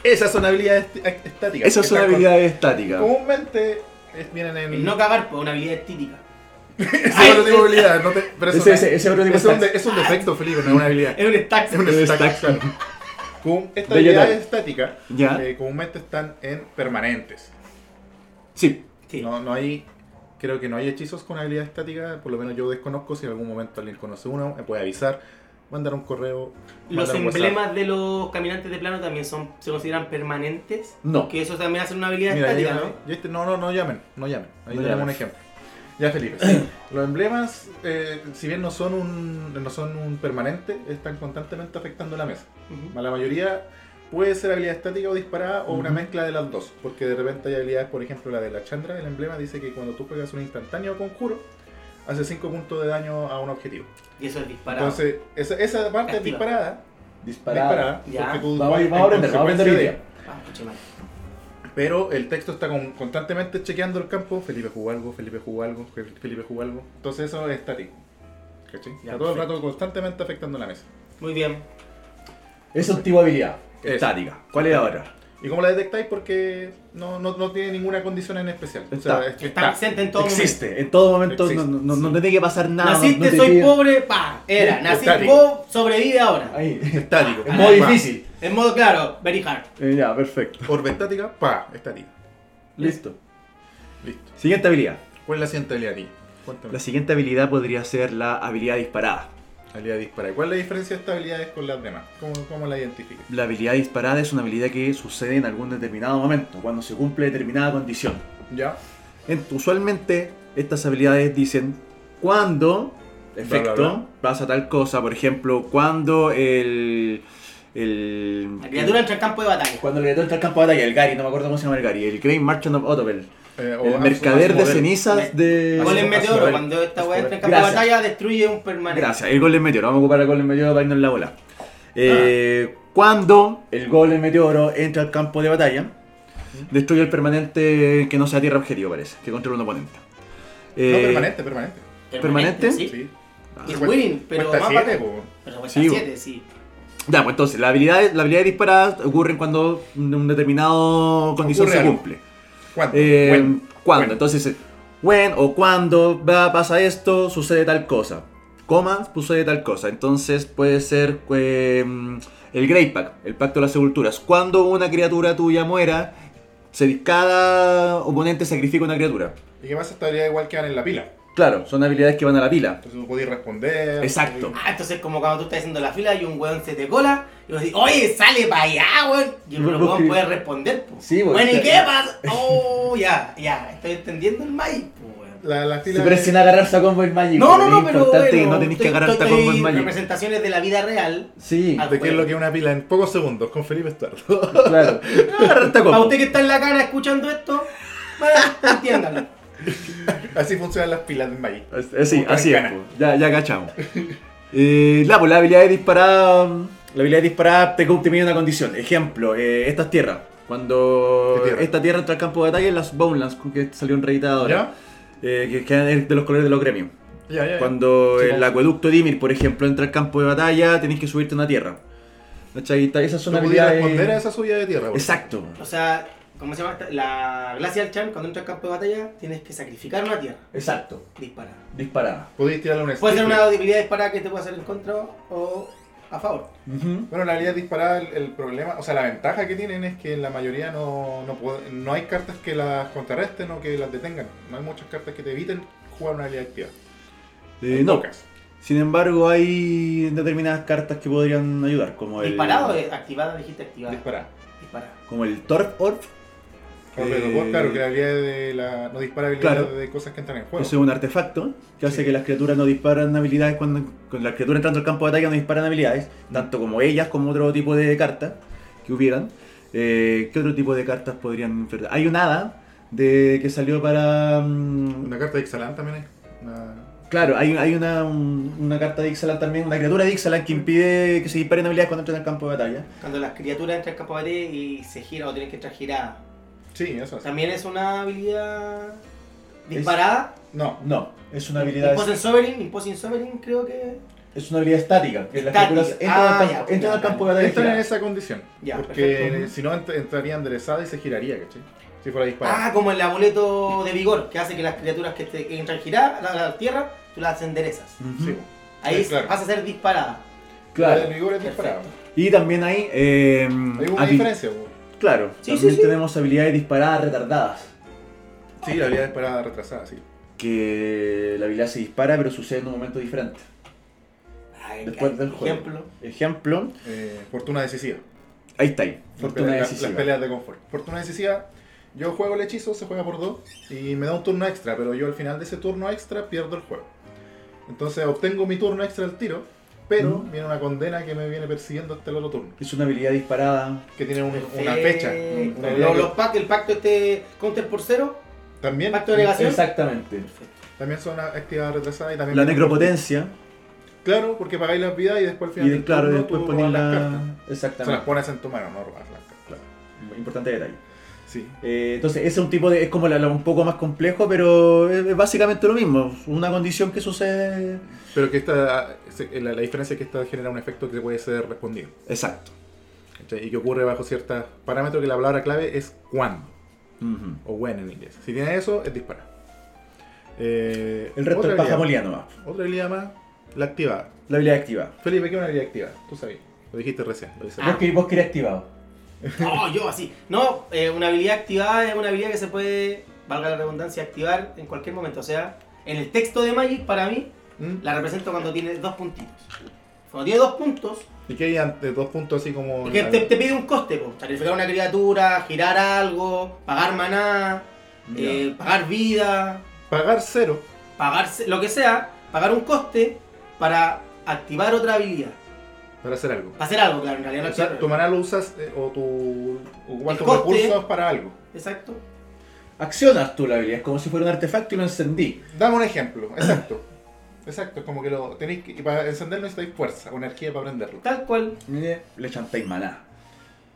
Speaker 2: Esas son habilidades est- estáticas.
Speaker 1: Esas son
Speaker 2: Están con-
Speaker 1: habilidades estáticas.
Speaker 2: Comúnmente es- vienen en.
Speaker 3: El no cagar, pues una habilidad típica.
Speaker 2: es
Speaker 3: Ay,
Speaker 2: otro tipo de
Speaker 3: es-
Speaker 2: habilidad. No te... Pero eso
Speaker 1: Ese-
Speaker 2: no
Speaker 1: ese- ese otro tipo
Speaker 2: es, un
Speaker 1: de
Speaker 2: de- es un defecto, Felipe, no es una habilidad.
Speaker 3: Es un stack.
Speaker 2: Es un
Speaker 1: Es
Speaker 2: stack,
Speaker 1: stack.
Speaker 2: claro. Con- Estas
Speaker 1: De
Speaker 2: habilidades
Speaker 1: Jedi.
Speaker 2: estáticas
Speaker 1: Ya.
Speaker 2: eh, comúnmente están en permanentes.
Speaker 1: Sí.
Speaker 3: Sí.
Speaker 2: No, no hay. Creo que no hay hechizos con habilidad estática, por lo menos yo desconozco. Si en algún momento alguien conoce uno, me puede avisar, mandar un correo.
Speaker 3: Los
Speaker 2: mandar un WhatsApp.
Speaker 3: emblemas de los caminantes de plano también son, se consideran permanentes.
Speaker 1: No.
Speaker 3: Que eso también hace una habilidad
Speaker 2: Mira, yo-
Speaker 3: estática, ¿no?
Speaker 2: yo este- no, no, no llamen, no llamen. Ahí
Speaker 1: No
Speaker 2: tenemos
Speaker 1: llamen.
Speaker 2: un ejemplo. Ya Felipe, sí. los emblemas, eh, si bien no son un no son un permanente, están constantemente afectando la mesa.
Speaker 3: Ujú.
Speaker 2: La mayoría puede ser habilidad estática o disparada o una
Speaker 1: Ujú.
Speaker 2: mezcla de las dos, porque de repente hay habilidades, por ejemplo, la de la Chandra, el emblema dice que cuando tú pegas un instantáneo conjuro, hace 5 puntos de daño a un objetivo.
Speaker 3: Y eso es disparado.
Speaker 2: Entonces, esa, esa parte es
Speaker 3: Activa.
Speaker 2: disparada,
Speaker 1: Disparar.
Speaker 2: disparada,
Speaker 3: Ya.
Speaker 2: porque tú
Speaker 1: Vamos,
Speaker 2: vas
Speaker 1: vamos a
Speaker 2: en
Speaker 1: aprender, vamos a
Speaker 2: consecuencia
Speaker 1: aprender hoy
Speaker 2: de-
Speaker 1: día.
Speaker 3: Ah, escuché mal.
Speaker 2: pero el texto está con- constantemente chequeando el campo. Felipe jugó algo, Felipe jugó algo, Fel- Felipe jugó algo. Entonces eso es estático. ¿Cachai?
Speaker 3: Ya,
Speaker 2: está todo el
Speaker 3: perfecto.
Speaker 2: rato constantemente afectando la mesa.
Speaker 3: Muy bien.
Speaker 1: Ese es un tipo de habilidad.
Speaker 2: Ese.
Speaker 1: Estática. ¿Cuál es la otra?
Speaker 2: ¿Y cómo la detectáis? Porque no, no, no tiene ninguna condición en especial. O
Speaker 1: Está.
Speaker 2: sea, es-
Speaker 3: Está
Speaker 2: está.
Speaker 3: presente en todo
Speaker 1: existe, en todo momento
Speaker 2: Existe,
Speaker 1: no, no, no- no tiene que pasar nada. no-
Speaker 3: Naciste,
Speaker 1: no te
Speaker 3: soy
Speaker 1: piden-
Speaker 3: pobre, pa, era.
Speaker 2: Sí,
Speaker 3: Naciste,
Speaker 2: estático.
Speaker 3: vos, sobrevive ahora.
Speaker 1: Ahí.
Speaker 2: Estático.
Speaker 1: Es muy
Speaker 2: Pa.
Speaker 1: difícil.
Speaker 3: En modo claro, very hard.
Speaker 1: Eh, ya, perfecto.
Speaker 2: Orbe estática, pa, estática.
Speaker 1: Listo.
Speaker 2: Listo.
Speaker 1: Siguiente habilidad.
Speaker 2: ¿Cuál es la siguiente habilidad aquí? Cuéntame.
Speaker 1: La siguiente habilidad podría ser la habilidad disparada.
Speaker 2: Habilidad dispara. ¿Cuál es la diferencia de estas habilidades con las demás? ¿Cómo, cómo la identificas?
Speaker 1: La habilidad disparada es una habilidad que sucede en algún determinado momento, cuando se cumple determinada condición.
Speaker 2: ¿Ya?
Speaker 1: En- usualmente estas habilidades dicen cuando,
Speaker 2: bla,
Speaker 1: efecto,
Speaker 2: bla.
Speaker 1: pasa tal cosa, por ejemplo, cuando el... el
Speaker 3: La criatura entra al campo de batalla.
Speaker 1: Cuando el criatura entra al campo de batalla, el Gary, no me acuerdo cómo se llama el Gary, el Crane Merchant of Otobel,
Speaker 2: Eh, o
Speaker 1: el
Speaker 2: Asu-
Speaker 1: mercader de
Speaker 2: Asmodel.
Speaker 1: cenizas
Speaker 3: Me-
Speaker 1: de...
Speaker 2: Golem
Speaker 3: Golem
Speaker 2: Así- así
Speaker 3: meteoro,
Speaker 2: fue.
Speaker 3: cuando esta
Speaker 2: Así
Speaker 3: weá
Speaker 2: fue.
Speaker 3: entra en campo de
Speaker 1: Gracias.
Speaker 3: batalla, destruye un permanente.
Speaker 1: Gracias, el golem meteoro. Vamos a ocupar el golem meteoro para irnos en la bola. Eh,
Speaker 3: Ah.
Speaker 1: Cuando el golem meteoro entra al campo de batalla, destruye el permanente que no sea tierra objetivo, parece, que controla un oponente.
Speaker 2: No,
Speaker 1: Eh,
Speaker 2: permanente, permanente.
Speaker 1: ¿Permanente?
Speaker 3: Sí.
Speaker 2: Sí.
Speaker 1: Ah.
Speaker 3: Y es
Speaker 2: Cuesta-
Speaker 3: winning, pero
Speaker 2: cuesta
Speaker 3: más
Speaker 2: siete,
Speaker 3: bacán.
Speaker 2: po.
Speaker 3: Pero cuesta
Speaker 1: Sí,
Speaker 3: siete, sí.
Speaker 1: Ya, pues entonces, las habilidades, las habilidades disparadas ocurren cuando un determinado condición
Speaker 2: Ocurre
Speaker 1: se
Speaker 2: algo.
Speaker 1: cumple.
Speaker 2: ¿Cuándo?
Speaker 1: Eh,
Speaker 2: When.
Speaker 1: ¿Cuándo?
Speaker 2: When.
Speaker 1: Entonces, eh, when o cuando va, pasa esto, sucede tal cosa. Coma, sucede tal cosa. Entonces puede ser eh, el Great Pack, el Pacto de las Sepulturas. Cuando una criatura tuya muera, se- cada oponente sacrifica una criatura.
Speaker 2: ¿Y qué pasa? Esta habilidad igual quedan en la pila.
Speaker 1: Claro, son habilidades que van a la pila.
Speaker 2: Entonces tú podías responder.
Speaker 1: Exacto.
Speaker 2: podías-
Speaker 3: Ah, entonces como cuando tú estás haciendo la fila y un weón se te cola y vos decís, oye, sale para allá, weón. Y el
Speaker 1: Vos-
Speaker 3: otro
Speaker 1: vos
Speaker 3: weón
Speaker 1: que-
Speaker 3: puede responder, po.
Speaker 1: Sí, weón,
Speaker 3: Bueno, ¿y
Speaker 1: está-
Speaker 3: qué pasa? Oh, ya, ya, estoy entendiendo el maíz, po, weón.
Speaker 2: La, la
Speaker 1: Se
Speaker 2: fila.
Speaker 1: parecen agarrarse a combo en Magic.
Speaker 3: No, no,
Speaker 1: Es
Speaker 3: no, pero
Speaker 1: importante
Speaker 3: bueno,
Speaker 1: que no tenéis que
Speaker 3: estoy-
Speaker 1: agarrarte a
Speaker 3: estoy-
Speaker 1: combo en Magic.
Speaker 3: representaciones de la vida real.
Speaker 1: Sí,
Speaker 3: Ah,
Speaker 2: ¿De qué es lo que es una pila en pocos segundos? Con Felipe Estuardo.
Speaker 1: claro. Agarrarte a
Speaker 3: Para
Speaker 1: combo.
Speaker 3: usted que está en la cara escuchando esto, bueno, entiéndalo.
Speaker 2: Así funcionan las pilas de Magic.
Speaker 1: Eh, Sí,
Speaker 2: Como
Speaker 1: así es.
Speaker 2: Cana.
Speaker 1: po. Ya, ya cachamos. Eh, la, pues, la habilidad de disparada. La habilidad de disparada te, te mide una condición. Ejemplo, eh, estas tierras. Cuando
Speaker 2: ¿Qué tierra?
Speaker 1: esta tierra entra al campo de batalla, las Bonelands, que salió en reeditada ahora,
Speaker 2: ¿Ya?
Speaker 1: eh, que quedan de los colores de los gremios.
Speaker 2: Ya, ya. ya.
Speaker 1: Cuando
Speaker 2: Sí,
Speaker 1: el
Speaker 2: vamos.
Speaker 1: acueducto Dimir, por ejemplo, entra al campo de batalla, tenés que subirte a una tierra. ¿Cachai? Esta- Esas
Speaker 2: Tú
Speaker 1: son
Speaker 2: podías
Speaker 1: habilidades.
Speaker 2: responder a esa subida de tierra. po.
Speaker 1: Exacto.
Speaker 3: O sea, ¿cómo se llama? esta? La Glacial Chan, cuando entra al campo de batalla, tienes que sacrificar una tierra.
Speaker 1: Exacto.
Speaker 3: Disparar.
Speaker 1: Disparada.
Speaker 2: Podías tirarle una
Speaker 3: Puede ser
Speaker 2: stick.
Speaker 3: una debilidad disparada que te pueda hacer en contra o a favor.
Speaker 1: Ujú.
Speaker 2: Bueno, la habilidad disparada, el, el problema, o sea, la ventaja que tienen es que la mayoría no, no, puede- no hay cartas que las contrarresten o que las detengan. No hay muchas cartas que te eviten jugar una habilidad activa.
Speaker 1: Eh,
Speaker 2: Hay
Speaker 1: no.
Speaker 2: pocas.
Speaker 1: Sin embargo, hay determinadas cartas que podrían ayudar, como el.
Speaker 3: Disparado, eh, activada, dijiste activada.
Speaker 2: Disparada.
Speaker 3: Disparada.
Speaker 1: Como el Torp Orb.
Speaker 2: Claro,
Speaker 1: Eh,
Speaker 2: Ah, pero vos, claro, que la habilidad de la. No dispara habilidad
Speaker 1: Claro.
Speaker 2: de cosas que entran en juego.
Speaker 1: Eso es un artefacto que hace
Speaker 2: Sí.
Speaker 1: que las criaturas no disparan habilidades cuando. Con las criaturas entrando al campo de batalla no disparan habilidades,
Speaker 2: Mm.
Speaker 1: tanto como ellas como otro tipo de cartas que hubieran. Eh, ¿Qué otro tipo de cartas podrían inferir? Hay un hada de, que salió para. mm,
Speaker 2: Una carta de Ixalan también es. Una...
Speaker 1: Claro, hay, hay una, un- una carta de Ixalan también, una criatura de Ixalan que impide que se disparen habilidades cuando entran al campo de batalla.
Speaker 3: Cuando las criaturas entran al campo de batalla y se gira o tienen que entrar girada.
Speaker 2: Sí, eso es.
Speaker 3: También es una habilidad disparada.
Speaker 2: No.
Speaker 1: No, es una habilidad.
Speaker 3: Imposing Sovereign, Imposing Sovereign creo que...
Speaker 1: Es una habilidad estática. Que las
Speaker 3: Estática.
Speaker 1: criaturas entran,
Speaker 3: Ah,
Speaker 1: al, campo,
Speaker 3: ya,
Speaker 1: entran
Speaker 3: ya,
Speaker 1: al campo de batalla.
Speaker 2: Entran en
Speaker 1: giradas.
Speaker 2: esa condición.
Speaker 3: Ya,
Speaker 2: porque
Speaker 3: perfecto.
Speaker 2: si no ent- entraría enderezada y se giraría, ¿cachai? Si fuera disparada.
Speaker 3: Ah, como el amuleto de vigor, que hace que las criaturas que, te, que entran giradas a la, a la tierra, tú las enderezas.
Speaker 1: Ujú.
Speaker 2: Sí, pues. po.
Speaker 3: Ahí
Speaker 2: Sí, claro.
Speaker 3: vas a ser disparada.
Speaker 2: La de rigor es disparada.
Speaker 1: Y también hay. eh,
Speaker 2: Hay una
Speaker 1: habi-
Speaker 2: diferencia, po.
Speaker 1: Claro,
Speaker 3: Sí,
Speaker 1: también
Speaker 3: sí, sí.
Speaker 1: tenemos habilidades disparadas retardadas.
Speaker 2: Sí, la habilidad disparada retrasada, sí.
Speaker 1: Que la habilidad se dispara, pero sucede en un momento diferente.
Speaker 3: Ay,
Speaker 1: Después del juego.
Speaker 3: ejemplo.
Speaker 1: Ejemplo,
Speaker 2: Eh, fortuna decisiva.
Speaker 1: ahí está ahí.
Speaker 2: Las
Speaker 1: Fortuna
Speaker 2: peleas-
Speaker 1: decisiva.
Speaker 2: Las peleas de confort. Fortuna decisiva. Yo juego el hechizo, se juega por dos y me da un turno extra, pero yo al final de ese turno extra pierdo el juego. Entonces obtengo mi turno extra al tiro, pero
Speaker 1: Mm.
Speaker 2: viene una condena que me viene persiguiendo hasta el otro turno.
Speaker 1: Es una habilidad disparada.
Speaker 2: Que tiene un- una fecha.
Speaker 3: Perfecto.
Speaker 2: una
Speaker 3: Los-
Speaker 2: habilidad
Speaker 3: los pack- el pacto este counter por cero.
Speaker 2: que- también,
Speaker 3: pacto de- ¿Negación?
Speaker 1: Exactamente.
Speaker 2: también son actividades retrasadas y también.
Speaker 1: La
Speaker 2: viene-
Speaker 1: necropotencia.
Speaker 2: Claro, porque pagáis las vidas y después al final.
Speaker 1: Y de-
Speaker 2: del
Speaker 1: claro,
Speaker 2: turno
Speaker 1: después
Speaker 2: tú
Speaker 1: poner
Speaker 2: robas las
Speaker 1: la.
Speaker 2: cartas. Se las
Speaker 1: Exactamente.
Speaker 2: pones en tu mano, no robas las cartas. Claro.
Speaker 1: Importante detalle.
Speaker 2: Sí.
Speaker 1: Eh, entonces, ese es un tipo de. Es como la- la- un poco más complejo, pero es es básicamente lo mismo. Una condición que sucede.
Speaker 2: eh, Pero que esta, se- la, la diferencia es que esta genera un efecto que puede ser respondido.
Speaker 1: Exacto.
Speaker 2: ¿cachai? Y que ocurre bajo ciertos parámetros que la palabra clave es cuándo
Speaker 1: Ujú.
Speaker 2: o when en inglés. Si tiene eso, es disparar. Eh,
Speaker 1: El resto
Speaker 2: otra
Speaker 1: es
Speaker 2: habilidad-
Speaker 1: pajamolear nomás.
Speaker 2: Otra habilidad más, la activada.
Speaker 1: La habilidad activada.
Speaker 2: Felipe, ¿qué es una habilidad activada? Tú sabías. Lo dijiste recién. Lo dice
Speaker 1: Vos
Speaker 3: Ah.
Speaker 1: querés, vos querés activado.
Speaker 3: No, yo así. No, eh, una habilidad activada es una habilidad que se puede, valga la redundancia, activar en cualquier momento. O sea, en el texto de Magic, para mí,
Speaker 2: ¿Mm?
Speaker 3: la represento cuando tiene dos puntitos. Cuando tiene dos puntos,
Speaker 2: ¿Y qué hay ante dos puntos así como.?
Speaker 3: porque te, te pide un coste, po. sacrificar una criatura, girar algo, pagar maná, eh, pagar vida,
Speaker 2: Pagar cero.
Speaker 3: pagar se- lo que sea, pagar un coste para activar otra habilidad.
Speaker 2: para hacer algo.
Speaker 3: Para hacer algo, claro, en realidad no
Speaker 2: O sea,
Speaker 3: activar-
Speaker 2: tu maná lo usas eh, o tu ocupas
Speaker 3: El
Speaker 2: tus
Speaker 3: coste.
Speaker 2: recursos para algo.
Speaker 3: Exacto.
Speaker 1: Accionas tú la habilidad, es como si fuera un artefacto y lo encendí.
Speaker 2: Dame un ejemplo, exacto. Exacto, como que lo tenéis que- y para encenderlo necesitáis fuerza, o energía para prenderlo.
Speaker 3: Tal cual.
Speaker 1: Le chantáis maná.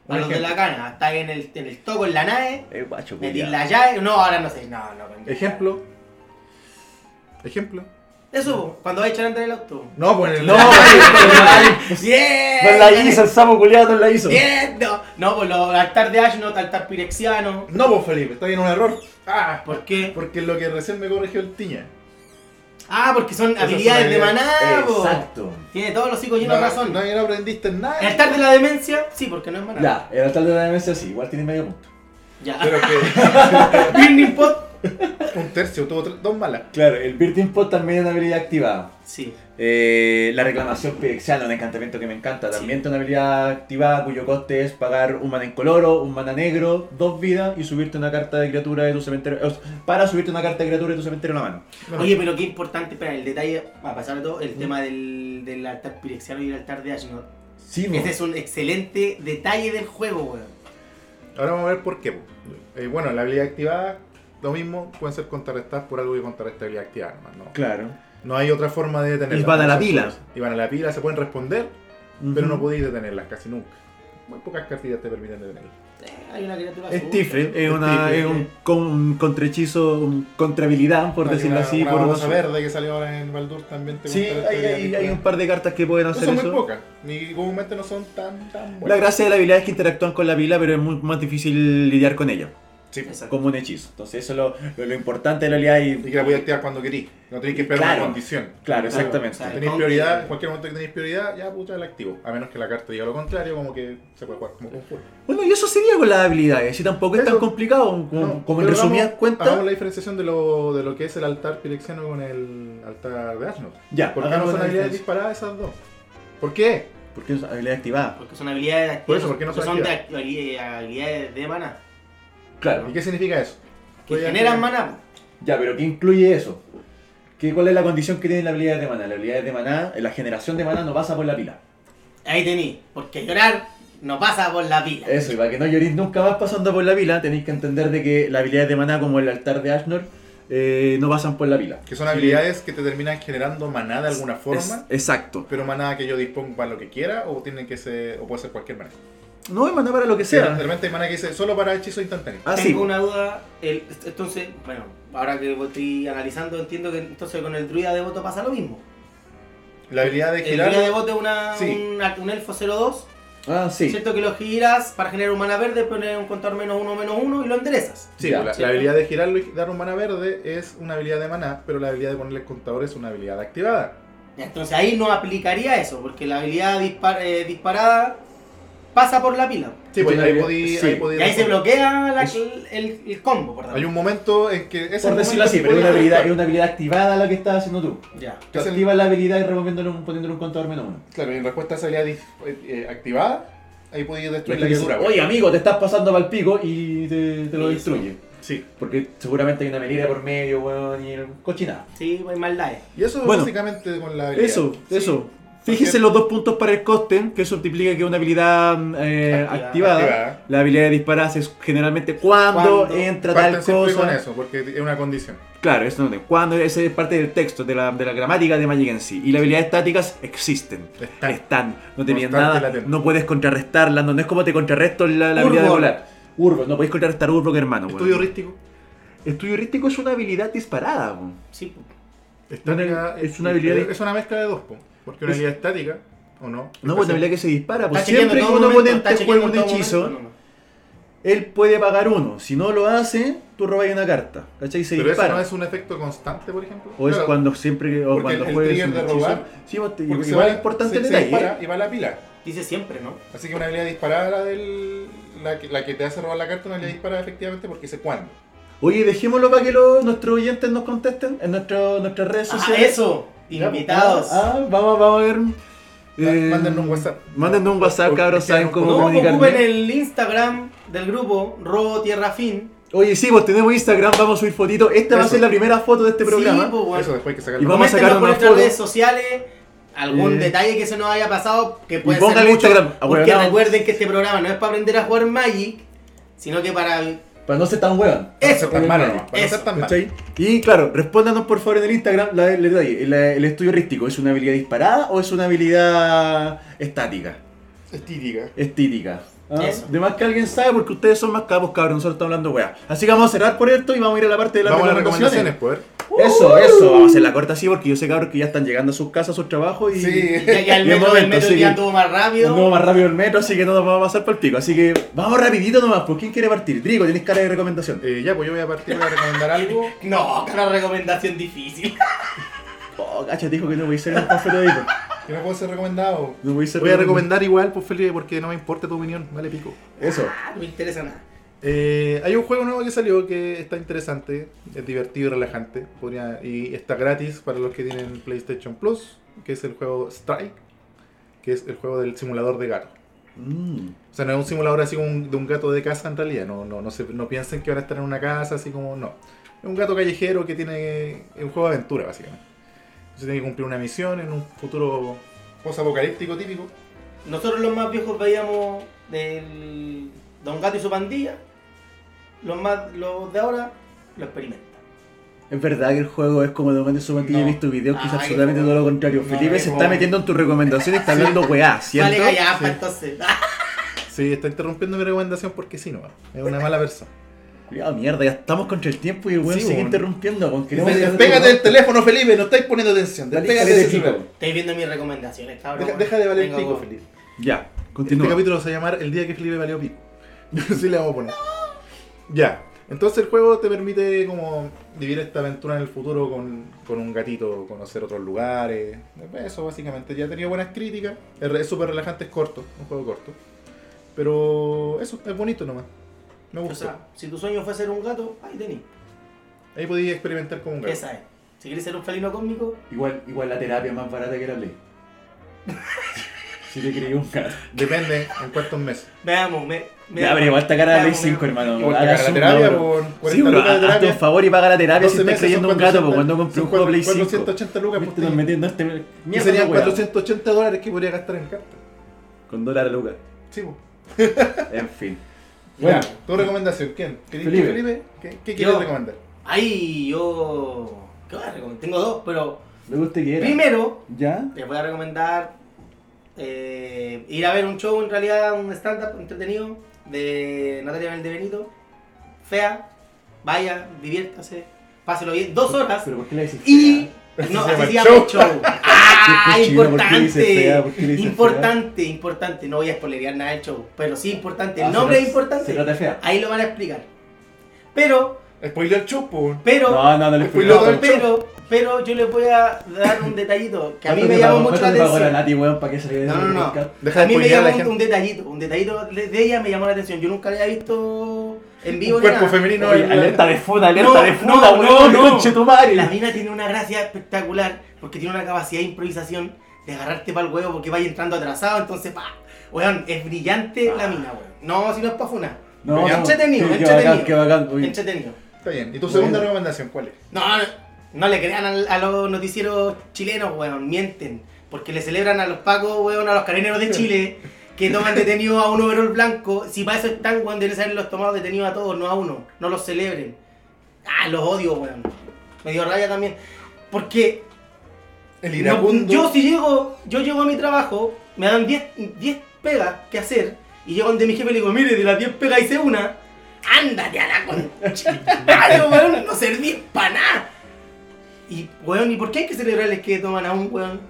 Speaker 3: A los de la cana, está en el, en el toco, en la nave,
Speaker 1: Eh, guacho,
Speaker 3: metir
Speaker 1: culiao.
Speaker 3: la llave. No, ahora no sé. No, no. con-
Speaker 2: Ejemplo. Ejemplo.
Speaker 3: Eso, po, cuando vais a echar a andar el auto.
Speaker 2: No, pues
Speaker 1: No, ay,
Speaker 3: ¡Bien!
Speaker 1: no la hizo, el sapo culiado no la hizo.
Speaker 3: ¡Bien! No, no pues lo, altar de Ashnot, altar pirexiano.
Speaker 2: No, pues Felipe, está bien un error. Ah,
Speaker 3: ¿Por qué?
Speaker 2: porque lo que recién me corrigió el tiña.
Speaker 3: Ah, porque son
Speaker 2: Esas son
Speaker 3: habilidades de
Speaker 2: habilidades-
Speaker 3: maná, po.
Speaker 1: Exacto.
Speaker 3: Tiene todos los hijos llenos
Speaker 2: No,
Speaker 3: de razón.
Speaker 2: no, ahí no aprendiste nada.
Speaker 3: El altar de la demencia, sí, porque no es maná.
Speaker 1: Ya, el altar de la demencia sí, igual tiene medio punto.
Speaker 3: Ya.
Speaker 2: Pero que
Speaker 3: Burning Pot.
Speaker 2: un tercio, tuvo tres- dos malas.
Speaker 1: Claro, el Birthing Pot también es una habilidad activada.
Speaker 3: Sí.
Speaker 1: Eh, la reclamación pirexiana, un encantamiento que me encanta. También tiene una habilidad activada cuyo coste es pagar un mana en coloro, un mana negro, dos vidas y subirte una carta de criatura de tu cementerio. o sea, para subirte una carta de criatura de tu cementerio en la mano.
Speaker 2: Bueno,
Speaker 3: Oye, pero qué importante, espera, el detalle, a pesar de todo, el tema del, del altar pirexiano y el altar de Ashnot.
Speaker 1: Sí,
Speaker 2: Mm.
Speaker 1: pues,
Speaker 3: Ese es un excelente detalle del juego, weón.
Speaker 2: Ahora vamos a ver por qué. po. Eh, bueno, la habilidad activada, lo mismo, pueden ser contrarrestadas por algo que contrarresta habilidad activada. nomás, No,
Speaker 1: Claro.
Speaker 2: no hay otra forma de detenerlas.
Speaker 1: Y van a la
Speaker 2: Esas
Speaker 1: pila.
Speaker 2: cosas. Y van a la pila, se pueden responder, pero no podéis detenerlas casi nunca. Muy pocas cartillas te permiten detenerlas.
Speaker 3: Eh, Hay una criatura
Speaker 1: Es
Speaker 3: azul.
Speaker 1: Tiflin, es,
Speaker 2: Es
Speaker 1: una,
Speaker 2: Tiflin,
Speaker 1: es un, con- un contrahechizo, un contrahabilidad, por
Speaker 2: Hay
Speaker 1: decirlo
Speaker 2: una-
Speaker 1: así.
Speaker 2: Una
Speaker 1: por unos-
Speaker 2: babosa verde que salió ahora en Baldur también. te
Speaker 1: Sí,
Speaker 2: contrarresta
Speaker 1: hay,
Speaker 2: habilidad
Speaker 1: hay- hay
Speaker 2: activada.
Speaker 1: un par de cartas que pueden
Speaker 2: No
Speaker 1: hacer
Speaker 2: son muy
Speaker 1: eso.
Speaker 2: pocas, ni comúnmente no son tan, tan
Speaker 1: La
Speaker 2: buenas.
Speaker 1: gracia de la habilidad es que interactúan con la pila, pero es muy más difícil lidiar con ella,
Speaker 2: Sí, po.
Speaker 3: Exacto.
Speaker 1: como un hechizo. Entonces eso es lo, lo- lo importante de la habilidad
Speaker 2: y
Speaker 1: y...
Speaker 2: que la podéis activar cuando queréis. No tenéis que esperar
Speaker 1: Claro.
Speaker 2: una condición.
Speaker 1: Claro, exactamente.
Speaker 3: Claro, o sea,
Speaker 2: Tenéis
Speaker 3: Entonces-
Speaker 2: prioridad, en cualquier momento que tenéis prioridad, ya puta la activo. A menos que la carta diga lo contrario, como que se puede jugar como conjuro.
Speaker 1: Bueno, y eso sería con las habilidades, y tampoco es tan
Speaker 2: Eso-
Speaker 1: complicado, como,
Speaker 2: No,
Speaker 1: como en
Speaker 2: pero
Speaker 1: resumidas
Speaker 2: hagamos-
Speaker 1: cuentas.
Speaker 2: Hagamos la diferenciación de lo, de lo que es el altar pirexiano con el altar de Ashnod.
Speaker 1: Ya,
Speaker 2: ¿Por qué no
Speaker 1: hagamos
Speaker 2: son
Speaker 1: la
Speaker 2: habilidades
Speaker 1: diferencia.
Speaker 2: disparadas esas dos? ¿Por qué?
Speaker 1: Porque es habilidad activada.
Speaker 3: Porque son habilidades activas.
Speaker 2: Por eso, ¿por qué no
Speaker 3: son,
Speaker 2: son
Speaker 3: de act- habili- habilidades de maná.
Speaker 1: Claro.
Speaker 2: ¿Y qué significa eso?
Speaker 3: Que
Speaker 2: Voy a-
Speaker 3: generan maná. po.
Speaker 1: Ya, pero ¿qué incluye eso? ¿Qué, ¿Cuál es la condición que tiene la habilidad de maná? La habilidad de maná, eh, la generación de maná no pasa por la pila.
Speaker 3: Ahí tení. Porque llorar no pasa por la pila.
Speaker 1: Eso, y para que no lloréis nunca más pasando por la pila, tenéis que entender de que las habilidades de maná, como el altar de Ashnor, eh, no pasan por la pila.
Speaker 2: Que son habilidades que te terminan generando maná de alguna
Speaker 1: Es-
Speaker 2: forma,
Speaker 1: exacto.
Speaker 2: pero maná que yo dispongo para lo que quiera o tienen que ser, o puede ser cualquier maná.
Speaker 1: No es maná para lo que
Speaker 2: De
Speaker 1: sea.
Speaker 2: repente hay maná que dice solo para hechizo instantáneo.
Speaker 1: Ah, sí.
Speaker 3: Tengo una duda. el- entonces, bueno, ahora que estoy analizando, entiendo que entonces con el druida devoto pasa lo mismo.
Speaker 2: La habilidad de
Speaker 3: El druida
Speaker 2: girar.
Speaker 3: devoto es una,
Speaker 2: Sí.
Speaker 3: un, un elfo 02.
Speaker 1: Ah, sí.
Speaker 3: ¿Cierto que lo giras para generar un maná verde, pones un contador menos uno, menos uno y lo enderezas?
Speaker 2: Sí,
Speaker 1: Ya.
Speaker 2: la, la habilidad de girarlo y dar un maná verde es una habilidad de maná, pero la habilidad de ponerle el contador es una habilidad activada.
Speaker 3: Ya, Entonces ahí no aplicaría eso, porque la habilidad dispar- eh, disparada pasa por la pila.
Speaker 2: Sí, pues
Speaker 1: Tiene
Speaker 2: ahí
Speaker 1: habilidad-
Speaker 2: podí,
Speaker 1: sí.
Speaker 2: ahí podí
Speaker 3: Y ahí se
Speaker 2: responder.
Speaker 3: bloquea la-
Speaker 1: Es-
Speaker 3: el, el- el combo, por tanto.
Speaker 2: Hay un momento en que ese
Speaker 1: Por decirlo
Speaker 2: momento
Speaker 1: así,
Speaker 2: se
Speaker 1: pero es
Speaker 2: puede
Speaker 1: una habilidad,
Speaker 2: ejecutar.
Speaker 1: es una habilidad activada la que estás haciendo tú.
Speaker 3: Ya.
Speaker 1: Tú
Speaker 2: Es el-
Speaker 1: activas la habilidad y removiéndole un, poniéndole un contador menos uno.
Speaker 2: Claro, y en respuesta a esa habilidad dis- eh, eh, activada, ahí podía destruir la
Speaker 1: Porque dice,
Speaker 2: criatura.
Speaker 1: Oye, amigo, te estás pasando para el pico y te, te lo
Speaker 3: Eso.
Speaker 1: destruye.
Speaker 2: Sí.
Speaker 1: Porque seguramente hay una medida por medio, weón, y cochinada.
Speaker 3: Sí, hay maldades.
Speaker 2: Y eso
Speaker 1: Bueno.
Speaker 2: básicamente con la habilidad.
Speaker 1: Eso,
Speaker 2: Sí.
Speaker 1: eso.
Speaker 2: Porque-
Speaker 1: Fíjense los dos puntos para el coste, que eso implica que una habilidad eh,
Speaker 3: Activada.
Speaker 1: activada,
Speaker 2: Activada.
Speaker 1: la habilidad de disparar es generalmente cuando,
Speaker 3: Cuando.
Speaker 1: entra
Speaker 2: Parten
Speaker 1: tal
Speaker 2: siempre con
Speaker 1: cosa.
Speaker 2: eso, porque es una condición.
Speaker 1: Claro, eso no te- cuando ese es parte del texto, de la, de la gramática de Magic en sí. Y las habilidades estáticas existen,
Speaker 2: Están.
Speaker 1: están, no te piden
Speaker 2: Constante
Speaker 1: nada,
Speaker 2: latente.
Speaker 1: no puedes contrarrestarlas, no, no es como te contrarresto la, la habilidad de
Speaker 3: Urbo.
Speaker 1: volar. Urbo, no podéis contrarrestar Urbo que hermano. weón.
Speaker 2: Estudio rístico.
Speaker 1: Estudio rístico es una habilidad disparada. weón.
Speaker 3: Sí,
Speaker 2: Estática
Speaker 1: es una habilidad de-
Speaker 2: Es una mezcla de dos, po, porque una
Speaker 1: Es-
Speaker 2: habilidad estática ¿O no?
Speaker 1: No, pues también la que se dispara. Pues
Speaker 3: Está chequeando
Speaker 1: siempre que
Speaker 3: todo
Speaker 1: un
Speaker 3: momento, está
Speaker 1: oponente juega
Speaker 3: chequeando
Speaker 1: un
Speaker 3: todo
Speaker 1: hechizo,
Speaker 3: momento, no, no.
Speaker 1: él puede pagar uno. Si no lo hace, tú robas una carta. ¿Cachai? Y se
Speaker 2: Pero eso
Speaker 1: dispara.
Speaker 2: no es un efecto constante, por ejemplo.
Speaker 1: O es
Speaker 2: Claro,
Speaker 1: cuando siempre o
Speaker 2: Porque
Speaker 1: cuando
Speaker 2: el- el
Speaker 1: juegues
Speaker 2: trigger
Speaker 1: un
Speaker 2: de
Speaker 1: hechizo.
Speaker 2: robar,
Speaker 1: Sí, vos te-
Speaker 2: porque se
Speaker 1: igual
Speaker 2: va-
Speaker 1: es importante
Speaker 2: se-
Speaker 1: el
Speaker 2: se
Speaker 1: detalle. ¿eh?
Speaker 2: dispara y va la pila.
Speaker 3: Dice siempre, ¿no?
Speaker 2: Así que una habilidad disparada, la, del, la, que, la que te hace robar la carta, una habilidad disparada efectivamente porque sé cuándo.
Speaker 1: Oye, dejémoslo para que los- nuestros oyentes nos contesten en nuestro- nuestras redes
Speaker 3: Ah,
Speaker 1: sociales.
Speaker 3: eso,
Speaker 1: Ya, pues,
Speaker 3: invitados.
Speaker 1: Ah, ah, vamos, vamos a ver. Eh,
Speaker 2: mándennos un WhatsApp.
Speaker 1: Mándenos un WhatsApp,
Speaker 2: Porque
Speaker 1: cabros,
Speaker 2: quedan
Speaker 1: saben
Speaker 2: un
Speaker 1: cómo
Speaker 2: poco-
Speaker 3: No, pues,
Speaker 1: comunicarme.
Speaker 3: ocupen el Instagram del grupo Robo Tierra Fin.
Speaker 1: Oye, sí, vos tenemos Instagram, vamos a subir fotitos. Esta va a
Speaker 2: Eso.
Speaker 1: ser la primera foto de este programa.
Speaker 3: Sí, pues, bueno.
Speaker 2: Eso después hay que
Speaker 1: Y
Speaker 2: sacarlo.
Speaker 1: vamos a
Speaker 3: Coméntenos
Speaker 1: sacar
Speaker 3: por
Speaker 1: una
Speaker 3: nuestras
Speaker 1: foto.
Speaker 3: redes sociales algún
Speaker 1: Eh.
Speaker 3: detalle que se nos haya pasado que puede
Speaker 1: pongan
Speaker 3: ser
Speaker 1: el
Speaker 3: mucho,
Speaker 1: Instagram,
Speaker 3: porque
Speaker 1: ahueonado.
Speaker 3: recuerden que este programa no es para aprender a jugar Magic, sino que para
Speaker 1: Para no ser tan huevan.
Speaker 2: Para no
Speaker 3: eso.
Speaker 2: ser tan malo, nomás, para no
Speaker 3: Eso.
Speaker 2: ser tan malo.
Speaker 1: ¿Cachai? Y claro, respóndanos por favor en el Instagram la, el, detalle. La- el estudio rístico. ¿Es una habilidad disparada o es una habilidad estática?
Speaker 2: Estírica.
Speaker 1: Estítica. ¿Ah?
Speaker 3: Eso.
Speaker 1: De más que alguien sabe porque ustedes son más capos, cabrón. Nosotros estamos hablando weá. Así que vamos a cerrar por esto y vamos a ir a la parte de las
Speaker 2: Vamos a las
Speaker 1: recomendaciones.
Speaker 2: recomendaciones, Uh. pues.
Speaker 1: Eso, eso. Vamos a hacer la corta así porque yo sé, cabros, que ya están llegando a sus casas, a sus trabajos y.
Speaker 2: pues. Sí.
Speaker 3: y ya que el
Speaker 1: Y el
Speaker 3: metro, el
Speaker 1: momento,
Speaker 3: metro
Speaker 1: sí,
Speaker 3: ya
Speaker 1: que-
Speaker 3: anduvo más rápido.
Speaker 1: Nos vamos más rápido el metro, así que no nos vamos a pasar por el pico. Así que vamos rapidito nomás. ¿Por quién quiere partir? Drigo, tienes cara de recomendación.
Speaker 2: Eh, ya, pues yo voy a partir voy a recomendar algo.
Speaker 3: No, que una recomendación difícil.
Speaker 1: Oh, cacha, te dijo que no voy a ser un panfleto de Drigo.
Speaker 2: Que no puedo ser recomendado.
Speaker 1: No voy a ser
Speaker 2: Voy a
Speaker 1: un-
Speaker 2: recomendar igual, pues Felipe, porque no me importa tu opinión. Vale, pico.
Speaker 1: Eso.
Speaker 3: No me interesa nada.
Speaker 2: Eh, hay un juego nuevo que salió que está interesante, es divertido y relajante. podría- y está gratis para los que tienen PlayStation Plus, que es el juego Strike, que es el juego del simulador de gato.
Speaker 1: Mm.
Speaker 2: O sea, no es un simulador así como un- de un gato de casa en realidad. No, no, no, se, no piensen que van a estar en una casa así como. No. Es un gato callejero que tiene. Es un juego de aventura, básicamente. Entonces tiene que cumplir una misión en un futuro post-apocalíptico típico.
Speaker 3: Nosotros los más viejos veíamos del Don Gato y su pandilla. Los más los de ahora lo experimentan.
Speaker 1: Es verdad que el juego es como de momento su pandilla. He
Speaker 2: No.
Speaker 1: visto videos que es
Speaker 3: Ah,
Speaker 1: absolutamente
Speaker 3: qué
Speaker 1: todo lo contrario.
Speaker 2: No,
Speaker 1: Felipe
Speaker 2: qué
Speaker 1: se está
Speaker 2: joven.
Speaker 1: metiendo en tus recomendaciones y está hablando weá,
Speaker 3: Vale,
Speaker 1: ¿cierto?
Speaker 3: callapa,
Speaker 2: Sí.
Speaker 3: entonces.
Speaker 2: Sí, está interrumpiendo mi recomendación porque sí, no. Es una mala persona.
Speaker 1: Cuidado, mierda, ya estamos contra el tiempo y el weón
Speaker 2: Sí,
Speaker 1: sigue
Speaker 2: weón.
Speaker 1: interrumpiendo. weón. Queremos
Speaker 2: Despégate
Speaker 1: llegar a
Speaker 2: despégate
Speaker 1: todo.
Speaker 2: del teléfono, Felipe, no estáis poniendo atención.
Speaker 1: Dale,
Speaker 2: Despégate
Speaker 1: dale,
Speaker 2: del
Speaker 1: chico.
Speaker 2: celular.
Speaker 3: Estáis viendo mis recomendaciones, está
Speaker 2: Deja, deja de valer pico, Felipe.
Speaker 1: Ya,
Speaker 2: Este
Speaker 1: continúa.
Speaker 2: capítulo se va a llamar El día que Felipe valió pico. sí le vamos a poner. Ya. Entonces el juego te permite como vivir esta aventura en el futuro con, con un gatito, conocer otros lugares. Eso básicamente. Ya ha tenido buenas críticas. Es re- es súper relajante, es corto, un juego corto. Pero eso, es bonito nomás. Me
Speaker 3: O
Speaker 2: gusta.
Speaker 3: sea, si tu sueño fue ser un gato, ahí tenés.
Speaker 2: Ahí podías experimentar con un gato.
Speaker 3: Esa es. Si quieres ser un felino cósmico,
Speaker 1: Igual, igual la terapia es más barata que la ley. si te creí un gato.
Speaker 2: Depende en cuántos meses.
Speaker 3: veamos, me. me
Speaker 1: Ya, pero igual esta cara de la ley
Speaker 3: veamos,
Speaker 1: 5,
Speaker 3: veamos.
Speaker 1: hermano.
Speaker 2: Igual que
Speaker 1: Hagas
Speaker 2: haga la
Speaker 1: un
Speaker 2: terapia
Speaker 1: logro.
Speaker 2: por 40
Speaker 1: Sí, pero
Speaker 2: lucas de
Speaker 1: hazte
Speaker 2: terapia.
Speaker 1: un favor y paga la terapia si
Speaker 2: 12
Speaker 1: estás
Speaker 2: meses
Speaker 1: creyendo
Speaker 2: son
Speaker 1: un gato,
Speaker 2: 400,
Speaker 1: pues cuando compré un
Speaker 2: son
Speaker 1: juego Play 5.
Speaker 2: 480 lucas,
Speaker 1: Viste,
Speaker 2: pues,
Speaker 1: nos
Speaker 2: tío.
Speaker 1: metiendo este...
Speaker 2: Y
Speaker 1: Mierda,
Speaker 2: serían
Speaker 1: weón.
Speaker 2: 480 dólares que podría gastar en cartas.
Speaker 1: Con dólar a lucas.
Speaker 2: Sí, po.
Speaker 1: En fin.
Speaker 2: Bueno,
Speaker 1: Bueno.
Speaker 2: tu recomendación, ¿quién? ¿Querés
Speaker 1: Felipe.
Speaker 2: Felipe. ¿Qué, qué
Speaker 3: Yo.
Speaker 2: quieres recomendar?
Speaker 3: Ahí yo. ¿Qué voy a recomendar? Tengo dos, pero.
Speaker 1: Me gusta que era.
Speaker 3: Primero,
Speaker 1: ¿Ya?
Speaker 3: les voy a recomendar eh, ir a ver un show, en realidad, un stand-up entretenido de Natalia Valdebenito. Fea, vaya, diviértase, páselo bien. Dos horas
Speaker 1: ¿Pero por qué la decís?
Speaker 3: y.
Speaker 1: fea?
Speaker 3: No,
Speaker 2: Se llama
Speaker 3: así se
Speaker 2: el
Speaker 3: llama el show. ¡Ah!
Speaker 1: Qué cochino, ¿por qué le dices fea? ¿Por qué le
Speaker 3: Importante,
Speaker 1: dices
Speaker 3: importante, importante. No voy a spoilerear nada del show, pero sí importante.
Speaker 1: Ah,
Speaker 3: El
Speaker 1: se
Speaker 3: nombre
Speaker 1: trata-
Speaker 3: es
Speaker 1: Se
Speaker 3: importante.
Speaker 1: trata de fea.
Speaker 3: Ahí lo van a explicar. Pero,
Speaker 2: Spoiler pues. chupo.
Speaker 3: pero.
Speaker 1: No, no, no le
Speaker 2: Fui
Speaker 1: explico.
Speaker 2: loco.
Speaker 3: Pero, pero, pero yo les voy a dar un detallito que a mí
Speaker 1: ¿Cuánto
Speaker 3: me
Speaker 1: te
Speaker 3: llamó
Speaker 1: pagó-
Speaker 3: mucho la
Speaker 1: cuánto te pagó
Speaker 3: atención.
Speaker 1: la Nati, weón, para que saliera
Speaker 3: No,
Speaker 1: en el
Speaker 3: no, no.
Speaker 1: podcast?
Speaker 2: Deja
Speaker 3: A
Speaker 2: de
Speaker 3: mí me
Speaker 2: spoilear a
Speaker 3: llamó
Speaker 2: la
Speaker 3: un, un
Speaker 2: gente.
Speaker 3: detallito, un detallito de de ella me llamó la atención. Yo nunca la había visto en vivo.
Speaker 2: Un
Speaker 3: ni
Speaker 2: cuerpo
Speaker 3: nada.
Speaker 2: femenino.
Speaker 1: Oye,
Speaker 2: la-
Speaker 1: alerta de funa,
Speaker 3: No,
Speaker 1: alerta de
Speaker 3: no,
Speaker 1: funa, weón,
Speaker 3: no, no.
Speaker 1: conche tu madre.
Speaker 3: La mina tiene una gracia espectacular porque tiene una capacidad de improvisación de agarrarte para el huevo porque vaya entrando atrasado. Entonces, pa, weón, es brillante la mina, weón. No, si no es pa' funar.
Speaker 1: Ah. No, no,
Speaker 3: entretenido,
Speaker 1: qué- qué
Speaker 3: entretenido.
Speaker 1: bacán, qué bacán, uy.
Speaker 3: Entretenido.
Speaker 2: Está bien. ¿Y tu
Speaker 1: Bueno.
Speaker 2: segunda recomendación cuál es?
Speaker 3: No, no, no le crean al- a los noticieros chilenos, weón, mienten. Porque le celebran a los pacos, weón, a los carabineros de Chile, que toman detenido a un overol blanco. Si para eso están, weón, deben ser los tomados detenidos a todos, no a uno. No los celebren. Ah, los odio, weón. Me dio rabia también. Porque
Speaker 2: El
Speaker 3: no-
Speaker 2: iracundo.
Speaker 3: yo si llego, yo llego a mi trabajo, me dan 10 10 pegas que hacer, y llego donde mi jefe y le digo, mire, de las 10 pegas hice una, ándate a la concha. Claro, weón, no servís para nada. Y, weón, ¿y por qué hay que celebrarles que toman a un weón?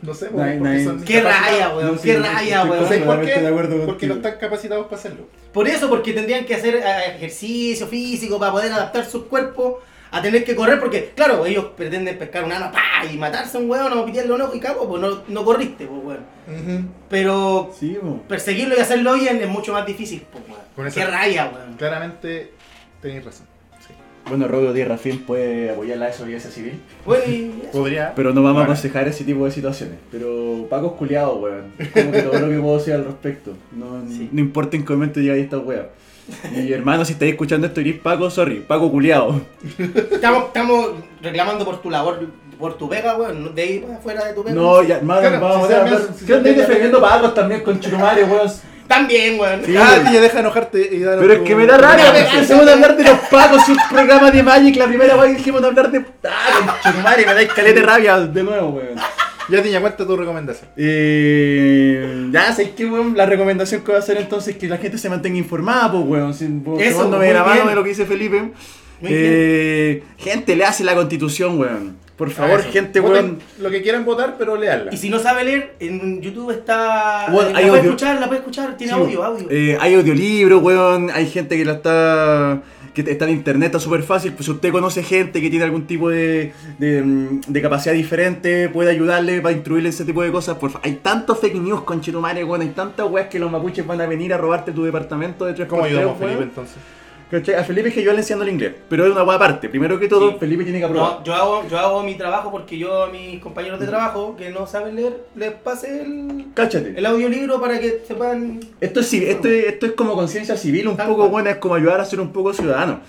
Speaker 2: No sé,
Speaker 1: Nine,
Speaker 2: weón, porque
Speaker 1: nine.
Speaker 2: son
Speaker 3: Qué
Speaker 2: incapacitados.
Speaker 3: raya, weón,
Speaker 1: No, sí,
Speaker 3: qué
Speaker 1: no,
Speaker 3: raya,
Speaker 1: estoy
Speaker 2: No
Speaker 3: weón.
Speaker 2: sé por
Speaker 1: Totalmente de acuerdo
Speaker 2: qué, porque
Speaker 1: contigo.
Speaker 2: no están capacitados para hacerlo.
Speaker 3: Por eso, porque tendrían que hacer eh, ejercicio físico para poder adaptar sus cuerpos a tener que correr, porque, claro, ellos pretenden pescar un ala ¡pa! y matarse a un weón o pillarle un ojo y cago, pues no, no corriste, pues weón. Pero
Speaker 1: Sí, po.
Speaker 3: perseguirlo y hacerlo bien es mucho más difícil, pues weón.
Speaker 2: Con esa-
Speaker 3: Qué raya, weón.
Speaker 2: Claramente tenéis razón. sí.
Speaker 1: Bueno, Robo Díaz Rafín puede apoyar la desobediencia civil.
Speaker 3: Bueno, y-
Speaker 2: Podría.
Speaker 1: Pero no vamos
Speaker 2: Bueno.
Speaker 1: a aconsejar ese tipo de situaciones. Pero Paco es culiado, weón. Como que todo lo que puedo decir al respecto. No,
Speaker 3: Sí.
Speaker 1: no importa en qué momento llegáis a esta wea. Y hermano, si estáis escuchando esto, iris Paco, sorry, Paco culiado.
Speaker 3: estamos, estamos reclamando por tu labor, por tu pega, weón, no- de ahí para afuera de tu pega.
Speaker 1: No, ya, hermano,
Speaker 2: Claro,
Speaker 1: vamos
Speaker 2: si
Speaker 1: a
Speaker 2: sea
Speaker 1: hablar.
Speaker 2: menos- si
Speaker 1: ¿Qué
Speaker 2: sea
Speaker 1: andáis
Speaker 2: menos-
Speaker 1: defendiendo Pacos también con Churumare, weón?
Speaker 3: También, weón.
Speaker 1: Sí,
Speaker 2: Ah,
Speaker 1: weón.
Speaker 2: ya deja de enojarte y dar
Speaker 1: Pero es
Speaker 2: tu-
Speaker 1: que me da rabia, pues,
Speaker 3: Una
Speaker 1: porque
Speaker 3: venganza,
Speaker 1: empezamos a
Speaker 3: weón.
Speaker 1: hablar de los pagos y un programa de Magic, la primera vez que dijimos de hablar de. ¡Ah, chumare! Me da escalete de rabia de nuevo, weón.
Speaker 2: Ya te cuenta tu recomendación.
Speaker 1: Eh, ya, sé que, weón, la recomendación que voy a hacer entonces es que la gente se mantenga informada, pues, weón. Sin, po,
Speaker 3: Eso,
Speaker 1: tomándome
Speaker 3: muy
Speaker 1: la mano
Speaker 3: bien.
Speaker 1: de lo que dice Felipe.
Speaker 3: Muy
Speaker 1: Eh, gente, le hace la constitución, weón. Por favor,
Speaker 2: Ah, eso.
Speaker 1: gente,
Speaker 2: Voten
Speaker 1: weón.
Speaker 2: Lo que quieran votar, pero leanla.
Speaker 3: Y si no sabe leer, en YouTube está. eh,
Speaker 1: Weón,
Speaker 3: la
Speaker 1: hay
Speaker 3: puede
Speaker 1: audio.
Speaker 3: escuchar, la puede escuchar, tiene
Speaker 1: Sí,
Speaker 3: audio,
Speaker 1: weón.
Speaker 3: audio.
Speaker 1: Eh, hay audiolibro, weón. Hay gente que la está. que está en internet, está súper fácil. Pues si usted conoce gente que tiene algún tipo de, de, mm, de capacidad diferente, puede ayudarle para instruirle en ese tipo de cosas. Por fa- hay tantos fake news, conchetumare, weón. Hay tantas weas que los mapuches van a venir a robarte tu departamento de tres
Speaker 2: ¿Cómo
Speaker 1: por tres,
Speaker 2: ayudamos a
Speaker 1: weón.
Speaker 2: Felipe entonces?
Speaker 1: ¿Cachai? A Felipe es que yo le enseñando el inglés, pero es una hueá aparte. Primero que todo,
Speaker 3: Sí.
Speaker 1: Felipe tiene que aprobar.
Speaker 3: No, yo hago, yo hago mi trabajo porque yo a mis compañeros
Speaker 1: Mm.
Speaker 3: de trabajo que no saben leer les pase el,
Speaker 1: Cáchate.
Speaker 3: el audiolibro para que sepan.
Speaker 1: Esto es, civi- esto, es- esto es como conciencia civil, un
Speaker 3: Tal
Speaker 1: poco
Speaker 3: cual.
Speaker 1: buena, es como ayudar a ser un poco ciudadano.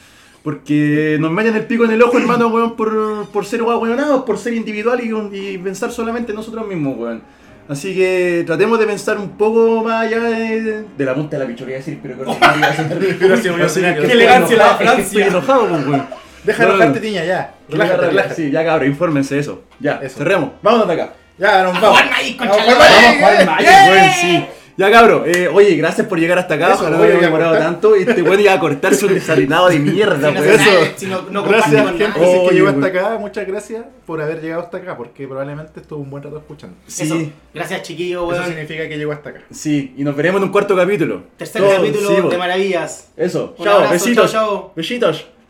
Speaker 1: Porque nos meten el pico en el ojo, hermano, weón, por, por ser hueonados, por ser individual y, un- y pensar solamente en nosotros mismos, weón. Así que tratemos de pensar un poco más allá de, de la punta de la pichorra, iba a decir, pero creo que no iba a sonar.
Speaker 2: Gracias,
Speaker 1: Así que
Speaker 2: Qué
Speaker 1: estoy
Speaker 3: elegancia la
Speaker 1: enojado, es que
Speaker 3: Francia.
Speaker 1: Estoy enojado, pues, weón.
Speaker 2: Deja
Speaker 1: No, no, no.
Speaker 2: enojarte, tiña, ya. Relájate,
Speaker 1: Ya,
Speaker 2: relájate.
Speaker 1: Sí, ya cabrón, infórmense eso. Ya,
Speaker 2: Eso.
Speaker 1: cerremos. Vámonos de acá.
Speaker 2: Ya, nos
Speaker 3: ¡A
Speaker 2: vamos.
Speaker 3: jugar maíz,
Speaker 2: ¡A jugar maíz!
Speaker 3: concha
Speaker 1: Vamos, Juan Mayo,
Speaker 3: ¡Eh!
Speaker 1: weón, sí. Ya cabro, eh, oye, gracias por llegar hasta acá,
Speaker 2: Eso,
Speaker 1: ojalá no
Speaker 2: oye,
Speaker 1: haya
Speaker 2: voy a
Speaker 1: demorado
Speaker 2: cortar.
Speaker 1: tanto. Este weón iba a cortarse un desalinado de mierda,
Speaker 3: Si no,
Speaker 1: weón.
Speaker 3: se sabe, si no, no comparte
Speaker 2: Gracias,
Speaker 3: con
Speaker 2: gente,
Speaker 3: nadie.
Speaker 2: si es
Speaker 1: Oye,
Speaker 2: que llegó hasta
Speaker 1: güey.
Speaker 2: acá. Muchas gracias por haber llegado hasta acá, porque probablemente estuvo un buen rato escuchando.
Speaker 3: Eso.
Speaker 1: Sí,
Speaker 3: Gracias, chiquillo,
Speaker 2: Eso
Speaker 3: weón.
Speaker 2: significa que llegó hasta acá.
Speaker 1: sí, y nos veremos en un cuarto capítulo.
Speaker 3: Tercer
Speaker 1: Todo,
Speaker 3: capítulo
Speaker 1: sí, weón.
Speaker 3: de Maravillas.
Speaker 1: Eso,
Speaker 3: Un
Speaker 1: chao,
Speaker 3: abrazo,
Speaker 1: besitos.
Speaker 3: chao, chao.
Speaker 1: Besitos.